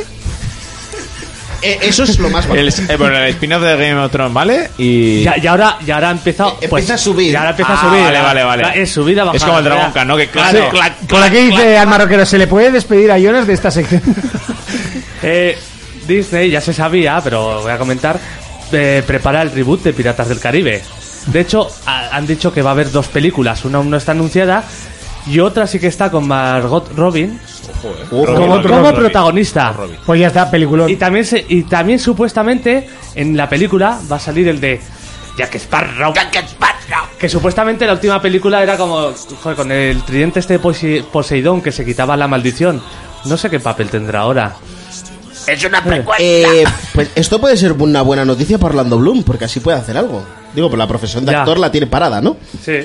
Eh, eso es lo más bajo.
el, eh, bueno, el spin-off de Game of Thrones, ¿vale? Y...
Ya- Y, ahora, y ahora ha empezado.
Eh,
pues,
empieza a subir.
Y ahora empieza
Ah,
a subir.
Vale, vale,
Va-
vale.
Es subida, bajada.
Es como el Dragon
subida.
Khan, ¿no? Que claro,
Sí.
clac,
Por
clac,
aquí
clac.
dice Alma Roquero, ¿se le puede despedir a Jonas de esta sección?
Eh, Disney, ya se sabía, pero voy a comentar, eh, prepara el reboot de Piratas del Caribe. De hecho, ha- han dicho que va a haber dos películas. Una aún no está anunciada y otra sí que está con Margot Robin
Uf,
Robin,
como,
Robin,
como
Robin.
protagonista.
Pues ya está, película.
Y también, se- y también supuestamente en la película va a salir el de Jack Sparrow. Que supuestamente la última película era como joder, con el tridente este de Pose- Poseidón que se quitaba la maldición. No sé qué papel tendrá ahora.
eh, pues esto puede ser una buena noticia para Orlando Bloom, porque así puede hacer algo. Digo, pues la profesión de
Ya.
actor la tiene parada, ¿no?
Sí.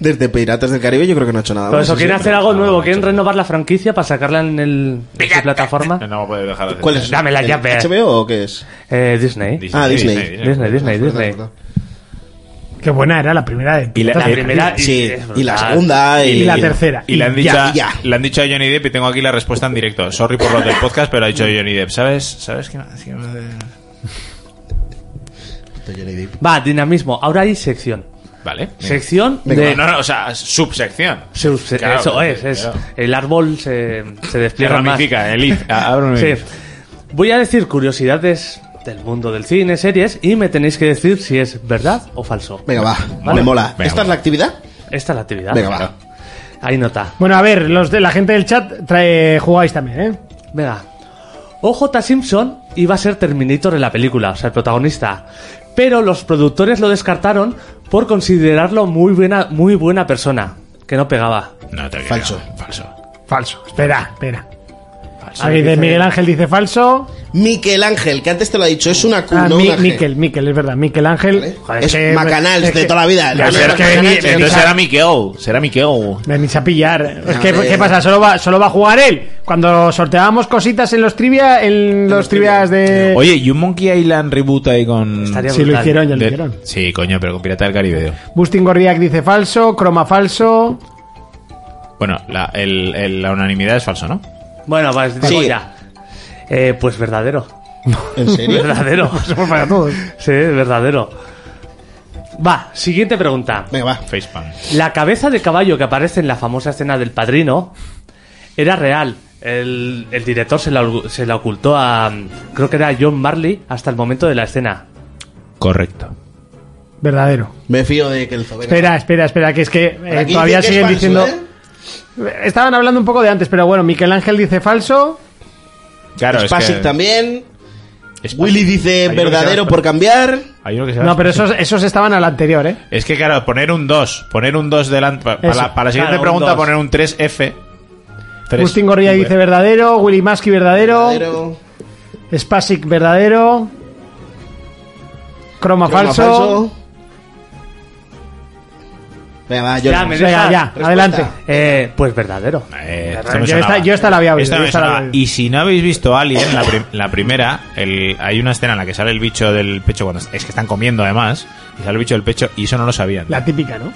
Desde Piratas del Caribe yo creo que no ha hecho nada
Por Pues
más,
eso
sí,
quieren
sí.
hacer algo nuevo, quieren renovar la franquicia para sacarla en, el, en su plataforma.
No puedes dejar de hacer
¿Cuál
eso.
es?
Dame la
¿El
llave.
¿HBO o qué es?
Eh, Disney.
Ah, Disney.
Disney, Disney, Disney.
Qué buena era la primera de
Y la-
La
eh,
primera y,
Sí,
es
y la
brutal.
segunda y,
Y la tercera.
Y le han, dicho,
Ya,
a-
ya.
le han dicho a Johnny Depp y tengo aquí la respuesta en directo. Sorry por lo del podcast, pero ha dicho Johnny Depp. ¿Sabes? ¿Sabes qué? más- qué más de-
Johnny Depp.
Va, dinamismo. Ahora hay sección.
Vale.
Sección
Venga,
de.
No, no, no, o sea, subsección.
se- se-
Claro,
eso
claro,
es, es.
claro.
El árbol se, se
Se
despliega más.
ramifica, el if. Ah, abre un
Sí.
if.
Voy a decir curiosidades del mundo del cine, series, y me tenéis que decir si es verdad o falso.
Venga, va.
Mola.
Me mola.
Venga,
¿Esta
mola.
es la actividad?
Esta es la actividad.
Venga, va.
Ahí nota.
Bueno, a ver, los de la gente del chat trae, jugáis también, ¿eh?
Venga. OJ Simpson iba a ser Terminator en la película, o sea, el protagonista. Pero los productores lo descartaron por considerarlo muy buena, muy buena persona. Que no pegaba.
No, te creo.
Falso.
Falso.
Falso. Espera, espera.
falso.
A ver, de Miguel Ángel dice falso.
Miquel Ángel, que antes te lo ha dicho, es una Q,
Ah,
no
Mi-
una G.
Miquel, Miquel, es verdad. Miquel Ángel. Joder,
Es
que-
Macanals
es
de
que-
toda la vida.
Ya,
No,
pero
no,
es que
Macanals,
venía-
pero
venía-
Entonces será Miquel, será Miquel.
Venís a pillar. Es que,
Hombre.
¿Qué pasa? ¿Solo va, ¿Solo va a jugar él? Cuando sorteábamos cositas en los trivia, en los trivias de...
Oye, y un Monkey Island reboot ahí con.
Estaría
si lo
brutal.
hicieron, ya lo
de-
hicieron.
Sí, coño, pero con Pirata del Caribe.
Bustin Gordiak dice falso, Croma falso.
Bueno, la, el- el- la unanimidad es falso, ¿no?
Bueno, pues digo
Sí.
ya. Eh, pues verdadero.
¿En serio?
Verdadero.
Pues,
Pues
Somos para todos.
sí, verdadero. Va, siguiente pregunta.
Venga, va.
Facepan.
La cabeza de caballo que aparece en la famosa escena del padrino era real. El, el director se la, ocu- se la ocultó a. mm, Creo que era John Marley hasta el momento de la escena.
Correcto.
Verdadero.
Me fío de que el Zobera-
Espera, espera, espera, que es que eh,
Pero aquí
todavía
dice que
siguen
es
diciendo...
falso, ¿eh?
Estaban hablando un poco de antes, pero bueno, Miquel Ángel dice falso.
Claro, es
Spasic
que-
también.
es Spasic.
Willy dice
Hay uno que
verdadero
se va-
por cambiar.
hay uno que se va-
No, pero esos, esos estaban al anterior, ¿eh?
Es que claro, poner un 2, poner un 2 delante. pa- Para,
Eso.
la- para la siguiente
Claro, un
pregunta,
dos.
poner un 3F. Tres.
Justin Gorría
V.
dice verdadero, Willy Maski verdadero,
Verdadero.
Spasic verdadero, Croma,
Croma
falso.
falso. Venga, va, yo.
Ya, me-
Venga, ya,
Respuesta.
adelante.
Eh, pues verdadero.
Eh, esto
Yo
me sonaba.
esta- yo esta la había oído,
Esta me
yo esta la
sonaba.
había oído.
Y si no habéis visto Alien, la, prim- la primera, el- hay una escena en la que sale el bicho del pecho cuando es que están comiendo además, y sale el bicho del pecho y eso no lo sabían.
La típica, ¿no?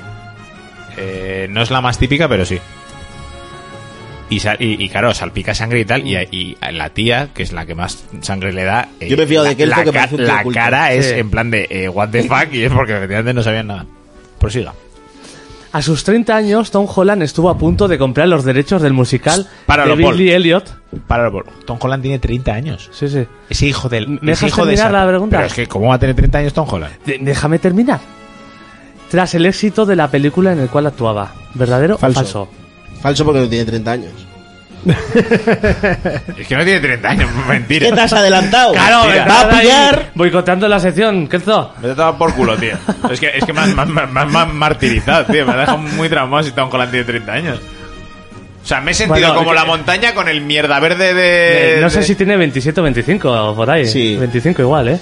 Eh, no es la más típica, pero sí. Y, sa- y- y, claro, salpica sangre y tal. Y, y la tía, que es la que más sangre le da. eh,
Yo me he fiado
la-
de Kelzo
La,
que
ca-
parece un tío
la
culto.
cara es
Sí.
en plan de eh, what the fuck. Y es porque efectivamente no sabían nada. Prosiga.
A sus 30 años, Tom Holland estuvo a punto de comprar los derechos del musical
Páralo,
de
Paul.
Billy Elliot.
Para, Tom Holland tiene 30 años.
Sí, sí.
Ese hijo del.
¿Me
ese
dejas
hijo de
terminar
Satan.
la pregunta?
Pero es que, ¿cómo va a tener 30 años Tom Holland?
De- déjame terminar. Tras el éxito de la película en la cual actuaba, ¿verdadero
Falso.
o falso?
Falso porque no tiene 30 años.
Es que no tiene 30 años, mentira.
¿Qué te has adelantado?
Claro,
Mentira.
va a
ahí
pillar.
Boicoteando la sección, Kelzo.
Me he tratado por culo, tío. Es que, es que me has me has- me has- me has martirizado, tío. Me ha dejado muy traumado si Tom Holland tiene 30 años. O sea, me he sentido
Bueno,
como
es
la
que-
montaña con el mierda verde de...
Eh, no sé
de-
si tiene 27 o 25 o por ahí.
Sí.
25 igual, ¿eh?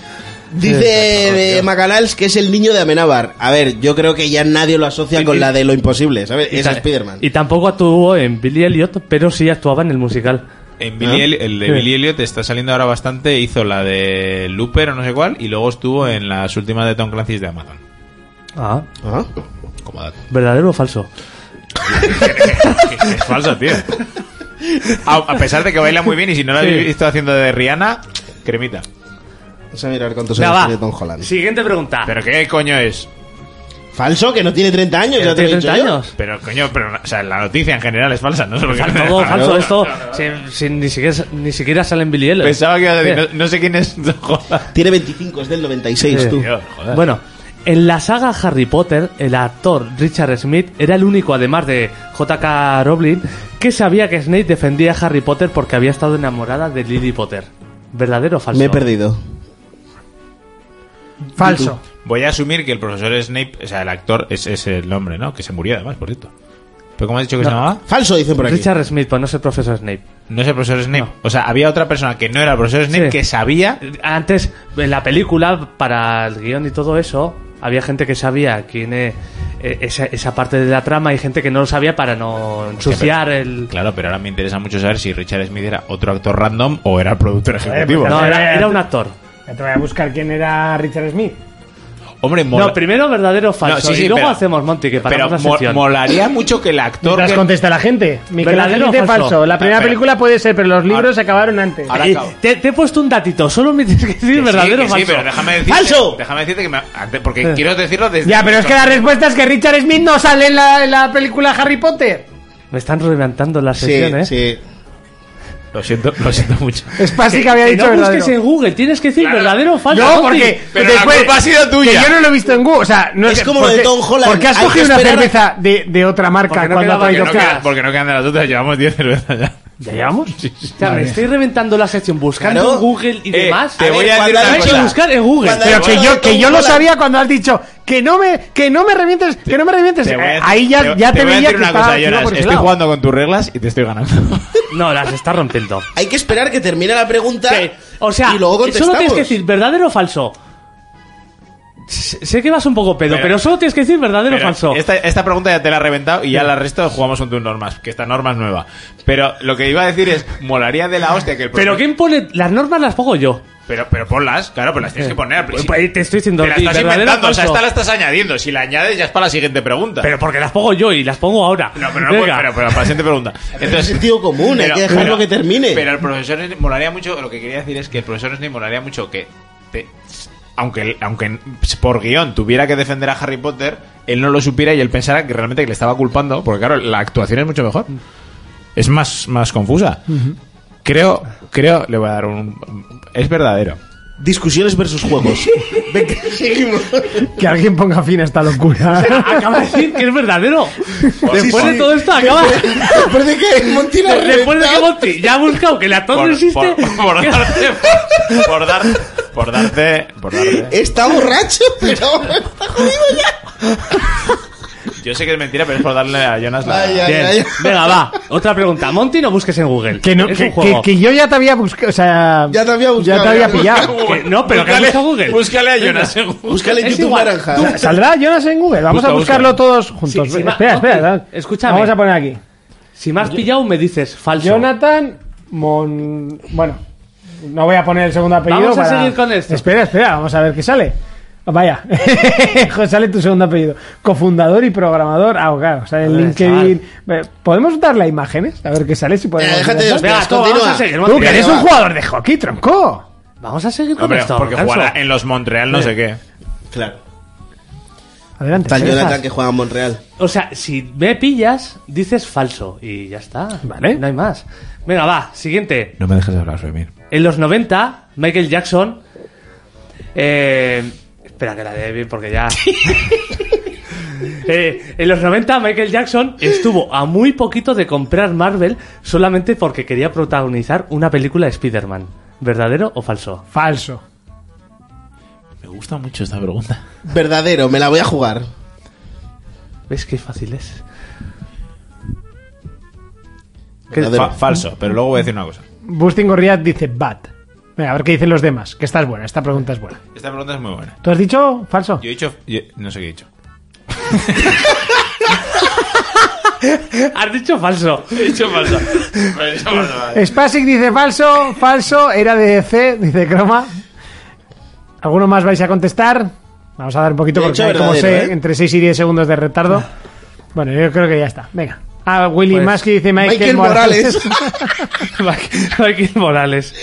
Dice eh, Macanals que es el niño de Amenábar. A ver, yo creo que ya nadie lo asocia con la de lo imposible, ¿sabes? Es
ta-
Spider-Man.
Y tampoco actuó en Billy Elliot, pero sí actuaba en el musical.
En Billy Elliot- el de Billy Elliot está saliendo ahora bastante. Hizo la de Looper o no sé cuál. Y luego estuvo en las últimas de Tom Clancy's de Amazon.
Ah,
Ah,
Como dato.
¿verdadero o falso?
Es falso, tío. A, a pesar de que baila muy bien. Y si no lo habéis
Sí.
visto haciendo de Rihanna, cremita.
Vamos a mirar cuántos
Venga,
años
va.
tiene Tom Holland.
Siguiente pregunta.
¿Pero qué coño es?
Falso que no tiene 30 años, ya te lo he
¿Tiene
dicho
30
yo.
años?
Pero coño, pero, o sea, la noticia en general es falsa. No solo que-
Fal- Todo falso esto. si- si ni, siquiera, ni siquiera sale en Billy Elliot.
Pensaba que iba a decir,
Sí.
no, no sé quién es. Joder.
Tiene 25, es del 96,
Sí.
tú.
Tío, joder.
Bueno, en la saga Harry Potter, el actor Richard Smith era el único, además de J.K. Rowling, que sabía que Snape defendía a Harry Potter porque había estado enamorada de Lily Potter. ¿Verdadero o falso?
Me he perdido.
Falso.
Voy a asumir que el profesor Snape, o sea, el actor es, es el hombre, ¿no? Que se murió además, por cierto. ¿Pero cómo has dicho que se
No.
llamaba?
Falso, dicen por aquí.
Richard Smith, pues no es el profesor Snape.
No es el profesor Snape. O sea, había otra persona que no era el profesor Snape
Sí.
que sabía.
Antes, en la película, para el guión y todo eso, había gente que sabía quién eh, eh, esa, esa parte de la trama y gente que no lo sabía para no ensuciar el...
Claro, pero ahora me interesa mucho saber si Richard Smith era otro actor random o era el productor ejecutivo.
No, era, era un actor.
Ya te voy a buscar quién era Richard Smith.
Hombre, mola-
No, primero verdadero o falso.
No, sí, sí,
y luego
pero-
hacemos Monty, que para
pero
la
mo-
sección.
molaría mucho que el actor.
Mientras
que-
contesta la gente. Miquel
¿Verdadero
Ángel
o
dice falso.
falso?
La primera
Espera.
película puede ser, pero los libros se acabaron antes.
Ahora
Eh,
acabo.
te, te he puesto un datito, solo me tienes que decir
Que sí,
verdadero
que
o
sí,
falso.
pero déjame decirte,
¡Falso!
Déjame decirte que me- antes- porque quiero decirlo desde.
Ya, pero es que la respuesta es que Richard Smith no sale en la, en la película Harry Potter.
Me están reventando ¿eh? las
Sí,
sesiones.
sí.
Lo siento, lo siento mucho.
Spasic había dicho
no
verdadero.
busques en Google, tienes que decir
Claro.
verdadero o falso.
No,
Monty.
porque
Pero la culpa ha sido tuya.
que yo no lo he visto en Google. O sea, no
Es
que-
como lo de
porque-
Tom Holland.
Porque has
Hay que
cogido una
esperar a-
cerveza de, de otra marca
Porque no
cuando ha
quedaba-
traído
Porque no,
cajas.
queda- porque no quedan de las otras, llevamos 10 cervezas ya.
¿Ya llevamos?
O sea, me estoy reventando la sección buscando
Claro.
en Google y
Eh,
demás.
te
A
voy
ver,
a decir
cuando
una
hay que
cosa.
buscar en Google.
Cuando-
Pero que yo, que yo lo
Hola.
sabía cuando has dicho que no me, que no me revientes, que no me revientes.
Te voy a-
Eh, Ahí ya, ya te,
voy
veía
a decir
que
una
estaba
cosa,
activo
Jonas.
por ese
Estoy
lado.
jugando con tus reglas y te estoy ganando.
No, las está rompiendo.
Hay que esperar que termine la pregunta
Sí, O sea, eh,
y luego
solo
contestamos.
tienes que decir verdadero o falso. Sé sé que vas un poco pedo,
Pero-
pero, solo tienes que decir verdadero o
Pero
falso.
Esta, esta pregunta ya te la he reventado y ya la resto jugamos con tus normas, que esta norma es nueva. Pero lo que iba a decir es, molaría de la hostia que el
Pero ¿quién pone? Las normas las pongo yo.
Pero, pero ponlas, claro, pues las tienes que poner al
Pues,
principio.
pues, te estoy diciendo
Te la
a ti,
estás
verdadero
inventando,
o
o sea,
falso.
esta la estás añadiendo. Si la añades ya es para la siguiente pregunta.
Pero porque las pongo yo y las pongo ahora.
No, pero no
Venga.
puedo- pero, pero para la siguiente pregunta. Entonces,
sentido común, hay que dejarlo que termine.
Pero el profesor Snape molaría mucho, lo que quería decir es que el profesor Snape molaría mucho que te- aunque, aunque por guión tuviera que defender a Harry Potter, él no lo supiera y él pensara que realmente que le estaba culpando, porque claro, la actuación es mucho mejor. Es más, más confusa. Creo, creo, le voy a dar un... Es verdadero.
Discusiones versus juegos. Venga, seguimos.
Que alguien ponga fin a esta locura.
Acaba de decir que es verdadero. Después
sí.
de todo esto, acaba.
Parece que Monty la ha
Después de que
reventado.
Monty ya ha buscado que la torre
Por-
existe.
Por, por
que-
darte... Por, dar- por darte... Por darte...
Está borracho, pero está jodido ya.
Yo sé que es mentira, pero es por darle a Jonas la...
Ay, ay,
Bien.
ay.
Venga, va. Otra pregunta. Monty, no busques en Google.
que, no,
es
que,
un juego.
que- que yo ya te había buscado. O sea,
Ya te había buscado,
Ya te había
ya.
pillado.
Que- no, pero que has
búscale,
buscado Google.
búscale a Jonas en Google.
Búscale en
Es
YouTube
igual.
naranja. Eh,
Tú-
¿Saldrá Jonas en Google? Vamos
Busca,
a buscarlo
busca.
todos juntos.
Sí, sí, va-
espera, espera,
ok,
espera.
escúchame.
Vamos a poner aquí.
Si me has pillado, me dices falso.
Jonathan Mon... Bueno, no voy a poner el segundo apellido.
Vamos a
para-
seguir con esto.
Espera, espera, vamos a ver qué sale. Vaya, Joder, sale tu segundo apellido. Cofundador y programador. Ah, claro, sale en
Joder,
LinkedIn. ¿Podemos darle a imágenes? A ver qué sale, si podemos.
Eh, déjate de
verlas.
Venga,
hostias,
tú,
continúa.
vamos a seguir,
Tú,
Monty.
que eres
Venga,
un
va.
jugador de hockey, tronco.
Vamos a seguir con
Hombre,
esto.
porque
Alonso.
jugará en los Montreal no sé qué.
Claro.
Adelante.
Tal
César.
Jonathan que juega a Monreal.
O sea, si me pillas, dices falso. Y ya está.
Vale.
No hay más. Venga, va. Siguiente.
No me dejes hablar, Remir.
En los 90, Michael Jackson. eh, espera que la dé bien porque ya. Eh, en los 90, Michael Jackson estuvo a muy poquito de comprar Marvel solamente porque quería protagonizar una película de Spider-Man. ¿Verdadero o falso?
Falso.
Me gusta mucho esta pregunta.
Verdadero, me la voy a jugar.
¿Ves qué fácil es?
¿Qué?
Fa- falso, pero luego voy a decir una cosa.
Bustin Gorriat dice bat. Venga, a ver qué dicen los demás. Que esta es buena, esta pregunta es buena.
Esta pregunta es muy buena.
¿Tú has dicho falso?
Yo he dicho... yo- no sé qué he dicho.
Has dicho falso.
He dicho falso. Pero he dicho falso, vale.
Spasic dice falso, falso, era de C, dice Croma. ¿Alguno más vais a contestar? Vamos a dar un poquito
De
porque
hecho,
hay como
verdadero,
sé,
¿eh?
entre 6 y 10 segundos de retardo. Bueno, yo creo que ya está. Venga. Ah, Willy
Pues,
Maski dice Michael,
Michael Morales.
Michael Morales.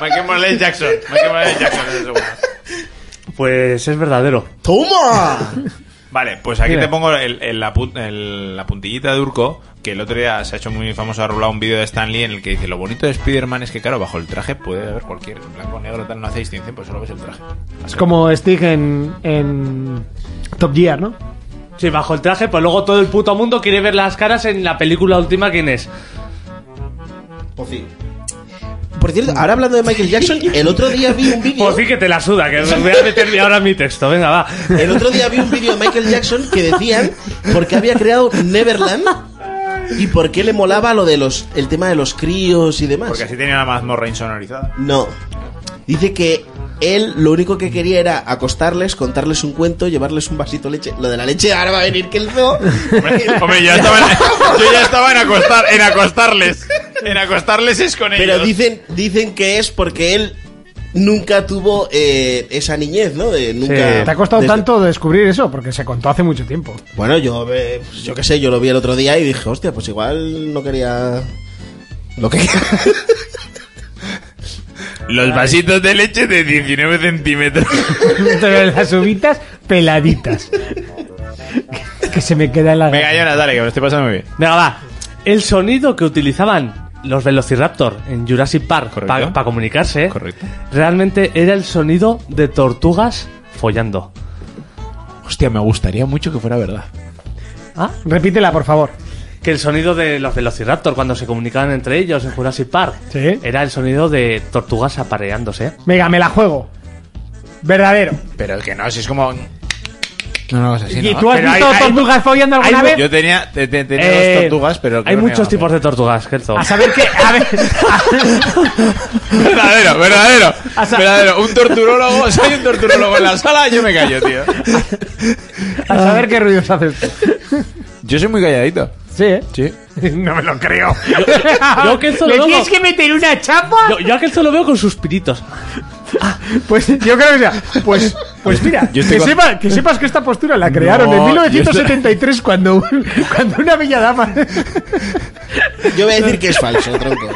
Michael Morales Jackson. Michael Morales Jackson es el segundo.
Pues es verdadero.
¡Toma!
Vale, pues aquí
Mira.
te pongo el- el- la, pu- el- la puntillita de Urco, que el otro día se ha hecho muy famoso, ha rolado un vídeo de Stan Lee en el que dice, lo bonito de Spider-Man es que, claro, bajo el traje puede haber cualquier blanco, negro, tal, no hace distinción, pues solo ves el traje.
Es como Stig en, en Top Gear, ¿no?
Sí, bajo el traje, pues luego todo el puto mundo quiere ver las caras en la película última, ¿quién es?
Pues sí. Por cierto, ahora hablando de Michael Jackson, el otro día vi un vídeo.
Pues sí que te la suda, que me voy a meterme ahora en mi texto, venga, va.
El otro día vi un vídeo de Michael Jackson que decían por qué había creado Neverland y por qué le molaba lo de los el tema de los críos y demás.
Porque así tenía la mazmorra insonorizada.
No. Dice que él lo único que quería era acostarles, contarles un cuento, llevarles un vasito de leche. Lo de la leche ahora va a venir que el zoo.
Hombre, hombre, yo, ya estaba en, yo ya estaba en, acostar, en acostarles. En acostarles es con ellos.
Pero dicen, dicen que es porque él nunca tuvo eh, esa niñez, ¿no? De nunca.
Sí.
Te ha costado
Eh, desde-
tanto descubrir eso porque se contó hace mucho tiempo.
Bueno, yo, eh, pues yo qué sé, yo lo vi el otro día y dije, hostia, pues igual no quería. Lo que.
Los vasitos de leche de 19 centímetros.
Pero las uvitas peladitas. que se me queda en la...
Venga, Jonas, dale, que me lo estoy pasando muy bien.
Venga, va. El sonido que utilizaban los Velociraptor en Jurassic Park
Correcto.
para comunicarse ¿eh?
Correcto.
realmente era el sonido de tortugas follando.
Hostia, me gustaría mucho que fuera verdad.
¿Ah?
Repítela, por favor.
que el sonido de los Velociraptor cuando se comunicaban entre ellos en Jurassic Park
Sí.
era el sonido de tortugas apareándose.
Venga, me la juego. Verdadero.
Pero el que no, si es como. No, no, es así,
¿Y
¿no?
tú has
Pero
visto
hay- hay-
tortugas follando alguna
hay-
vez?
Yo tenía, te- te- tenía
Eh,
dos tortugas, pero.
Hay muchos tipos de tortugas, Gerzo.
A saber qué. A ver.
Verdadero, verdadero.
O sea-
Verdadero. Un torturólogo. Si hay un torturólogo en la sala, yo me callo, tío.
A, a saber qué ruidos haces.
Yo soy muy calladito.
Sí, ¿eh?
Sí.
No me lo creo.
yo que esto
¿Le
lo
tienes
hago.
que meter una chapa?
Yo, yo a Gerzo lo veo con suspiritos.
Pues yo creo que sea. Pues, pues mira,
Yo
que,
estoy con-
sepa- que sepas que esta postura la crearon en
yo
1973 cuando, un- cuando una bella dama.
Yo voy a decir que es falso, tronco.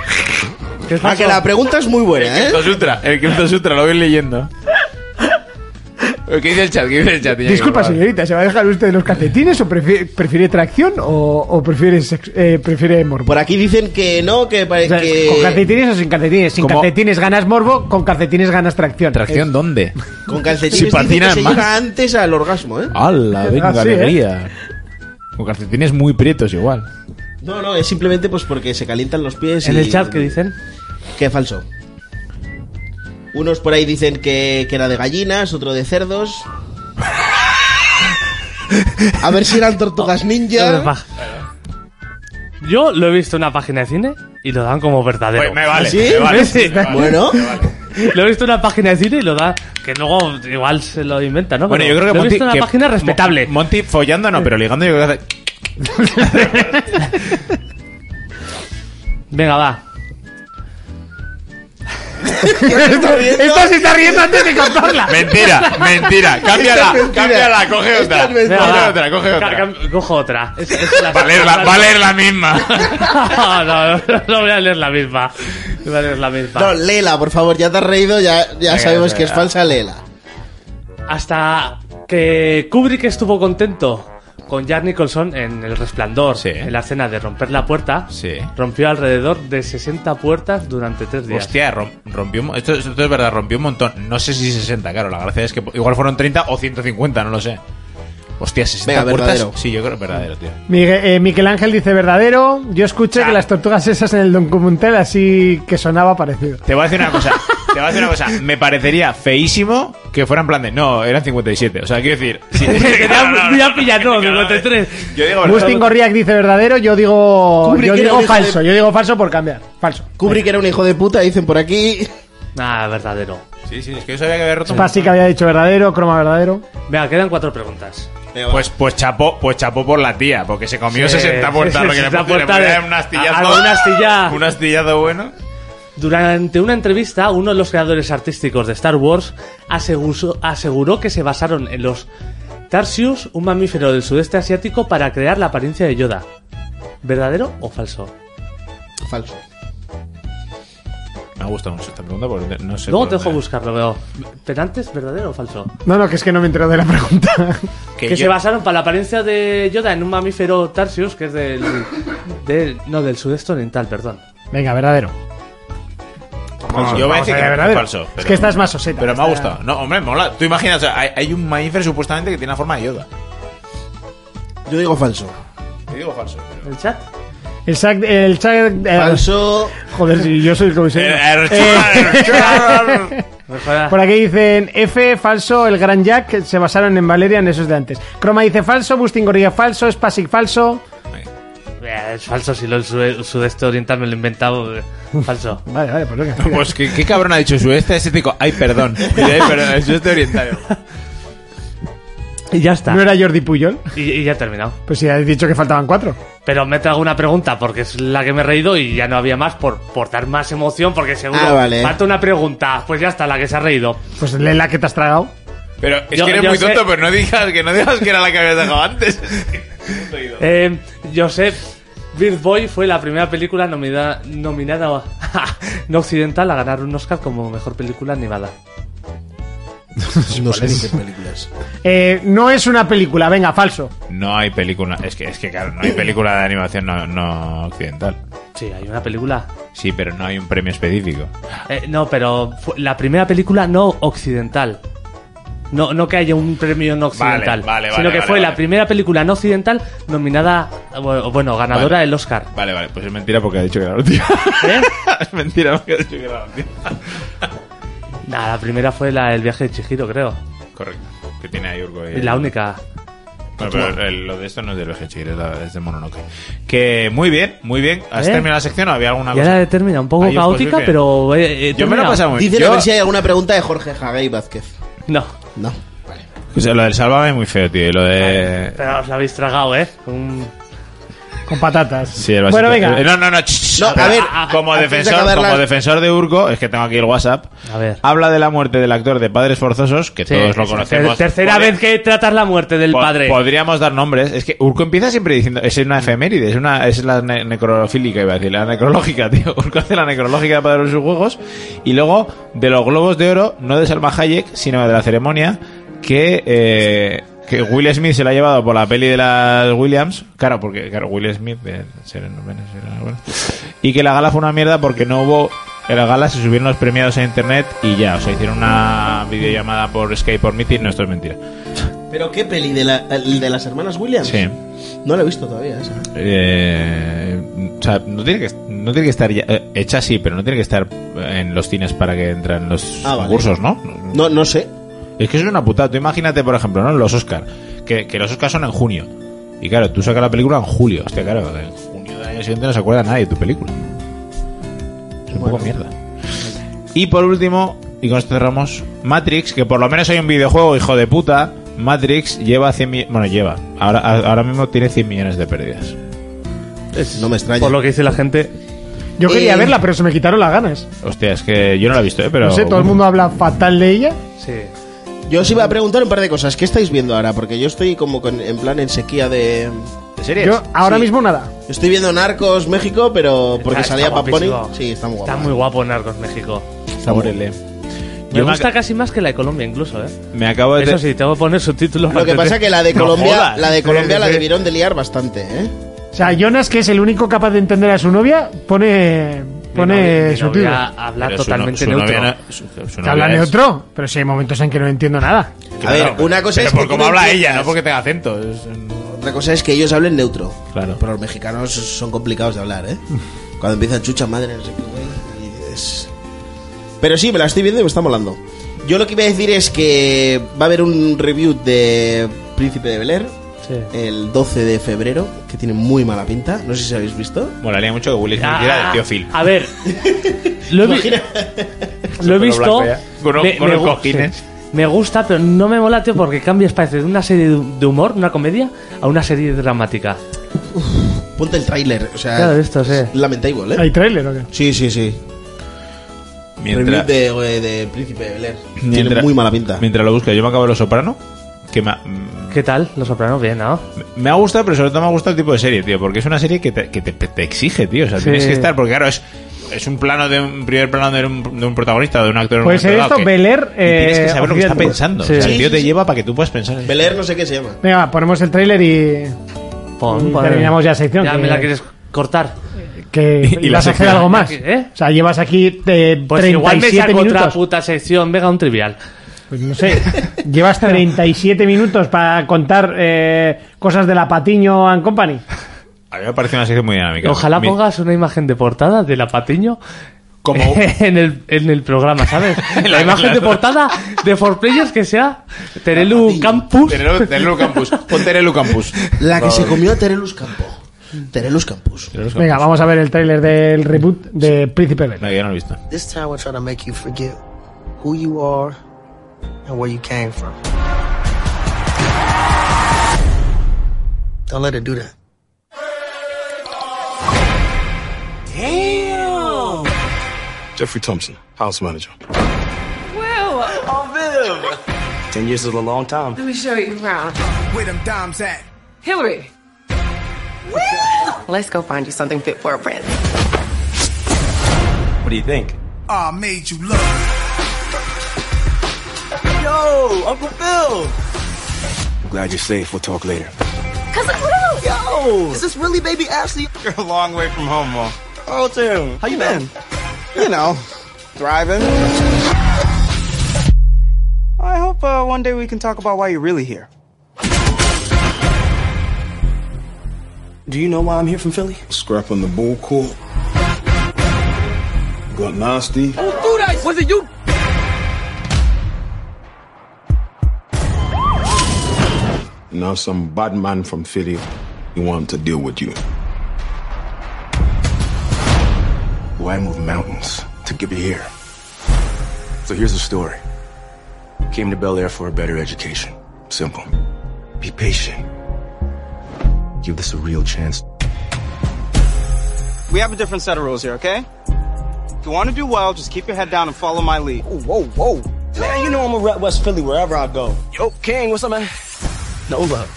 Ah, que la pregunta es muy buena, ¿eh?
El Sutra. El Kripto Sutra, lo voy leyendo. ¿Qué dice el chat? ¿Qué dice el chat? Iñaki,
Disculpa,
por favor?
señorita, ¿se va a dejar usted los calcetines o prefi- prefiere tracción o, o prefiere, sex- eh, prefiere morbo?
Por aquí dicen que no, que... pare-
O sea,
que-
¿Con calcetines o sin calcetines? Sin
¿Cómo?
calcetines ganas morbo, con calcetines ganas tracción.
¿Tracción dónde?
Con calcetines
Si
dicen
patinan
que se
más.
llega antes al orgasmo, ¿eh?
¡Hala! Venga,
Ah, sí, ¿eh?
alegría. Con calcetines muy prietos igual.
No, no, es simplemente pues porque se calientan los pies
En
y-
el chat que dicen.
Que falso. Unos por ahí dicen que, que era de gallinas, otro de cerdos. A ver si eran tortugas ninja.
Yo lo he visto en una página de cine y lo dan como verdadero.
Pues me vale,
¿Sí?
me vale.
Sí.
Bueno,
Lo he visto en una página de cine y lo da. Que luego igual se lo inventa, ¿no?
Bueno,
Pero
yo creo que
Lo he
Monty.
visto en una
que
página
Mo-
respetable.
Monty follando no, pero ligando yo creo que hace.
Venga, va.
Esta se está riendo antes de contarla.
Mentira, mentira.
Esta
Cámbiala,
es mentira.
cámbiala, coge
Esta
otra.
es mentira.
Coge
Venga, va.
otra, coge
Ca-
otra.
cam- Cojo otra. Es- es la-
Va a leer la- va a leer la misma.
no, no, no, no voy a leer la misma. No voy a leer la misma.
no, léela, por favor, ya te has reído, ya, ya sabemos que es falsa, léela.
Hasta que Kubrick estuvo contento con Jack Nicholson en El Resplandor,
Sí.
en la escena de romper la puerta,
Sí.
rompió alrededor de 60 puertas durante tres días.
Hostia, rom- rompió un mo- esto, esto es verdad, rompió un montón. No sé si 60, claro, la gracia es que po- igual fueron 30 o 150, no lo sé. Hostia, 60
Venga,
puertas.
verdadero.
Sí, yo creo verdadero, tío.
Miguel, eh, Miguel Ángel dice verdadero. Yo escuché que las tortugas esas en el documental así que sonaba parecido.
Te voy a decir una cosa, te voy a decir una cosa. Me parecería feísimo que fuera en plan de, no, eran 57, o sea, quiero decir, sí,
que te
claro, no,
ha,
no.
te ha pillado, no,
Claro, no.
53.
Yo digo
Agustín
verdadero.
Gorriak dice verdadero, yo digo
Kubrick
yo
era
digo
un hijo de-
falso, yo digo falso por cambiar. Falso.
Kubrick era un hijo de puta, dicen por aquí.
Ah, verdadero.
Sí, sí, es que yo sabía que había roto. un
Spassi que había dicho verdadero, croma verdadero.
Venga, quedan cuatro preguntas.
Venga, va.
Pues, pues chapó, pues chapó por la tía, porque se comió
Sí,
60 puertas, lo que le
60
pusieron,
puertas
era
de-
un astillazo.
a- a una astilla.
Un astillado bueno.
Durante una entrevista, uno de los creadores artísticos de Star Wars aseguró, aseguró que se basaron en los Tarsius, un mamífero del sudeste asiático, para crear la apariencia de Yoda. ¿Verdadero o falso?
falso.
Me ha gustado mucho esta pregunta porque no sé.
Luego
por
te dejo
dónde-
buscarlo, veo. Pero antes, ¿verdadero o falso?
No, no, que es que no me entero de la pregunta.
Que,
yo-
se basaron para la apariencia de Yoda en un mamífero Tarsius, que es del. del- no, del sudeste oriental, perdón.
Venga, verdadero.
Falso. Yo voy a
Vamos
decir que
allá,
es
verdadero.
falso.
Es
pero-
que esta es más oseta.
Pero me ha
Esta-
gustado. No, hombre, mola. Tú imaginas, o sea, hay, hay un mamífero supuestamente que tiene la forma de Yoda.
Yo digo falso.
Te digo falso. pero-
¿El chat?
El sac, el sac, eh,
Falso.
Joder, si yo soy el
Eh,
comisario. Eh,
Mejora.
Por aquí dicen F, falso, el Gran Jack, que se basaron en Valeria en esos de antes. Croma dice falso, Bustin Gorilla falso, Spasic falso.
Eh, Es falso, si lo del su- sudeste oriental me lo he inventado. eh, Falso.
Vale, vale, pues venga.
Pues ¿qué, qué cabrón ha dicho sudeste asiático. Ay, perdón. Y de ahí, perdón, el sudeste oriental.
Y ya está.
¿No era Jordi Puyol?
Y, y ya he terminado.
Pues si has dicho que faltaban cuatro.
Pero me traigo una pregunta porque es la que me he reído y ya no había más por, por dar más emoción porque seguro
Ah, vale.
falta una pregunta. Pues ya está, la que se ha reído.
Pues lee la que te has tragado.
Pero es
Yo-
que eres
yo
muy
sé-
tonto, pero no digas que no digas que era la que habías dejado antes.
Eh, Joseph Bird Boy fue la primera película nominada, nominada no occidental a ganar un Oscar como mejor película animada.
No sé ni qué películas.
Eh, no es una película, venga, falso.
No hay película. Es que, es que claro, no hay película de animación no, no occidental.
Sí, hay una película.
Sí, pero no hay un premio específico.
Eh, no, pero fue la primera película no occidental. No, no que haya un premio no occidental,
vale, vale,
sino que
vale,
fue
vale.
la primera película no occidental nominada, o bueno, ganadora
Vale.
del Oscar.
Vale, vale, pues es mentira porque ha dicho que era la última.
¿Eh?
es mentira porque ha dicho que era la última.
Nah, Ah, la primera fue la El viaje de Chihiro, creo.
Correcto. Que tiene ahí Urgo.
Y la única.
Bueno, pero el- lo de esto no es de los Hechir, es, la- es de Mononoke. Que muy bien, muy bien. ¿Has
¿Eh?
terminado la sección o había alguna
Ya
cosa?
la he terminado, un poco
Ahí os
caótica,
podéis ver.
pero... eh, eh,
Yo me lo he
terminado.
pasado muy bien.
Dicen a
Yo,
ver si hay alguna pregunta de Jorge Jagay Vázquez.
No,
No.
o sea, Pues, eh, lo del Sálvame muy feo, tío. Y lo de.
pero os la habéis tragado, ¿eh? Un-
Con patatas.
Sí, el vasito.
bueno, venga.
Eh, No, no, no. ch- ch-
No, a ver,
como
antes de
defensor,
acabar
como
las-
defensor de Urco, es que tengo aquí el WhatsApp.
A ver.
Habla de la muerte del actor de Padres Forzosos, que
Sí,
todos lo
es-
conocemos.
ter- tercera
Podría-
vez que tratas la muerte del
po-
padre.
Podríamos dar nombres. Es que Urco empieza siempre diciendo, es una efeméride, es una, es la ne- necrofílica, iba a decir, la necrológica, tío. Urco hace la necrológica de Padres sus juegos y luego de los Globos de Oro, no de Salma Hayek, sino de la ceremonia que eh, que Will Smith se la ha llevado por la peli de las Williams, claro, porque claro, Will Smith de Sereno Venus, Sereno Venus. y que la gala fue una mierda porque no hubo en la gala se subieron los premiados a internet y ya, o sea, hicieron una videollamada por Skype por Meeting, no esto es mentira.
¿Pero qué peli? ¿De, la- el de las hermanas Williams?
Sí.
No la he visto todavía esa.
Eh, o sea, no tiene que, no tiene que estar ya- eh, hecha así, pero no tiene que estar en los cines para que entren los
Ah, vale.
concursos, ¿no?
No, no sé.
Es que eso es una putada. Tú imagínate, por ejemplo, ¿no? Los Oscar. Que, que los Oscar son en junio. Y claro, tú sacas la película en julio. Hostia, claro, en junio del año siguiente no se acuerda nadie de tu película. Es un poco mierda. Y por último, y con esto cerramos, Matrix, que por lo menos hay un videojuego, hijo de puta. Matrix lleva 100 millones... Bueno, lleva. Ahora, a- ahora mismo tiene 100 millones de pérdidas.
Es-
No me extraña.
Por lo que dice la gente,
Yo quería
Eh,
verla, pero se me quitaron las ganas.
Hostia, es que yo no la he visto, ¿eh? Pero...
No sé, todo el mundo habla fatal de ella.
sí.
Yo os iba a preguntar un par de cosas. ¿Qué estáis viendo ahora? Porque yo estoy como con- en plan en sequía de...
¿De series?
Yo ahora
Sí.
mismo nada.
Estoy viendo Narcos México,
Ah,
pero porque
Está-
salía
está
Paponi.
guapísimo.
Sí, está muy guapo. ¿eh?
Está muy guapo Narcos México.
Saborele.
Me
Yo me,
gusta
ac-
casi más que la de Colombia, incluso, ¿eh?
me acabo de...
Eso sí, tengo que poner subtítulos.
Lo que
antes
pasa
de-
que la de
No
Colombia,
jodas.
la de
Sí,
Colombia
sí,
la
sí.
debieron de liar bastante, ¿eh?
O sea, Jonas, que es el único capaz de entender a su novia, pone.
Mi novia-
pone
mi
su
novia
tío.
habla
Pero su no-
totalmente
su
neutro.
novia no- su- su novia
Habla
es-
neutro, pero si hay momentos en que no entiendo nada.
A ver, una cosa
pero
es
por
que
cómo
tú
habla
entiendas.
ella, no porque tenga acento. Es-
Otra cosa es que ellos hablen neutro.
Claro.
Pero los mexicanos son complicados de hablar, ¿eh? Cuando empieza chucha madre, no sé qué, güey, y es- Pero sí, me la estoy viendo y me está molando. Yo lo que iba a decir es que va a haber un review de Príncipe de Bel Air
Sí.
el 12 de febrero, que tiene muy mala pinta. No sé si habéis visto.
Molaría mucho que Willy Smith
Ah,
hiciera del tío Phil.
A ver, lo he, vi- lo he
Con
visto.
blanco ya. Con un- con un
gu-
cojines.
sí. Me gusta, pero no me mola, tío, porque cambias, parece, de una serie de humor, una comedia, a una serie dramática.
Ponte el tráiler, o sea,
Claro, esto, sí.
es lamentable, ¿eh?
¿Hay trailer o qué?
Sí, sí, sí. Review
Mientras,
de, güey, de Príncipe de Bel Air. Tiene
mientras-
muy mala pinta.
Mientras lo busco, yo me acabo de Los Soprano. Que me ha,
¿Qué tal? Los Sopranos, bien, ¿no?
me ha gustado, pero sobre todo me ha gustado el tipo de serie, tío. Porque es una serie que te, que te, te exige, tío. O sea,
Sí.
tienes que estar. Porque claro, es, es un plano de un primer plano de un, de un protagonista, de un actor. en un
Puede ser
momento dado
Pues esto,
que-
Bel Air,
y Tienes que
eh,
saber lo que está
Occidente.
pensando.
Sí.
O sea, el
Sí,
tío
sí,
te
sí.
lleva para que tú puedas pensar. en-
Bel Air no sé qué se llama.
Venga, va, ponemos el trailer y.
Pon,
Y
pon.
terminamos ya sección,
Ya
que-
me la quieres cortar.
Que
Y la
ibas a hacer
sección.
algo más.
¿Eh?
O sea, llevas aquí eh,
Pues igual me
37
saco otra
minutos.
puta sección, venga, un trivial.
Pues no sé. llevas 37 minutos para contar eh, cosas de la Patiño and Company.
A mí me parece una serie muy dinámica.
Ojalá
Mi-
pongas una imagen de portada de la Patiño
Como-
en, el, en el programa, ¿sabes? la imagen de portada de For Players que sea Terelu Campus.
Terelu Terelu Campus. Pon Terelu Campus.
La que se comió a Terelus Campo. Terelus Campus.
Venga, vamos a ver el tráiler del reboot de Príncipe Bel.
No, yo no lo he visto.
This time we're trying to make you forget who you are and where you came from. Don't let it do that.
Jeffrey Thompson, house manager.
Ten years is a long time.
Let me show you around.
Where them dimes at?
Hillary. Let's go find you something fit for a prince.
What do you think?
I made you look.
Yo, Uncle Phil.
I'm glad you're safe. We'll talk later.
Cause I'm real.
Yo, is this really baby Ashley?
You're a long way from home, Mom.
Oh, damn. How you been?
You know, thriving. I hope
hope uh, one day we can talk about why you're really here.
Do you know why I'm here from Philly? Scrap on the ball court. Got nasty.
Who threw that? Was it you?
Now some bad man from Philly. You want him to deal with you. Why move mountains to get you here? So here's the story. Came to Bel Air for a better education. Simple. Be patient. Give this a real chance.
We have a different set of rules here, okay? If you want to do well, just keep your head down and follow my lead.
Whoa, whoa. Man, you know I'm a rep West Philly wherever I go. Yo, King, what's up, man? No love.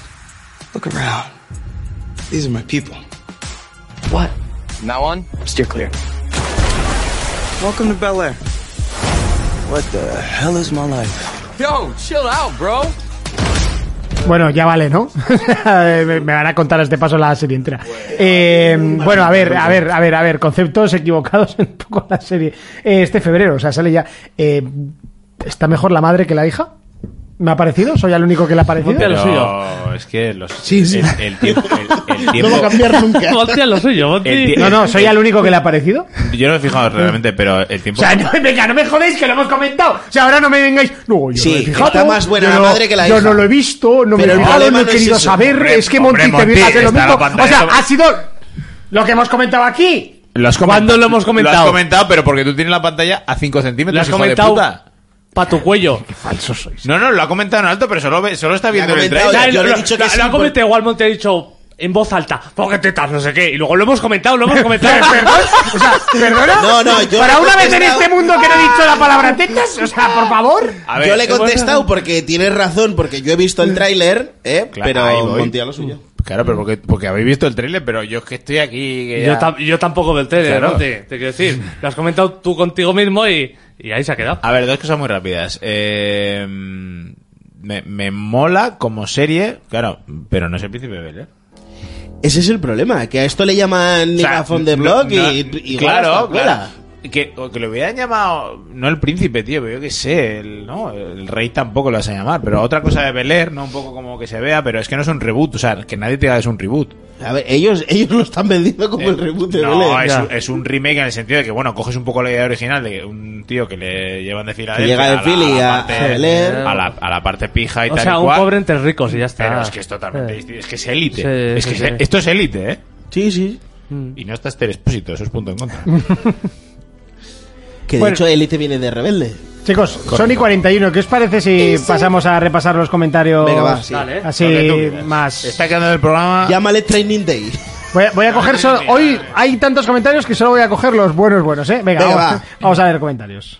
Look around. These are my people.
What?
From now on,
Steer clear.
welcome to Bel Air.
What the hell is my life?
Yo, chill out, bro.
Bueno, ya vale, ¿no? me me van a contar a este paso la serie entera. Eh, bueno, a ver, a ver, a ver, a ver, conceptos equivocados en poco la serie. Eh, este febrero, o sea, sale ya. Eh, ¿Está mejor la madre que la hija? ¿Me ha parecido? ¿Soy el único que le ha parecido?
Pero es que los,
sí.
El, el tiempo, el- el tiempo-
nunca.
Monty a lo suyo, Monty.
El tío-
No, no, soy el único que le ha parecido.
Yo no me he fijado realmente, pero el tiempo.
O sea, no, venga, no me jodéis que lo hemos comentado. O sea, ahora no me vengáis. No, yo
Sí,
no me he fijado,
está más buena
yo
la
no-
madre que la
Yo
hija.
no lo he visto, no
Pero el
me he fijado,
problema
no he
no es
querido
eso.
saber.
Hombre,
es que
hombre,
Monty, te viene a
Monty,
hacer lo
está
mismo.
la pantalla
O sea,
como-
ha sido lo que hemos comentado aquí.
Lo has
¿Cuándo lo hemos
Lo
comentado?
has comentado, pero porque tú tienes la pantalla a 5 centímetros.
Lo has
hijo de
comentado
puta.
pa' tu cuello.
Falso sois.
No, no, lo ha comentado en alto, pero solo, ve- solo está viendo
ha
el
comentado,
trailer.
yo le he
lo,
dicho que
lo-
sí,
lo ha
por-
comentado igual, Monty ha dicho en voz alta, porque tetas, no sé qué. Y luego lo hemos comentado, lo hemos comentado.
¿Perdón? O sea, ¿perdona?
No, no, yo
Para
no he
una vez en
contestado. Ah.
este mundo que no he dicho la palabra tetas, o sea, por favor.
A ver,
yo le he contestado porque tienes razón, porque yo he visto el tráiler, ¿eh?
Claro, ahí
pero
voy.
Monty a lo suyo.
Claro, pero porque, porque habéis visto el trailer, pero yo es que estoy aquí. que
Yo,
ya-
tam- yo tampoco del tele,
Claro.
¿no? Te, te quiero decir. Lo has comentado tú contigo mismo y, y ahí se ha quedado.
A ver, dos cosas muy rápidas. Eh, me, me mola como serie, claro, pero no es el príncipe de Bel Air.
Ese es el problema, que a esto le llaman
O sea,
Nigga from the
no-
Block
no-
y,
claro,
y igual hasta cuela.
claro. Que, o que lo hubieran llamado, no el príncipe, tío, pero yo qué sé, el, ¿no? el rey tampoco lo vas a llamar, pero otra cosa de Bel Air, ¿no? Un poco como que se vea, pero es que no es un reboot, o sea, que nadie te diga que es un reboot.
A ver, ellos, ellos lo están vendiendo como el reboot de Bel
Eh, No,
Air.
es, un- es un remake en el sentido de que, bueno, coges un poco la idea original de un tío que le llevan de Filadelfia
llega de
a la-
Philly
a la
a-
parte-
a Bel Air.
a la, a la parte pija y
O
tal
sea,
y
un
cual.
pobre entre ricos y ya está.
Pero es que es totalmente
Eh.
distinto. Es que es élite.
Sí,
es
sí,
que
sí.
es- esto es élite, ¿eh?
Sí, sí.
Y no estás Terespósito, eso es punto en contra.
Que de
Bueno.
hecho Elite viene de Rebelde.
Chicos, Sony 41, ¿qué os parece si pasamos a repasar los comentarios?
Venga, va, sí.
Dale.
Lo que tú
Así
quieras.
más.
Está quedando el programa.
Llámale Training Day.
Voy a, voy a coger solo. Hoy hay tantos comentarios que solo voy a coger los buenos, buenos, ¿eh? Venga,
Venga,
vamos,
va.
vamos a ver comentarios.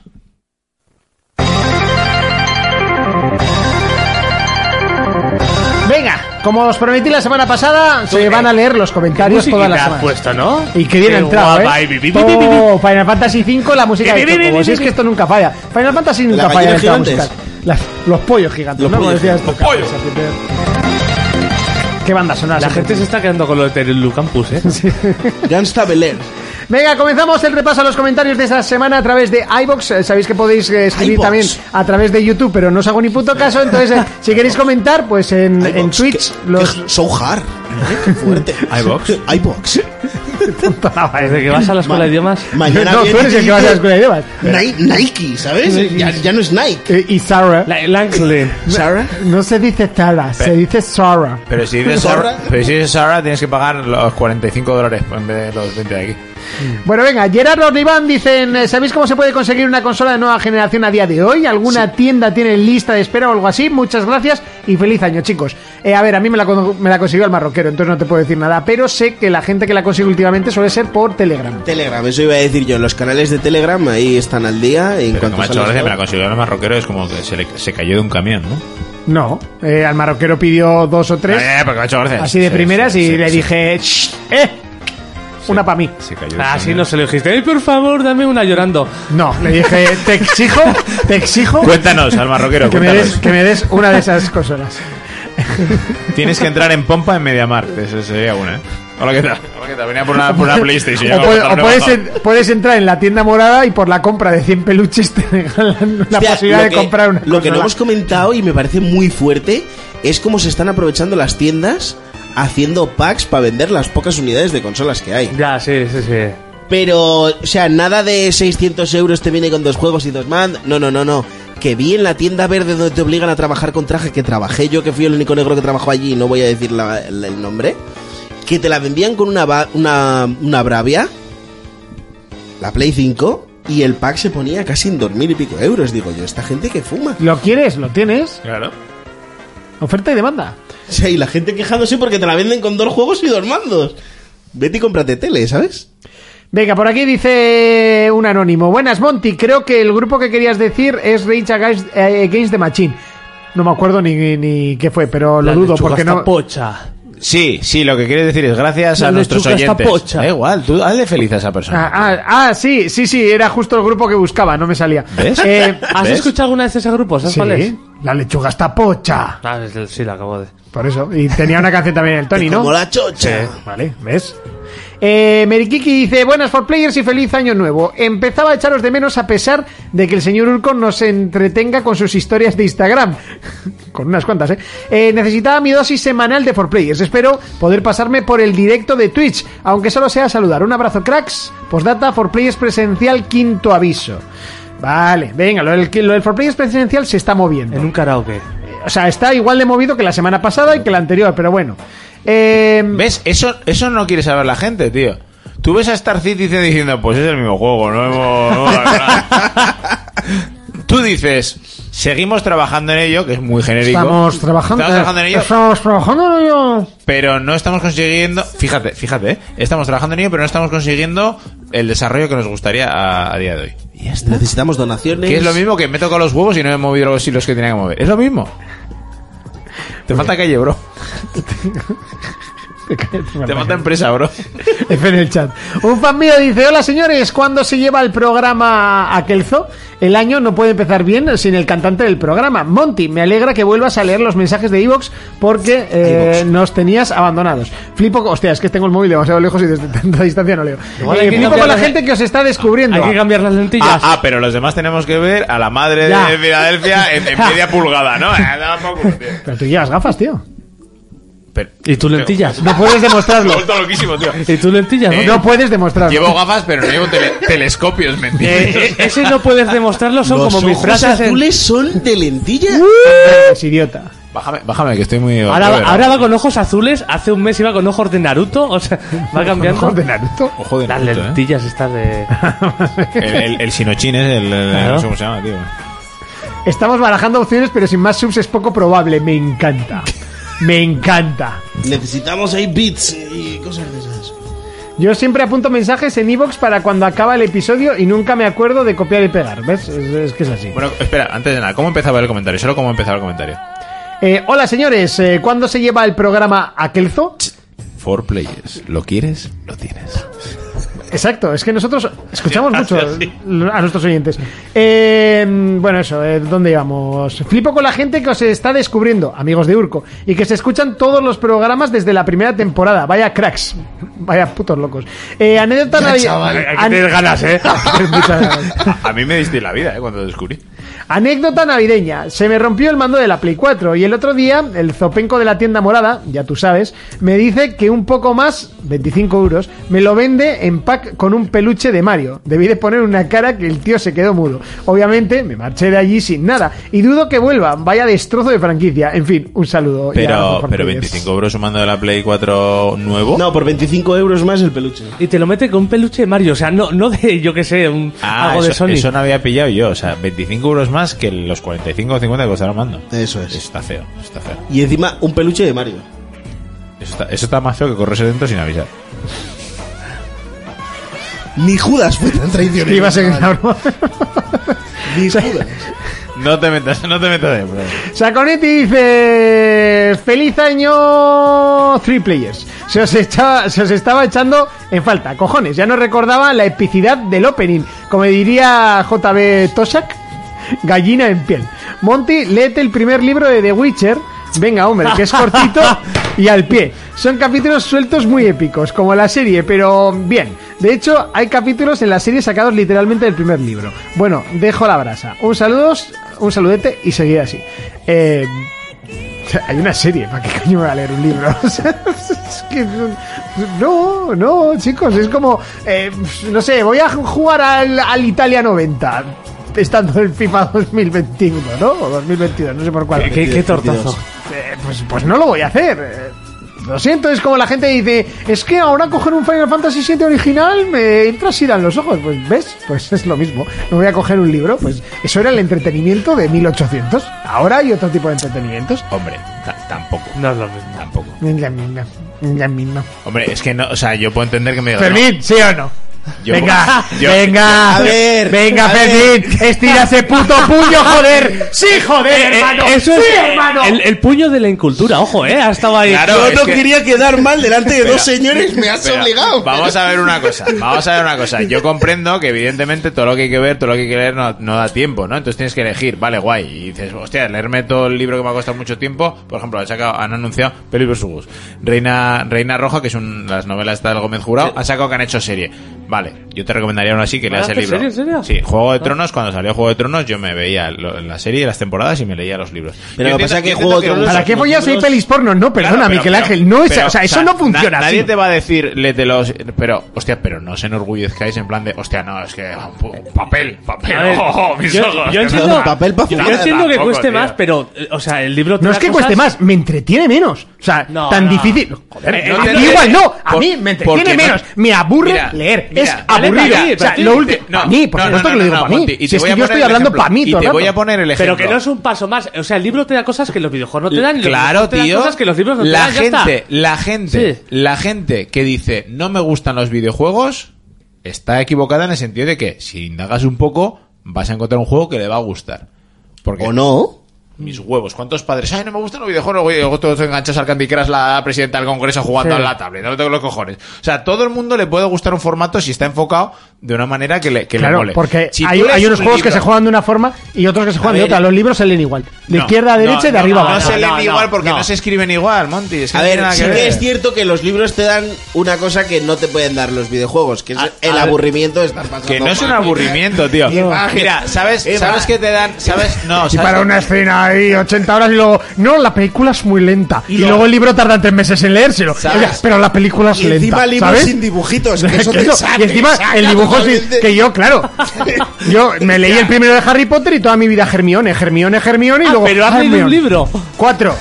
Venga, como os prometí la semana pasada, se van a leer los comentarios todas las
Musiquita has
semanas.
puesto, ¿no?
Y que bien
Qué
entrado,
guapa,
¿eh?
y bi, bi, bi, bi, bi, bi.
Oh, Final Fantasy V, la música
Bi,
de
bi, bi,
Chocobo.
bi,
Si es
bi,
que
bi.
esto nunca falla. Final Fantasy nunca
Las
falla en
gallinas
esta
gigantes.
música. Las- los pollos gigantes,
Los
¿no? Como
pollos
decías
gigantes.
tú, Carlos, así que- Qué banda sonora.
La
siempre
gente se está quedando con lo de Terelu Campus, ¿eh?
Gangsta Bel Air.
Venga, comenzamos el repaso a los comentarios de esta semana a través de iBox. Eh, Sabéis que podéis eh, escribir
iVox.
también a través de YouTube, pero no os hago ni puto caso. Entonces, eh, si queréis comentar, pues en, en
iVox,
Twitch
que-
los.
que So hard. ¿eh? Qué fuerte.
iVox.
iBox.
Desde que vas a la escuela de idiomas.
Mañana
No,
viene
tú eres el que vas a la escuela de idiomas.
Ni- Nike, ¿sabes? Ya, ya no es Nike.
Eh, Y Sarah.
La, Langley.
Sarah.
No se dice Tara, se dice Sarah.
Pero si dices
¿Sarah?
Sarah, pero si dices Sarah, tienes que pagar los 45 dólares en vez de los 20 de aquí.
Bueno, venga, Gerardo Riván dicen, eh, ¿sabéis cómo se puede conseguir una consola de nueva generación a día de hoy? ¿Alguna tienda tiene lista de espera o algo así? Muchas gracias y feliz año, chicos. Eh, a ver, a mí me la, con- me la consiguió el marroquero, entonces no te puedo decir nada, pero sé que la gente que la consigue últimamente suele ser por Telegram.
Telegram, eso iba a decir yo. Los canales de Telegram ahí están al día. En
Pero que
cuanto
me ha hecho
sale
gracia,
esto-
me la consiguió el marroquero, es como que se, le- se cayó de un camión, ¿no?
No, eh, al marroquero pidió dos o tres,
Eh, porque me ha hecho gracia.
así de
Sí,
primeras,
sí,
y
sí,
le
sí.
dije, "Shh, ¡eh! Una para mí.
Se cayó de un
Así
camión.
Ah, no se lo dijiste. Ay, por favor, dame una llorando.
No, le dije, te exijo, te exijo
Cuéntanos al marroquero,
que me,
cuéntanos.
des, que me des una de esas consolas.
Tienes que entrar en pompa en Mediamar, eso sería una, ¿eh? Hola, ¿qué tal? Hola, ¿qué tal? Venía por una, por una PlayStation. ya
O,
me
puede-
lo
o puedes,
he
en- puedes entrar en la tienda morada y por la compra de 100 peluches te regalan la
Hostia,
posibilidad
lo
de
que-
comprar una
Lo que no
consola.
hemos comentado y me parece muy fuerte es cómo se están aprovechando las tiendas haciendo packs para vender las pocas unidades de consolas que hay.
Ya, sí, sí, sí.
Pero, o sea, nada de 600 euros te viene con dos juegos y dos man. No, no, no, no. Que vi en la tienda verde donde te obligan a trabajar con traje, que trabajé yo, que fui el único negro que trabajó allí, y no voy a decir la- el el nombre, que te la vendían con una, va- una, una Bravia, la Play 5, y el pack se ponía casi en dos mil y pico euros. Digo yo, esta gente que fuma.
¿Lo quieres? ¿Lo tienes?
Claro.
Oferta y demanda.
O sea, y la gente quejándose porque te la venden con dos juegos y dos mandos. Vete y cómprate tele, ¿sabes?
Venga, por aquí dice un anónimo. Buenas, Monty. Creo que el grupo que querías decir es Rage Against, eh, Against the Machine. No me acuerdo ni, ni qué fue, pero lo
La
dudo
lechuga
porque
está
no.
pocha.
Sí, sí, lo que quieres decir es gracias a
La
nuestros
lechuga está
oyentes.
pocha.
Da igual, tú hazle feliz a esa persona.
Ah, ah, ah, sí, sí, sí, era justo el grupo que buscaba, no me salía.
¿Ves?
Eh,
¿Has
¿ves?
escuchado alguna vez ese grupo? ¿Sabes
Sí,
cuál es?
la lechuga está pocha.
Ah, es el- sí, la acabo de.
Por eso. Y tenía una canción también el Tony, ¿no?
Como la chocha.
Sí, vale, ¿ves? Eh, Merikiki dice, buenas for players y feliz año nuevo. Empezaba a echaros de menos a pesar de que el señor Urco nos entretenga con sus historias de Instagram. con unas cuantas, ¿eh? Eh, Necesitaba mi dosis semanal de for players. Espero poder pasarme por el directo de Twitch, aunque solo sea saludar. Un abrazo, cracks. Postdata for players presencial, quinto aviso. Vale, venga, lo del, lo del for players presencial se está moviendo.
En un karaoke.
O sea, está igual de movido que la semana pasada y que la anterior, pero bueno. Eh,
¿Ves? Eso, eso no quiere saber la gente, tío. Tú ves a Star Citizen diciendo, pues es el mismo juego, no hemos... no hemos arreglado". Tú dices, seguimos trabajando en ello, que es muy genérico.
Estamos trabajando,
Estamos trabajando en ello,
Estamos trabajando en ello.
pero no estamos consiguiendo... Fíjate, fíjate, ¿eh? estamos trabajando en ello, pero no estamos consiguiendo el desarrollo que nos gustaría a, a día de hoy.
Necesitamos donaciones.
Que
Pues-
es lo mismo que me he tocado los huevos y no he movido los hilos que tenía que mover. Es lo mismo. Te falta calle, bro. Te falta empresa, bro.
F en el chat. Un fan mío dice, hola señores, ¿cuándo se lleva el programa a Kelzo? El año no puede empezar bien sin el cantante del programa. Monty, me alegra que vuelvas a leer los mensajes de Evox porque eh, nos tenías abandonados. Flipo, con- hostia, es que tengo el móvil demasiado lejos y desde tanta distancia no leo.
Igual
Eh,
hay que
flipo
cambiar
con la
las-
gente que os está descubriendo.
Hay que cambiar las
Ah,
lentillas.
ah, pero los demás tenemos que ver a la madre
Ya.
de Filadelfia en, en media pulgada, ¿no? Ah, da poco, tío.
Pero tú llevas gafas, tío.
Pero-
¿Y tus lentillas?
No puedes
Me he
demostrarlo.
vuelto loquísimo, tío.
¿Y tus lentillas? no?
Eh,
No puedes demostrarlo.
Llevo gafas, pero no llevo tele- telescopios, ¿me
Eh,
entiendes?
eh, ese no puedes demostrarlo, son
Los
como mis
ojos
frases. en-
azules son de lentilla.
Uh. Es idiota.
Bájame, bájame, que estoy muy... eh.
Ahora,
Pero-
ahora va con ojos azules, hace un mes iba con ojos de Naruto, o sea, va cambiando.
Mejor de Naruto.
Ojo de
Las
Naruto, ¿eh?
lentillas estas de...
El, el, el Shinochin es el... el-
Claro.
No sé cómo se llama, tío.
Estamos barajando opciones, pero sin más subs es poco probable. Me encanta. Me encanta.
Necesitamos ahí beats y cosas de esas.
Yo siempre apunto mensajes en iVoox para cuando acaba el episodio y nunca me acuerdo de copiar y pegar. ¿Ves? Es, es que es así.
Bueno, espera, antes de nada, ¿cómo empezaba el comentario? Solo cómo empezaba el comentario.
Eh, hola, señores. eh, ¿Cuándo se lleva el programa a Kelzo?
Four players. ¿Lo quieres? Lo tienes.
Exacto. Es que nosotros escuchamos mucho a nuestros oyentes. Eh, bueno, eso. eh, ¿Dónde íbamos? Flipo con la gente que os está descubriendo, amigos de Urco, y que se escuchan todos los programas desde la primera temporada. Vaya cracks. Vaya putos locos. Eh, anécdota navi- an-
ganas, ¿eh?
Muchas gracias.
A mí me diste la vida, ¿eh? Cuando lo descubrí.
Anécdota navideña. Se me rompió el mando de la Play 4 y el otro día el zopenco de la tienda morada, ya tú sabes, me dice que un poco más, 25 euros, me lo vende en pack con un peluche de Mario. Debí de poner una cara que el tío se quedó mudo. Obviamente me marché de allí sin nada y dudo que vuelva. Vaya destrozo de franquicia. En fin, un saludo. y abrazo
Pero,
por
pero
ustedes.
25 euros sumando de la Play 4 nuevo.
No, por 25 euros más el peluche.
Y te lo mete con un peluche de Mario, o sea, no, no de, yo que sé, un,
Ah,
algo
eso,
de Sony.
eso no había pillado yo. O sea, 25 euros más que los 45 o 50 que costaba el mando.
Eso es.
Está feo, está feo.
Y encima un peluche de Mario.
Eso está, eso está más feo que correrse dentro sin avisar.
Ni Judas fue tan traicionero.
Iba a ser cabrón.
Ni Judas.
No te metas, no te metas de
Saconetti dice: Feliz año, Three Players. Se os, echa- se os estaba echando en falta, cojones. Ya no recordaba la epicidad del opening. Como diría JB Toshak, gallina en piel. Monty, léete el primer libro de The Witcher. Venga, hombre, que es cortito y al pie. Son capítulos sueltos muy épicos, como la serie, pero bien. De hecho, hay capítulos en la serie sacados literalmente del primer libro. Bueno, dejo la brasa. Un saludos, un saludete y seguid así. Eh, o sea, Hay una serie, ¿para qué coño me va a leer un libro? O sea, es que no, no, chicos, es como, eh, no sé, voy a jugar al, al Italia 90, estando en FIFA 2021, ¿no? O 2022, no sé por cuál.
Qué- qué- qué tortazo.
Eh, pues, pues no lo voy a hacer. eh. Lo siento, es como la gente dice, es que ahora coger un Final Fantasy VII original me entra sida en los ojos. Pues ves, pues es lo mismo. No voy a coger un libro, pues eso era el entretenimiento de 1800. Ahora hay otro tipo de entretenimientos.
Hombre, ta- tampoco.
No es lo mismo.
Tampoco.
La misma, la misma.
Hombre, es que no, o sea, yo puedo entender que me digas,
Fermín,
no.
¿sí o no?
Yo-
venga,
yo-
venga,
A ver,
venga,
a
Fermín, estira ese puto puño, joder. Sí,
Eh,
joder, hermano.
Eso
sí,
es
hermano.
el, el puño de la incultura, ojo, eh. Ha estado ahí.
Claro, es que-
quedar mal delante
Espera, espera, Vamos a ver una cosa, vamos a ver una cosa. Yo comprendo que evidentemente todo lo que hay que ver, todo lo que hay que leer no, no da tiempo, ¿no? Entonces tienes que elegir, vale, guay. Y dices, hostia, leerme todo el libro que me ha costado mucho tiempo. Por ejemplo, han, sacado- han anunciado Pelis vs. Gus, Reina, Reina Roja, que son las novelas del Gómez Jurado, han sacado que han hecho serie. Vale, yo te recomendaría aún así que leas el
hacer
libro.
serie, en serio?
Sí, Juego
Ah.
de Tronos, cuando salió Juego de Tronos, yo me veía lo- la serie, las temporadas y me leía los libros.
Pero
Yo
lo que
entiendo-
pasa es que
yo
Juego
entiendo
de Tronos-
¿Para qué
los
follas hay
libros-
pelis porno? No, perdona,
Claro, pero-
Miguel
pero-
Ángel, no es,
pero,
o sea, eso
na-
no funciona
Nadie
así.
te va a decir, léete los, pero, hostia, pero no se enorgullezcáis en plan de, hostia, no, es que, pu- papel, papel,
A ver,
oh, oh, mis
yo-
ojos.
yo
que
entiendo-
nada.
papel pa'
Yo
fumar.
Yo entiendo que
tampoco,
cueste
tío.
más, pero, eh, o sea, el libro. te
No
da
es que
cosas-
cueste más, me entretiene menos. O sea,
No,
tan
no.
difícil. Joder,
Eh,
a
no
ti
te-
igual no, a
por-
mí me
porque
entretiene
no-
menos. Me aburre
Mira,
leer.
mira,
es
vale,
aburrido.
para ti,
o sea,
para ti,
lo
te-
último.
no,
para mí, por
no, no,
supuesto
no,
que lo
no,
digo para
Monty,
mí.
y te
Si es
voy a
que yo
poner
estoy
el
hablando
ejemplo,
para mí
y
todo
te
el
voy
rato.
a poner el
Pero
ejemplo.
que no es un paso más. O sea, el libro te da cosas que los videojuegos no te dan. y los
Claro,
videojuegos te dan
tío.
cosas que los libros no
la
te dan. ya
gente,
está.
la gente,
Sí.
la gente que dice no me gustan los videojuegos está equivocada en el sentido de que si indagas un poco vas a encontrar un juego que le va a gustar. Porque
¿O no?
mis huevos, ¿cuántos padres? Ay, no me gustan los videojuegos, güey, luego todos enganchados al Candy Crush, la presidenta del Congreso jugando
Sí.
a la tablet, no tengo los cojones. O sea, a todo el mundo le puede gustar un formato si está enfocado de una manera que le, que le
Claro,
mole.
porque
Si tú
hay,
lees
hay
un
unos juegos que
libro-
se juegan de una forma y otros que se juegan
A
de
ver,
otra. Los libros se leen igual. De
No,
izquierda a derecha y de
no,
arriba a
no,
abajo.
No se leen
no,
igual
no,
porque
no.
no. se escriben igual, Monty. es que
A
no tiene
ver,
nada
sí
ver.
que es cierto que los libros te dan una cosa que no te pueden dar los videojuegos, que es
A-
el
a ver.
aburrimiento de estar pasando.
Que no es un
páginas.
aburrimiento, tío.
Imagen.
Mira, ¿sabes,
Imagen.
¿sabes que te dan? ¿Sabes? No,
Y
¿sabes?
para una escena ahí, 80 horas y luego. No, la película es muy lenta. Y,
lo-
luego el libro tarda tres meses en leérselo.
¿Sabes?
Oiga, pero la película es
Y
lenta.
encima libros
¿sabes?
sin dibujitos, que
Que
eso te
eso-
saca,
y encima
saca
el dibujo sí-
totalmente.
que yo, claro. Yo me leí el primero de Harry Potter y toda mi vida Germione, Germione, Germione y
Ah,
luego.
pero has leído un
Hermione.
libro.
Cuatro.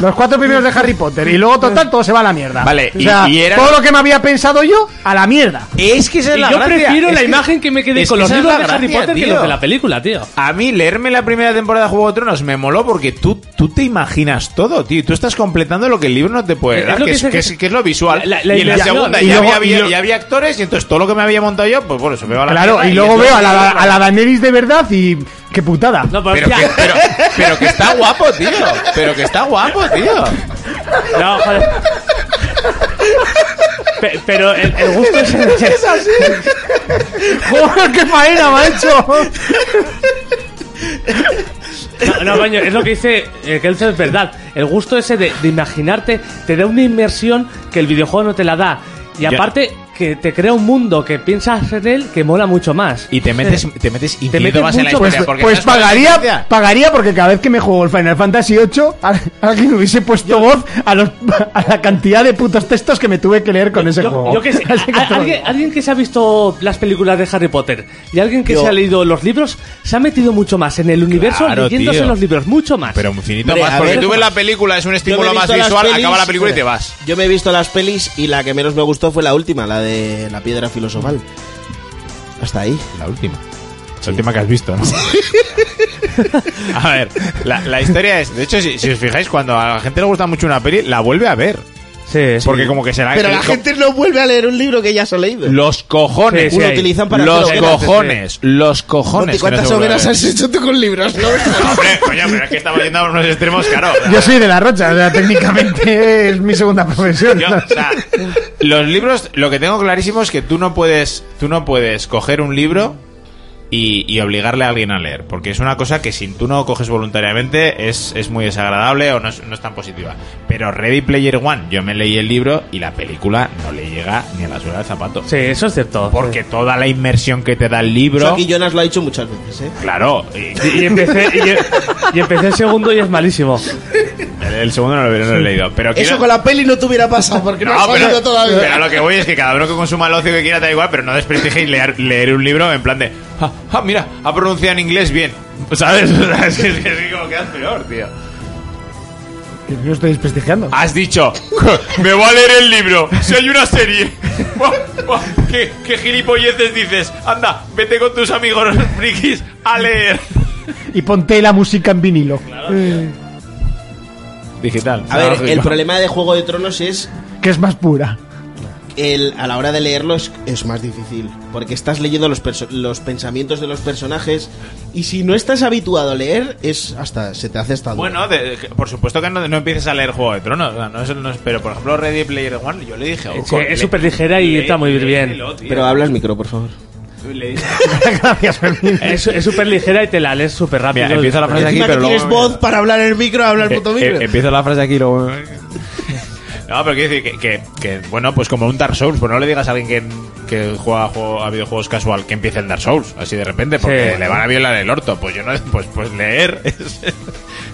Los cuatro primeros de Harry Potter. Y luego, total, todo se va a la mierda.
Vale,
O
y-
sea,
y era-
todo lo que me había pensado yo, a la mierda.
Es que esa es
Y
la
yo
gracia,
prefiero
es
la
que-
imagen que me quedé
es
con
que
los
esa es
libros de
la
Harry
gracia,
Potter que
tío.
los de la película, tío.
A mí leerme la primera temporada de Juego de Tronos me moló porque tú, tú te imaginas todo, tío. Tú estás completando lo que el libro no te puede
Es
dar,
lo
que
que
es,
dice
que
que
es,
se-
que es lo visual.
la- la
y en la
ilusión.
segunda
Y
ya,
luego-
había,
y lo-
ya había actores y entonces todo lo que me había montado yo, pues bueno, se me va a la
Claro,
mierda
y luego
entonces-
veo a la, a la Daenerys de verdad y. ¡Qué putada!
No, pues pero,
Pero que,
hostia.
pero, pero que está guapo, tío. Pero que está guapo, tío.
No, joder. Pe- pero el, el gusto es.
¡Joder, qué faena, macho!
No, no, coño, es lo que dice eh, Kelso, es verdad. El gusto ese de, de imaginarte te da una inmersión que el videojuego no te la da. Y
Ya.
aparte, que te crea un mundo que piensas en él que mola mucho más.
Y te metes, te metes infinito
metes
más en la
mucho,
historia.
Pues,
porque
pues
estás con la
pagaría,
diferencia.
pagaría porque cada vez que me juego el Final Fantasy VIII, al- alguien hubiese puesto voz a, los, a la cantidad de putos textos que me tuve que leer con ese
Yo,
juego.
yo qué sé,
Así que
a- a-
te lo
alguien,
digo.
alguien que se ha visto las películas de Harry Potter y alguien que
Yo-
se ha leído los libros se ha metido mucho más en el universo
Claro,
leyéndose
tío.
los libros, mucho más.
Pero infinito
Hombre,
más,
a
porque
ver,
tú ves la película, es un
Yo me he
estímulo más
visto las
visual,
pelis-
acaba la película y te vas.
Yo me he visto las pelis y la que menos me gustó fue la última, la de la piedra filosofal. Hasta ahí.
La última. La última que has visto, ¿no? a ver, la, la historia es. De hecho, si, si os fijáis, cuando a la gente le gusta mucho una peli, la vuelve a ver.
Sí, sí.
Porque como Ah, que se la.
Pero la
co-
gente no vuelve a leer un libro que ya se ha leído.
Los cojones.
Sí, sí, Lo hay. utilizan para
los
hacer hogueras,
cojones. Los cojones.
Monty,
que no
¿Cuántas
se vuelve a
hogueras
ver.
has hecho tú con libros? No,
Hombre, coño, pero es que estamos yendo a unos extremos, claro.
Yo soy de la Rocha, o sea, técnicamente es mi segunda profesión.
Yo, o sea, los libros, lo que tengo clarísimo es que tú no puedes, tú no puedes coger un libro y, y obligarle a alguien a leer. Porque es una cosa que si tú no coges voluntariamente es, es muy desagradable o no es, no es tan positiva. Pero Ready Player One, yo me leí el libro y la película no le llega ni a la suela del zapato.
Sí, eso es cierto.
Porque toda la inmersión que te da el libro...
Eso aquí Jonas lo ha dicho muchas veces, ¿eh?
Claro.
Y empecé, y, y empecé el segundo y es malísimo.
El, el segundo no lo, he- no lo he leído. Pero quiero-
Eso con la peli no te hubiera pasado porque no, ha salido todavía.
pero lo que voy es que cada uno que consuma el ocio que quiera da igual, pero no desprestigéis leer, leer un libro en plan de, ah, ah, mira, ha pronunciado en inglés bien. ¿Sabes? O sea, es que es, que es como que es peor, tío.
Que no estoy desprestigiando.
Has dicho, me voy a leer el libro, si hay una serie. Buah, buah, ¿Qué, qué gilipolleces dices? Anda, vete con tus amigos frikis a leer.
Y ponte la música en vinilo. Eh,
Digital.
A ver, el problema de Juego de Tronos es
que es más pura.
el, a la hora de leerlo es, es más difícil, porque estás leyendo los, perso- los pensamientos de los personajes y si no estás habituado a leer, es hasta se te hace hasta duro.
Bueno, de- de- por supuesto que no, no empieces a leer Juego de Tronos, o sea, no es- no es- pero por ejemplo Ready Player One, yo le dije...
Sí,
ojo,
es
le-
súper ligera y
le-
entra muy bien.
léelo, tío.
pero hablas micro, por favor.
Le-
Gracias, Fermín.
Es es súper ligera y te la lees súper rápido.
Mira, empieza la frase aquí,
Encima que
pero luego...
tienes voz para hablar en el micro, habla
Eh,
el
Eh,
puto micro.
empieza la frase aquí y luego... No, pero quiero decir que, que- que, bueno, pues como un Dark Souls, pues no le digas a alguien que, que juega a, juego- a videojuegos casual que empiece en Dark Souls, así de repente, porque
Sí.
le van a violar el orto. Pues yo no, pues, pues leer es,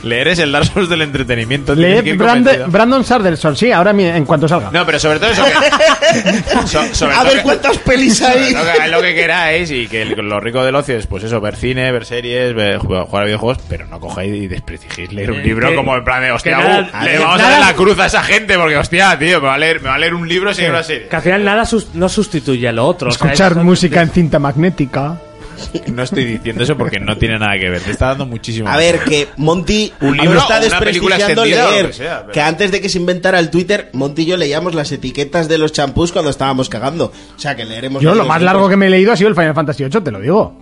leer es el Dark Souls del entretenimiento. tienes que
Leed
ir
Brand-
convencido.
Brandon Sanderson, sí, ahora mi- en cuanto salga.
No, pero sobre todo eso que- so- sobre
A
todo
ver
que-
cuántas pelis
sobre
hay.
todo que hagáis lo que queráis y que el- lo rico del ocio es pues eso, ver cine, ver series, ver- jugar a videojuegos, pero no cojáis y desprestigéis leer un
Eh,
libro
que-
como en plan de hostia,
que nada-
uh, le vamos a
nada-
dar la cruz a esa gente porque hostia, tío, me va a leer, me va a leer un libro sin una serie.
Que al final nada sus- no sustituye a lo otro. o sea,
Escuchar
es-
música en cinta magnética.
No estoy diciendo eso porque no tiene nada que ver, te está dando muchísimo.
A ver, que Monty
Un
no
libro
está
o una película
desprestigiando
extendida o lo
leer.
que sea, pero-
Que antes de que se inventara el Twitter, Monty y yo leíamos las etiquetas de los champús cuando estábamos cagando. O sea, que leeremos...
Yo lo
varios
más
libros.
largo que me he leído ha sido el Final Fantasy VIII, te lo digo.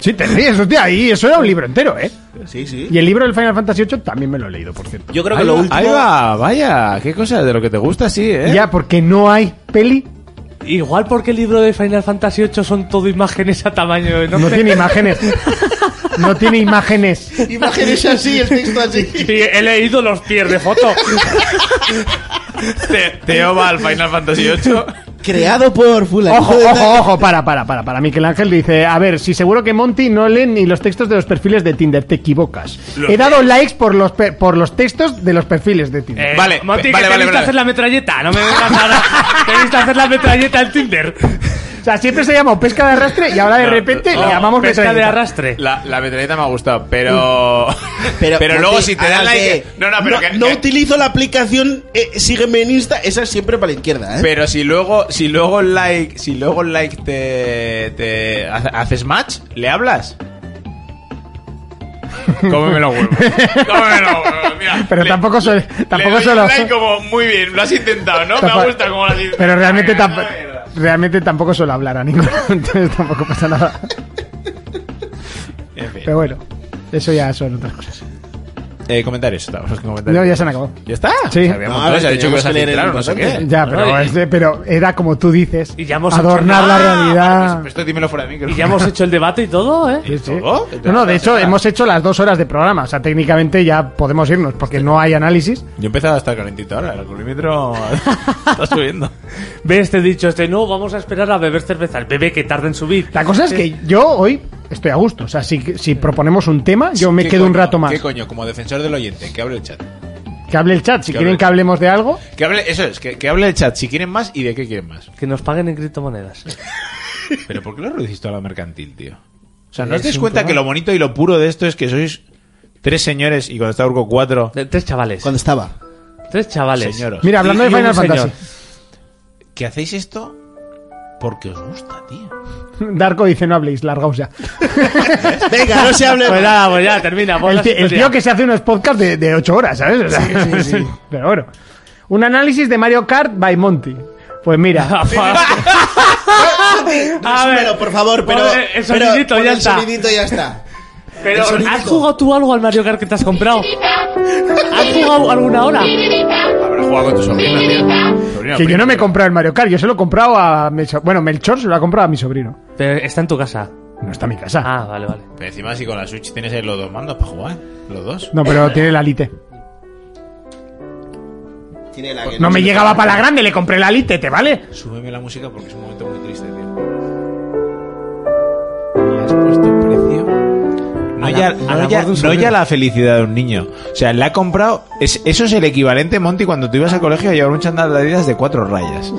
Sí, te ríes, hostia, ahí eso era un libro entero, ¿eh?
Sí, sí.
Y el libro del Final Fantasy VIII también me lo he leído, por cierto.
Yo creo que lo último...
va, vaya, qué cosa de lo que te gusta, sí, eh.
Ya, porque no hay peli,
Igual porque el libro de Final Fantasy VIII son todo imágenes a tamaño
no
enorme.
tiene imágenes. No tiene imágenes.
Imágenes así, el texto así.
Sí, he leído los pies de foto.
Te- Teo va al Final Fantasy VIII.
Creado por fulano.
Ojo,
de tal.
ojo, ojo, para, para, para, para. Miquel Ángel dice, a ver, si seguro que Monty no lee ni los textos de los perfiles de Tinder, te equivocas.
Lo-
He dado likes por los, pe- por los textos de los perfiles de Tinder.
Eh,
Vale,
Monty,
pe-
que
vale,
te
vale,
viste
vale.
hacer la metralleta. No me vengas ahora. Te viste hacer la metralleta en Tinder.
O sea, siempre se llamó pesca de arrastre y ahora de
No,
repente
no,
le llamamos
pesca de
metralleta.
arrastre.
La, la metralleta me ha gustado, pero. Pero,
Monty,
luego si te dan
ahora
like.
que
No, no, pero. que-
no
que-
utilizo la aplicación eh, Sígueme en Insta, esa es siempre para la izquierda, ¿eh?
Pero si luego, si luego el like, si luego el like te, te hace- haces match, ¿le hablas? Cómeme los huevos. Cómeme los huevos. Mira,
Pero tampoco se- tampoco
le doy
se
un
lo-
like como muy bien, lo has intentado, ¿no? Me
Tampa-
gusta como lo has intentado.
Pero realmente,
Venga,
tamp-
mierda.
realmente tampoco suelo hablar a ninguno, entonces tampoco pasa nada.
En fin.
Pero bueno, eso ya son otras cosas.
Eh, comentarios, estamos en comentarios.
No, ya se han acabado.
¿Ya está?
Sí.
O sea, había
No,
un
a
montón,
ver,
se ha dicho que
teníamos
os
que leer el
filtraron, no sé
importante.
qué.
Ya, pero,
Ay.
este- pero era como tú dices,
Y ya hemos
adornar
hecho-
la
Ah,
realidad.
Pues esto dímelo fuera de mí. que
Y
no-
ya hemos hecho el debate y todo, ¿eh?
Sí, sí.
¿Todo?
No, no, de hecho hemos hecho las dos horas de programa, o sea, técnicamente ya podemos irnos porque no hay análisis.
Yo he empezado a estar calentito ahora, el alcoholímetro está subiendo.
¿Ves? Te he dicho este, no, vamos a esperar a beber cerveza. El bebé que tarda en subir.
La cosa es que yo hoy estoy a gusto, o sea, si, si proponemos un tema, yo me
¿Qué
quedo un
coño?
rato más.
¿Qué coño? Como defensor del oyente, que hable el chat.
Que hable el chat, si
Que
quieren
hable.
que hablemos de algo.
Que hable, eso es, que, que hable el chat si quieren más y de qué quieren más.
Que nos paguen en criptomonedas.
Pero ¿por qué lo reduciste a lo mercantil, tío? O sea, ¿no
Es
os dais
un
cuenta
tema.
que lo bonito y lo puro de esto es que sois tres señores y cuando está Urco cuatro
De- Tres chavales.
Cuando estaba.
Tres chavales.
señoros?
Mira, hablando
Y-
de
y un
Final
señor.
Fantasy.
Que hacéis esto porque os gusta, tío.
Darko dice, no habléis, largaos ya.
Venga, no se hable.
Pues nada, pues ya, termina. pon
El,
la
ti- el
sintonía.
tío que se hace unos podcasts de, de ocho horas, ¿sabes? O sea, Pero bueno. Un análisis de Mario Kart by Monty. Pues mira,
A ver.
Resúmelo, por favor, pero.
Ponle el sonidito,
pero, pon
ya
el
está.
sonidito y ya está.
Pero,
El sonidito.
¿has jugado tú algo al Mario Kart que te has comprado? ¿Has jugado alguna hora?
Habrás jugado con tu sobrina. Sobrina,
Que yo
prima.
no me he comprado el Mario Kart, yo se lo he comprado a. mi so- Bueno, Melchor se lo ha comprado a mi sobrino.
Pero está en tu casa.
No está en mi casa.
Ah, vale, vale.
Pero encima, si con la Switch tienes ahí los dos mandos para jugar, los dos.
No, pero tiene la
eh,
Lite.
Tiene la
No me llegaba para la grande, le compré la Lite, ¿te vale?
Súbeme la música porque es un momento muy triste, tío. Le has puesto un precio. No,
A la-
ya,
al
no,
amor
ya,
de un
no
sobrino.
ya la felicidad de un niño. O sea, le ha comprado. es- eso es el equivalente, Monty, cuando tú ibas al colegio a llevar un chándal de Adidas de cuatro rayas.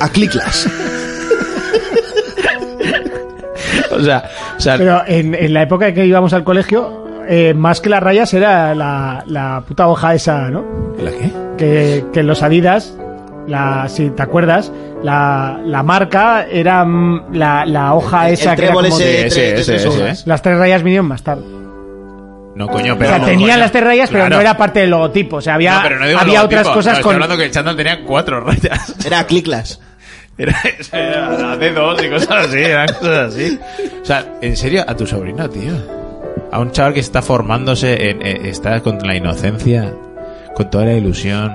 A cliclas.
o sea, o sea
Pero en, en la época que íbamos al colegio, eh, más que las rayas era la, la puta hoja esa, ¿no?
¿La qué?
Que, que los Adidas, la, si te acuerdas, la, la marca era mm, la, la hoja esa que era
trébol
como
ese
de-
de tres- de
ese,
tres
ese,
hojas.
Las tres rayas vinieron más tarde.
No, coño,
o
pero.
sea,
no,
tenían
coño.
las tres rayas, pero
Claro.
no era parte del logotipo. O sea, había,
No, pero no digo
había
logotipo,
otras
no,
cosas
estoy
con.
hablando que el chándal tenía cuatro rayas.
Era a cliclas.
Era, era de dos y cosas así, eran cosas así. O sea, en serio, a tu sobrino, tío. A un chaval que está formándose, en- en- está con la inocencia, con toda la ilusión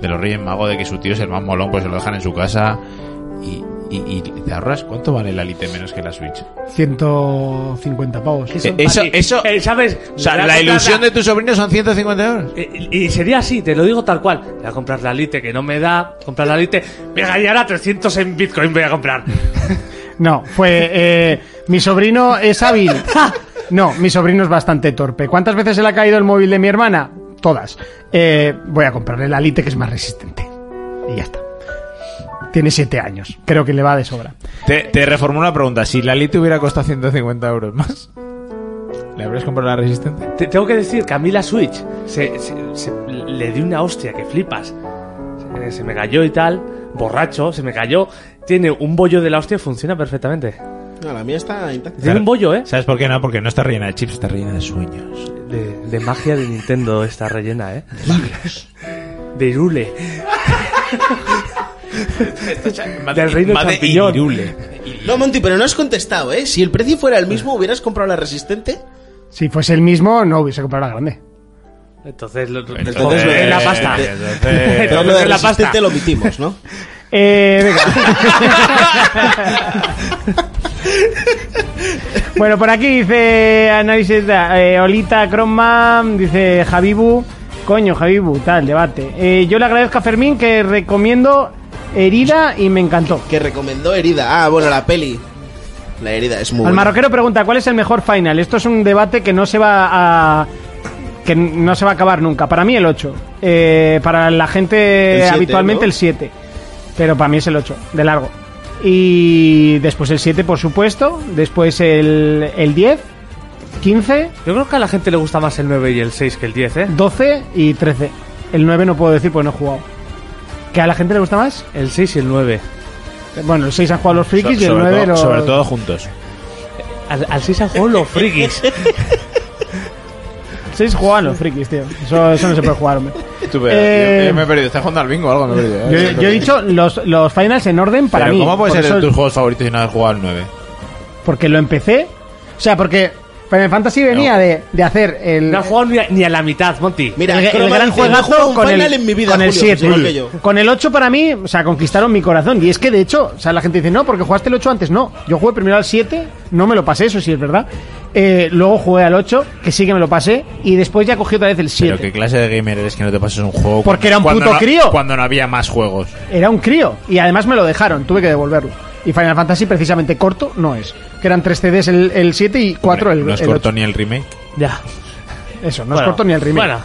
de los Reyes Magos, de que su tío es el más molón, pues se lo dejan en su casa. Y, y- y te ahorras, ¿cuánto vale la Lite menos que la Switch?
150 pavos.
Eh, eso, eso,
Eh, ¿Sabes?
o sea, la ilusión de tu sobrino son 150 euros.
Eh, Y sería así, te lo digo tal cual. Voy a comprar la Lite que no me da, comprar la Lite. Venga, y ahora 300 en Bitcoin voy a comprar.
No, fue. eh, mi sobrino es hábil. No, mi sobrino es bastante torpe. ¿Cuántas veces se le ha caído el móvil de mi hermana? Todas. Eh, voy a comprarle la Lite que es más resistente. Y ya está. Tiene siete años. Creo que le va de sobra.
Te, te reformulo la pregunta. Si la Lite hubiera costado 150 euros más, ¿le habrías comprado la resistente?
Te tengo que decir que a mí la Switch se, se- se- le di una hostia que flipas. Se, se me cayó y tal, borracho, se me cayó. Tiene un bollo de la hostia y funciona perfectamente.
No, la mía está intacta.
Tiene un bollo, ¿eh?
¿Sabes por qué no? Porque no está rellena de chips, está rellena de sueños.
De, de magia de Nintendo está rellena, ¿eh? De Irule. Del reino champiñón.
No, Monty, pero no has contestado, ¿eh? Si el precio fuera el mismo, ¿hubieras comprado la resistente?
Si fuese el mismo, no hubiese comprado la grande.
Entonces, lo-
Entonces,
joder,
eh,
la pasta.
eh,
entonces-
Pero lo de
la pasta.
resistente lo omitimos, ¿no?
Eh, venga. bueno, por aquí dice análisis de eh, Olita Croma, dice Javibu. Coño, Javibu, tal, debate. Eh, yo le agradezco a Fermín que recomiendo Herida y me encantó.
Que recomendó Herida. Ah, bueno, la peli. La herida es muy
Al
buena.
marroquero pregunta, ¿cuál es el mejor final? Esto es un debate que no se va a... Que no se va a acabar nunca. Para mí el 8. Eh, para la gente
El siete,
habitualmente
¿no?
el 7. Pero para mí es el 8, de largo. Y después el 7, por supuesto. Después el, el 10, 15,
Yo creo que a la gente le gusta más el 9 y el 6 que el 10, ¿eh?
12 y 13. El 9 no puedo decir porque no he jugado. ¿Que a la gente le gusta más?
El 6 y el 9.
Bueno, el 6 han jugado los frikis y el
sobre,
9
todo,
los...
sobre todo juntos.
Al, al 6 han jugado los frikis.
El 6 jugaban los frikis, tío. Eso, eso no se puede jugar, hombre.
Tú, pero,
Eh,
yo, yo me he perdido. ¿Estás jugando al bingo o algo? Me he perdido.
Yo, yo he dicho los, los finals en orden para
Pero
mí.
¿Cómo puede
porque
ser de
eso-
tus juegos favoritos y no haber jugado al 9?
Porque lo empecé. O sea, porque Final Fantasy venía
No.
de, de hacer el,
No han jugado ni a, ni a la mitad, Monty.
Mira,
el- el
Croma
gran
dice, "No he jugado
juegazo
un
con el,
final en mi vida,
con el
Julio,
7.
igual que yo.
Con el 8 para mí, o sea, conquistaron mi corazón. Y es que de hecho, o sea, la gente dice, no, porque jugaste el 8 antes. No, yo jugué primero al 7, no me lo pasé, eso sí es verdad. Eh, luego jugué al 8, que sí que me lo pasé. Y después ya cogí otra vez el
Pero
7.
qué clase de gamer eres que no te pases un juego.
Porque era un
cuando
puto
no-
crío.
Cuando no había más juegos.
Era un crío. Y además me lo dejaron, tuve que devolverlo. Y Final Fantasy, precisamente corto, no es. Que eran 3 CDs el, el 7 y 4 el,
no es
el
corto
8.
ni el remake.
Ya.
Eso, no
Bueno,
es corto ni el remake.
Bueno,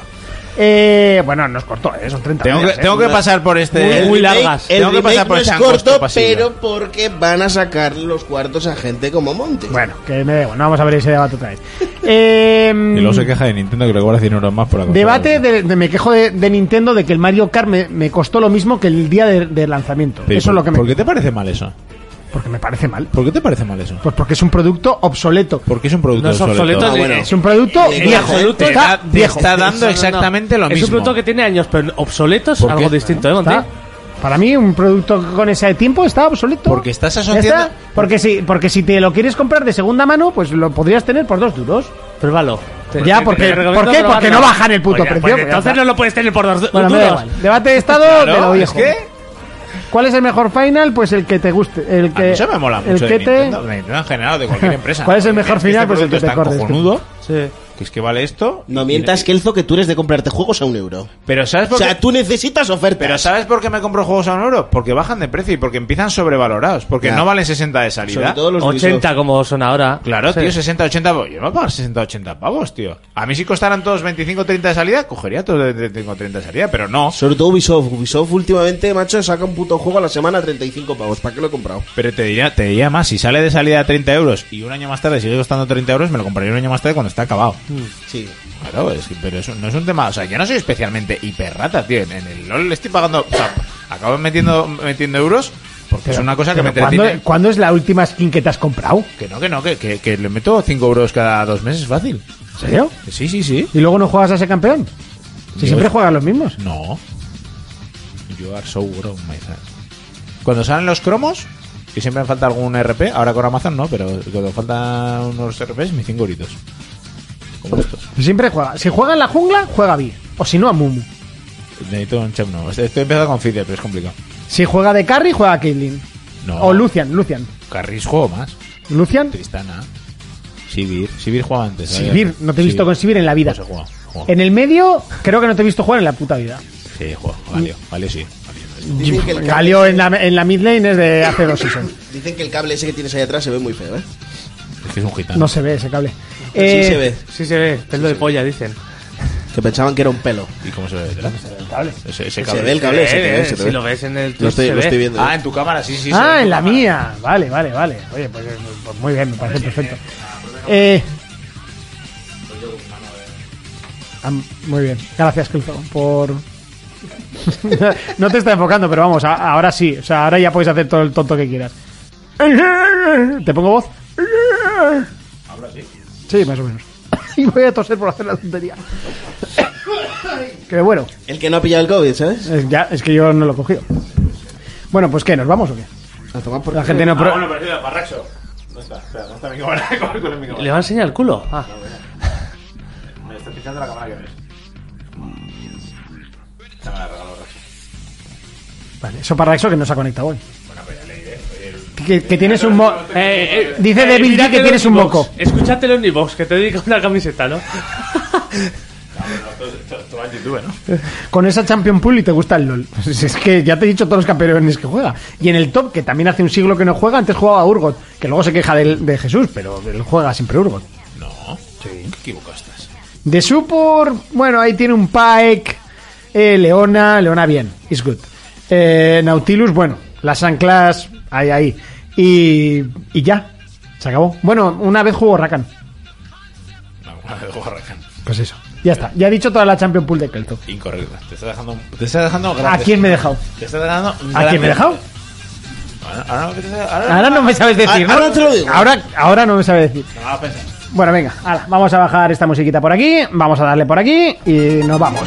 Eh, bueno, no es corto, eh, son 30
Tengo que,
días, eh.
tengo que pasar por este.
El
muy
remake-
largas.
El
Tengo que
remake
pasar por
no
ese
es
angosto
corto,
pasillo.
pero porque van a sacar los cuartos a gente como Monty.
Bueno, que me da igual, no vamos a ver ese debate otra vez. Eh,
Y luego se queja de Nintendo que le cobra 100 euros más por la consola.
debate de, de- me quejo de, de Nintendo de que el Mario Kart me, me costó lo mismo que el día de, de lanzamiento.
Sí,
Eso
¿por-
es lo que me
¿Por qué te parece mal eso?
porque me parece mal.
¿Por qué te parece mal eso?
Pues porque es un producto obsoleto.
Porque es un producto
no es obsoleto.
obsoleto.
Ah, bueno.
Es un producto
Eh,
viejo.
absoluto,
Está
da- te
viejo.
está dando
No, no, no.
exactamente lo
Es
mismo.
un producto que tiene años, pero obsoleto es
¿Por
algo
qué?
distinto, ¿eh, Monty?
Está- Para mí un producto con ese tiempo está obsoleto.
Porque estás
Ya
asociando-
está. Porque si, porque si te lo quieres comprar de segunda mano, pues lo podrías tener por dos duros. Pues
Pruébalo.
Ya, porque, ¿por qué? Porque no bajan el puto
Oiga,
precio.
pues
pues ya
entonces
está.
no lo puedes tener por dos
Bueno, me da
duros.
igual. Debate de estado
Claro,
de lo
es
viejo. ¿Cuál es el mejor final? Pues el que te guste. El que,
A mí eso me mola
el
mucho
que
de
te-
Nintendo, de Nintendo en general, de cualquier empresa.
¿Cuál es el
Porque
mejor
mira, que
final?
este
Pues el
producto
que te
es tan
acordes,
cojonudo,
Sí.
que es que vale esto.
No mientas, Kelzo, que tú eres de comprarte juegos a un euro.
Pero ¿sabes
O
por qué?
sea, tú necesitas ofertas.
Pero ¿sabes por qué me compro juegos a un euro? Porque bajan de precio y porque empiezan sobrevalorados. Porque
Ya.
no valen 60 de salida.
Sobre todo los
80 como son ahora.
Claro,
Sí.
tío, 60, 80 pavos. Yo no voy a pagar 60, 80 pavos, tío. A mí si costaran todos 25, 30 de salida, cogería todos de 25, 30 de salida, pero no.
Sobre todo Ubisoft. Ubisoft últimamente, macho, saca un puto juego a la semana a 35 pavos. ¿Para qué lo he comprado?
Pero te diría, te diría más, si sale de salida a 30 euros y un año más tarde sigue costando 30 euros, me lo compraría un año más tarde cuando está acabado.
Sí.
Claro, es que- pero eso no es un tema. O sea, yo no soy especialmente hiperrata, tío. En, en el LOL le estoy pagando. O sea, acabo metiendo, metiendo euros porque es una cosa que me
Pero ¿cuándo,
entretiene.
cuándo es la última skin que te has comprado?
Que no, que no, que, que, que le meto 5 euros cada dos meses fácil.
¿En serio?
Sí, sí, sí.
¿Y luego no juegas a ese campeón? Si
Yo-
siempre juegas los mismos.
No. You are so wrong, my friend. Cuando salen los cromos, que siempre me falta algún RP, ahora con Amazon no, pero cuando faltan unos RPs, mis 5 euritos. Como estos.
Siempre juega. Si juega en la jungla, juega bien. O si no, a Mumu.
Necesito un champ nuevo. Estoy estoy empezando con Fidel, pero es complicado.
Si juega de carry, juega a Caitlyn.
No.
O Lucian, Lucian.
Carris juego más.
Lucian,
Tristana. Sivir. Sivir jugaba antes.
Sivir. No te he visto con Sivir en la vida.
Pues he jugado, he jugado.
En el medio, creo que no te he visto jugar en la puta vida.
Sí, he jugado. Valio. Valio sí.
Dicen que el cable,
Galio en la, en la mid lane es de hace dos seasons.
dicen que el cable ese que tienes ahí atrás se ve muy feo, ¿eh?
Es que es un gitano.
No se ve ese cable.
sí
Eh,
se ve.
Sí se ve, pelo de polla, dicen.
Que pensaban que era un pelo.
¿Y cómo se ve detrás? Ese, ese
Se
cable.
ve el cable ese.
Eh,
se ve,
eh,
se te
si
ve.
lo ves en el Twitch
Lo estoy,
se
lo
ve.
estoy viendo. ¿eh?
Ah, en tu cámara, sí, sí. se ve
ah,
tu
en la
cámara.
mía. Vale, vale, vale. Oye, pues, eh, pues muy bien, me parece perfecto. Eh, ah, muy bien. Gracias, Kelzo, por... no te está enfocando, pero vamos, a- ahora sí. O sea, ahora ya puedes hacer todo el tonto que quieras. ¿Te pongo voz? ¿Ahora sí? Sí, más o menos. y voy a toser por hacer la tontería. que bueno.
El que no ha pillado el COVID, ¿sabes?
Es, ya, es que yo no lo he cogido. Bueno, pues ¿qué? ¿Nos vamos o qué?
A tomar por
La gente no... pro-
Ah, bueno, pero sí, la Parraxo. No está, espera, no está mi cámara. ¿Cuál cuál es mi cámara?
¿Le va a enseñar el culo? Ah.
Me está pinchando la cámara que ves. Cámara de regalo, Raxo.
Vale, eso para Rexo que no se ha conectado hoy. Que, que tienes un mo-
Eh, eh,
Dice Devil G
mírate
que
en
tienes un
Evox.
moco.
Escúchatelo en Evox, que te dedica una camiseta, ¿no?
Esto va en YouTube, ¿no?
Con esa Champion Pool y te gusta el LOL. Si Es que ya te he dicho todos los campeones que juega. Y en el top, que también hace un siglo que no juega, antes jugaba a Urgot, que luego se queja del- de, Jesús, pero él juega siempre Urgot.
No. Sí. Qué equivocado estás.
De Supor, bueno, ahí tiene un Pike. eh, Leona, Leona bien, is good. Eh, Nautilus, bueno, la Sanclass, ahí, ahí. Y, y ya, se acabó. Bueno, una vez jugó Rakan.
Alguna vez juego a Rakan.
Pues eso. Ya está. Ya he dicho toda la Champion Pool de Kelto.
Incorrecto. Te está dejando. Te está dejando
¿A
grandes.
quién me he dejado?
Te está dejando.
¿A quién me he dejado? Ah.
Ahora, ahora no te ahora,
Ahora no me sabes decir, ¿no?
Ahora te lo digo.
Ahora, ahora no me sabes decir.
no vas a pensar.
Bueno, venga, hala, vamos a bajar esta musiquita por aquí, vamos a darle por aquí y nos vamos.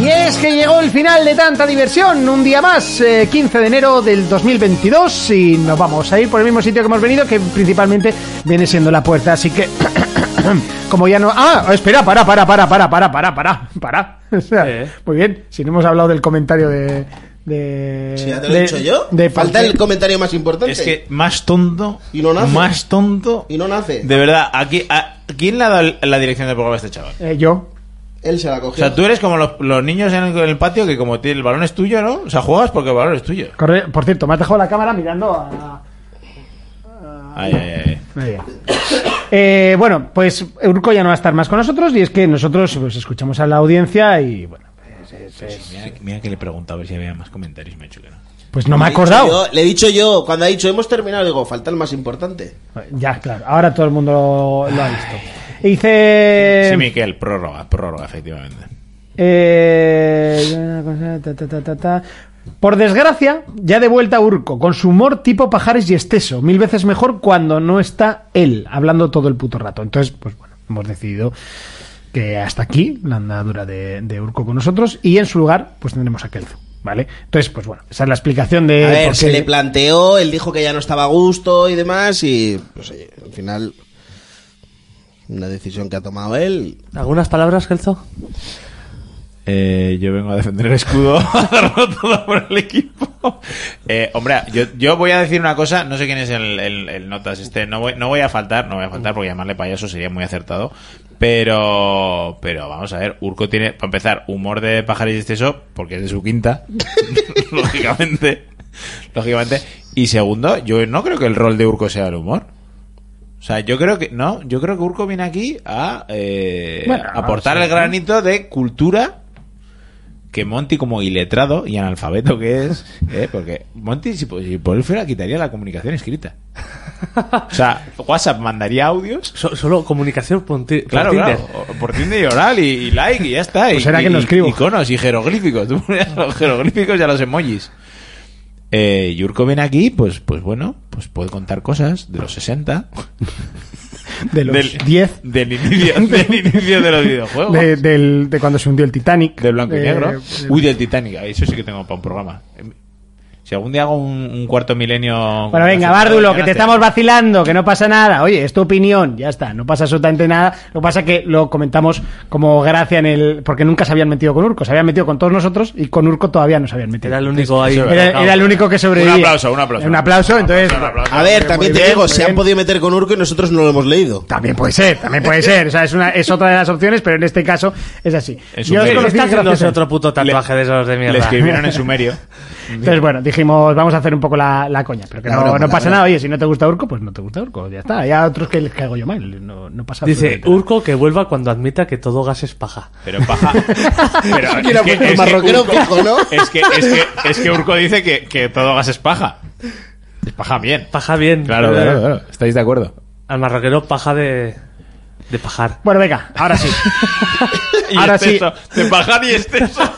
Y es que llegó el final de tanta diversión, un día más, eh, 15 de enero del 2022 y nos vamos a ir por el mismo sitio que hemos venido, que principalmente viene siendo la puerta, así que... Como ya no... Ah, espera, para, para, para, para, para, para, para, para. O sea,
Eh.
Muy bien, si no hemos hablado del comentario de... de
Si ya te lo
de-
he dicho yo.
de-
Falta el comentario más importante.
Es que más tonto.
Y no nace.
Más tonto.
Y no nace.
De verdad, aquí, a- ¿quién le ha dado la dirección del programa a este chaval?
Eh, yo.
Él se la
O
cogió.
sea, tú eres como los, los niños en el, en el patio que como tiene- el balón es tuyo, ¿no? O sea, juegas porque el balón es tuyo.
Corre- Por cierto, me has dejado la cámara mirando a...
Ay, ay, ay.
Muy bien. Eh, bueno, pues Urco ya no va a estar más con nosotros y es que nosotros pues, escuchamos a la audiencia y bueno,
Mira, mira que le pregunto a ver si había más comentarios, me ha dicho que no.
pues no me he
Le he dicho
acordado.
yo- le he dicho yo, cuando ha dicho hemos terminado, digo, falta el más importante.
Ya, claro, ahora todo el mundo lo, lo ha visto. Y dice...
Sí, Miquel, prórroga, prórroga, efectivamente.
Eh, una cosa, ta, ta, ta, ta, ta. Por desgracia, ya de vuelta Urco, con su humor tipo pajares y exceso, mil veces mejor cuando no está él, hablando todo el puto rato. Entonces, pues bueno, hemos decidido que hasta aquí la andadura de, de Urco con nosotros y en su lugar, pues tendremos a Kelzo. ¿Vale? Entonces, pues bueno, esa es la explicación de.
A ver,
por
se
qué-
le planteó, él dijo que ya no estaba a gusto y demás, y pues oye, al final, una decisión que ha tomado él.
¿Algunas palabras, Kelzo?
Eh, yo vengo a defender el escudo, a darlo todo por el equipo. Eh, hombre, yo, yo voy a decir una cosa, no sé quién es el, el- el notas este, no voy, no voy a faltar, no voy a faltar porque llamarle payaso sería muy acertado, pero pero vamos a ver, Urco tiene, para empezar, humor de pajarillos y exceso, porque es de su quinta, lógicamente, lógicamente, y segundo, yo no creo que el rol de Urco sea el humor. O sea, yo creo que no, yo creo que Urco viene aquí a eh,
Bueno,
aportar
sí.
el granito de cultura que Monty como iletrado y analfabeto que es, ¿eh? porque Monty si, po- si por él fuera quitaría la comunicación escrita. O sea, WhatsApp mandaría audios.
solo comunicación por,
claro,
Tinder.
Claro, o- por Tinder y oral y, y like y ya está.
Pues
y,
será que
y-
no escribo.
Iconos y jeroglíficos. Tú ponías los jeroglíficos y a los emojis. Eh, Yurko viene aquí, pues, pues bueno, pues puede contar cosas de los 60.
De los
del-
10.
Del inicio, del inicio de los videojuegos.
De, del- de cuando se hundió el Titanic.
De blanco y
Eh,
negro.
de-
Uy, del Titanic. Eso sí que tengo para un programa. Si algún día hago un, un cuarto milenio.
Bueno, venga, Bárdulo, que te estamos
batiendo
vacilando, que no pasa nada. Oye, es tu opinión, ya está, no pasa absolutamente nada. Lo que pasa es que lo comentamos como gracia en el. Porque nunca se habían metido con Urco, se habían metido con todos nosotros y con Urco todavía no se habían metido.
Era el único ahí.
Era, era el único que sobrevivía.
Un aplauso, un aplauso.
Un aplauso, entonces.
A ver, también
muy
te
bien,
digo,
muy
se han
bien.
podido meter con Urco y nosotros no lo hemos leído.
También puede ser, también puede ser. O sea, es, una, es otra de las opciones, pero en este caso es así. Yo
En
os
sumerio.
conocí
Está haciendo
gracias a-
otro puto tatuaje de esos de mierda.
Le escribieron en sumerio.
Entonces, bueno, dijimos, vamos a hacer un poco la, la coña, pero que
La
no,
broma,
no
la
pasa
broma.
nada. Oye, si no te gusta Urco, pues no te gusta Urco, ya está. Hay a otros que les caigo yo mal, no, no pasa
Dice
absolutamente nada.
Urco que vuelva cuando admita que todo gas es paja.
Pero paja. Pero
Aquí lo ha puesto el marroquero
Urco-
fijo, ¿no?
Es que, es que, es que Urco dice que, que todo gas es paja. Es paja bien.
Paja bien.
Claro,
¿verdad?
claro, claro. ¿Estáis de acuerdo?
Al marroquero paja de, de pajar.
Bueno, venga, ahora sí.
Y
Ahora
exceso. De pajar y exceso.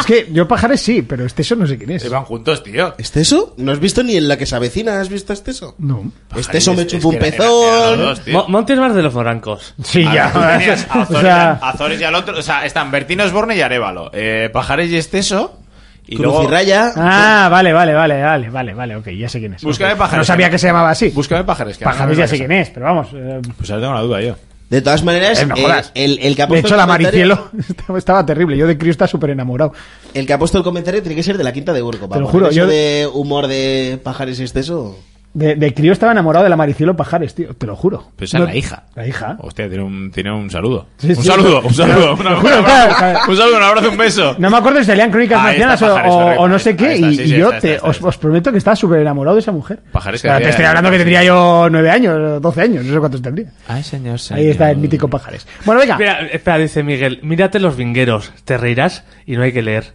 Es que yo pajares sí, pero este eso no sé quién es.
Se van juntos, tío.
¿Esteso? ¿Este ¿No has visto ni en la que se avecina? ¿Has visto este Esteso?
No.
Esteso Este me
Es- es
chupó un
que era- era- era los
pezón.
dos, tío. Mo-
Monty es más de los morancos.
Sí,
A ver, tú tenías a Azores,
o sea-
a Azores y al otro. O sea, están Bertino Osborne y Arevalo. Eh, Pajares y Esteso. Y
Cruz
luego,
y Raya.
Ah, vale, vale, vale, vale, vale, vale, ok, ya sé quién es.
Búscame
Ok.
Pajares.
No sabía que se llamaba así.
Búscame Pajares. que ahora
Pajares
no me
ya sé
sale.
quién es, pero vamos. eh,
Pues ahora tengo una duda yo.
De todas maneras,
Eh, no
eh,
jodas.
el, el que ha
de
puesto
hecho,
el
la
comentario-
Maricielo estaba, estaba terrible. Yo de Crio estaba súper enamorado.
El que ha puesto el comentario tiene que ser de la quinta de Urco.
Te lo
vamos.
juro,
Eso
yo-
de humor de pajares y este exceso.
De, de Crio estaba enamorado de la Maricielo Pajares, tío. Te lo juro.
Pues esa
No-
es la hija.
La hija.
Hostia, tiene un, tiene un saludo.
Sí,
un
sí.
saludo, un saludo.
Te
Un
lo juro,
abrazo,
claro, claro.
un saludo, un abrazo, un beso.
No me acuerdo si salían Crónicas
Ahí está,
Marcianas o,
Pajares,
o-
horrible.
o no sé qué.
Ahí está,
y
sí,
y
sí,
yo
está,
te,
está, está,
os,
está.
os prometo que estaba súper enamorado de esa mujer.
Pajares que
O sea, te
tenía-
estoy hablando que tendría yo nueve años o doce años. No sé cuántos tendría.
Ay, señor,
Ahí está el mítico Pajares. Bueno, venga.
Espera, espera, dice Miguel, mírate los vingueros, te reirás y no hay que leer.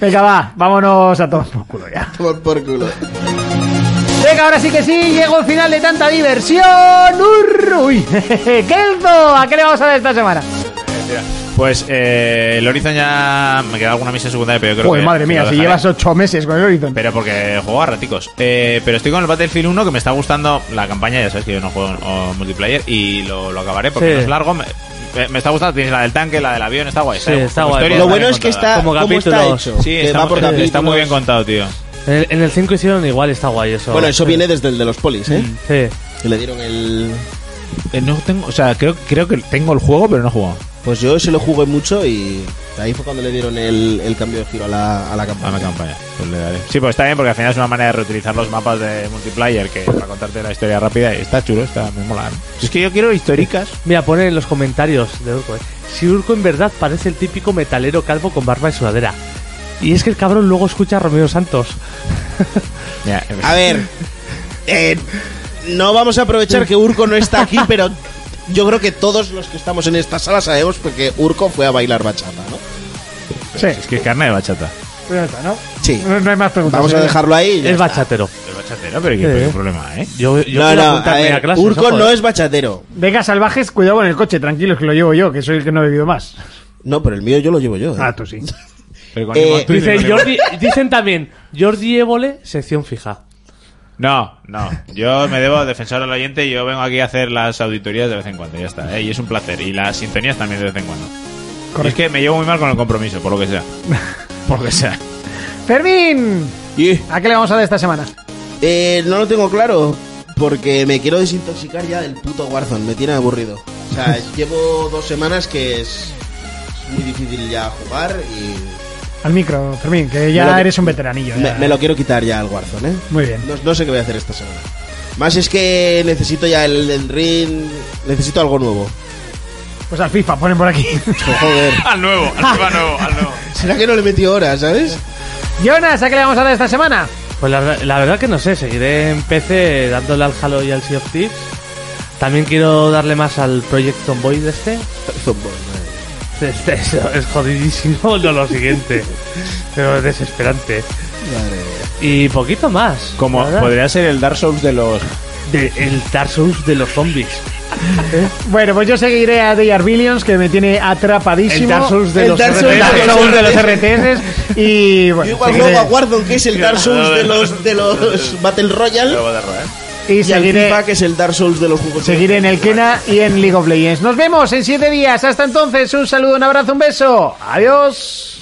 Venga, va, vámonos a todos por culo ya.
Tomar por culo.
Venga, ahora sí que sí, llegó el final de tanta diversión. Urru. Uy, Kelzo, ¿a qué le vamos a dar esta semana?
Pues eh, el Horizon ya me queda alguna misión secundaria, pero yo creo
Joder,
que.
madre
que
mía,
lo
si
dejaré.
llevas ocho meses con el Horizon.
Pero porque juego a raticos. Eh, pero estoy con el Battlefield 1 que me está gustando la campaña. Ya sabes que yo no juego o multiplayer y lo, lo acabaré porque
Sí.
no es largo. Me, me- me está gustando. Tienes la del tanque, la del avión, está guay.
Sí, está
como
guay.
historia
Lo
bien
bueno es que
contada.
está,
Como
¿cómo está
capítulos.
hecho?
Sí,
Que
está,
va por
está
capítulos.
muy bien contado, tío.
En el, en el 5 hicieron igual, está guay eso.
Bueno, eso viene desde el de los polis, ¿eh?
Sí.
Que le dieron el...
Eh, no tengo, o sea, creo, creo que tengo el juego, pero no he jugado.
Pues yo se lo jugué mucho y ahí fue cuando le dieron el, el cambio de giro a la, a la campaña.
A la campaña. Pues le daré. Sí, pues está bien, porque al final es una manera de reutilizar los mapas de multiplayer que para contarte la historia rápida. y Está chulo, está muy mola. Es que yo quiero históricas.
Mira, pone en los comentarios de Urco, eh, si Urco en verdad parece el típico metalero calvo con barba y sudadera. Y es que el cabrón luego escucha a Romeo Santos.
Mira, eh,
A ver, eh, no vamos a aprovechar que Urco no está aquí, pero yo creo que todos los que estamos en esta sala sabemos porque Urco fue a bailar bachata, ¿no?
sí,
pues, Es que es carne de bachata.
pero ya está, ¿no?
Sí.
No, no hay más preguntas.
Vamos a
¿eh?
dejarlo ahí. y ya
es
está.
bachatero.
De bachatero, pero ¿qué
Sí.
qué problema, eh?
Yo, yo
No,
quiero
no, a
apuntarme
ver,
a clases,
Urco
ojo,
no
eh.
es bachatero.
Venga, salvajes, cuidado con el coche, tranquilos, que lo llevo yo, que soy el que no he bebido más.
No, pero el mío yo lo llevo yo. ¿eh?
Ah, tú sí.
Pero con
Eh,
limón tú y
Dice
con limón.
Jordi, dicen también, Jordi Évole, sección fija.
No, no. Yo me debo a defensor al oyente y yo vengo aquí a hacer las auditorías de vez en cuando. Ya está. eh, Y es un placer. Y las sintonías también de vez en cuando. Y es que me llevo muy mal con el compromiso, por lo que sea. Por lo que sea.
Fermín, ¿a qué le vamos a dar esta semana?
Eh, no lo tengo claro, porque me quiero desintoxicar ya del puto Warzone, me tiene aburrido. O sea, es- llevo dos semanas que es es muy difícil ya jugar y
Al micro, Fermín, que
Me
ya
lo-
eres un veteranillo.
me,
ya.
me lo quiero quitar ya el Warzone, ¿eh?
Muy bien.
No, no sé qué voy a hacer esta semana. Más es que necesito ya el, el ring, necesito algo nuevo.
Pues al FIFA, ponen por aquí.
Joder.
al nuevo, al FIFA nuevo, al nuevo.
¿Será que no le metió horas, sabes?
Jonas, ¿a qué le vamos a dar esta semana?
Pues la, la verdad que no sé, seguiré en PC dándole al Halo y al Sea of Thieves. También quiero darle más al Project Zomboid este. Este es, es jodidísimo, no lo siguiente. Pero es desesperante. Y poquito más.
Como
la verdad.
podría ser el Dark Souls de los.
De- el Dark Souls de los zombies.
Bueno, pues yo seguiré a They Are Billions, que me tiene atrapadísimo.
El Dark Souls de los RTS.
Dark Souls de los
RTS.
RTS. Y bueno,
¿eh? Yo igual
seguiré-
juego a Warzone, que es el Dark Souls de los, de los Battle Royale.
y
Y al
seguiré,
FIFA, que es el Dark Souls de los juegos.
seguiré en el Kena y en League of Legends. Nos vemos en siete días. Hasta entonces, un saludo, un abrazo, un beso. Adiós.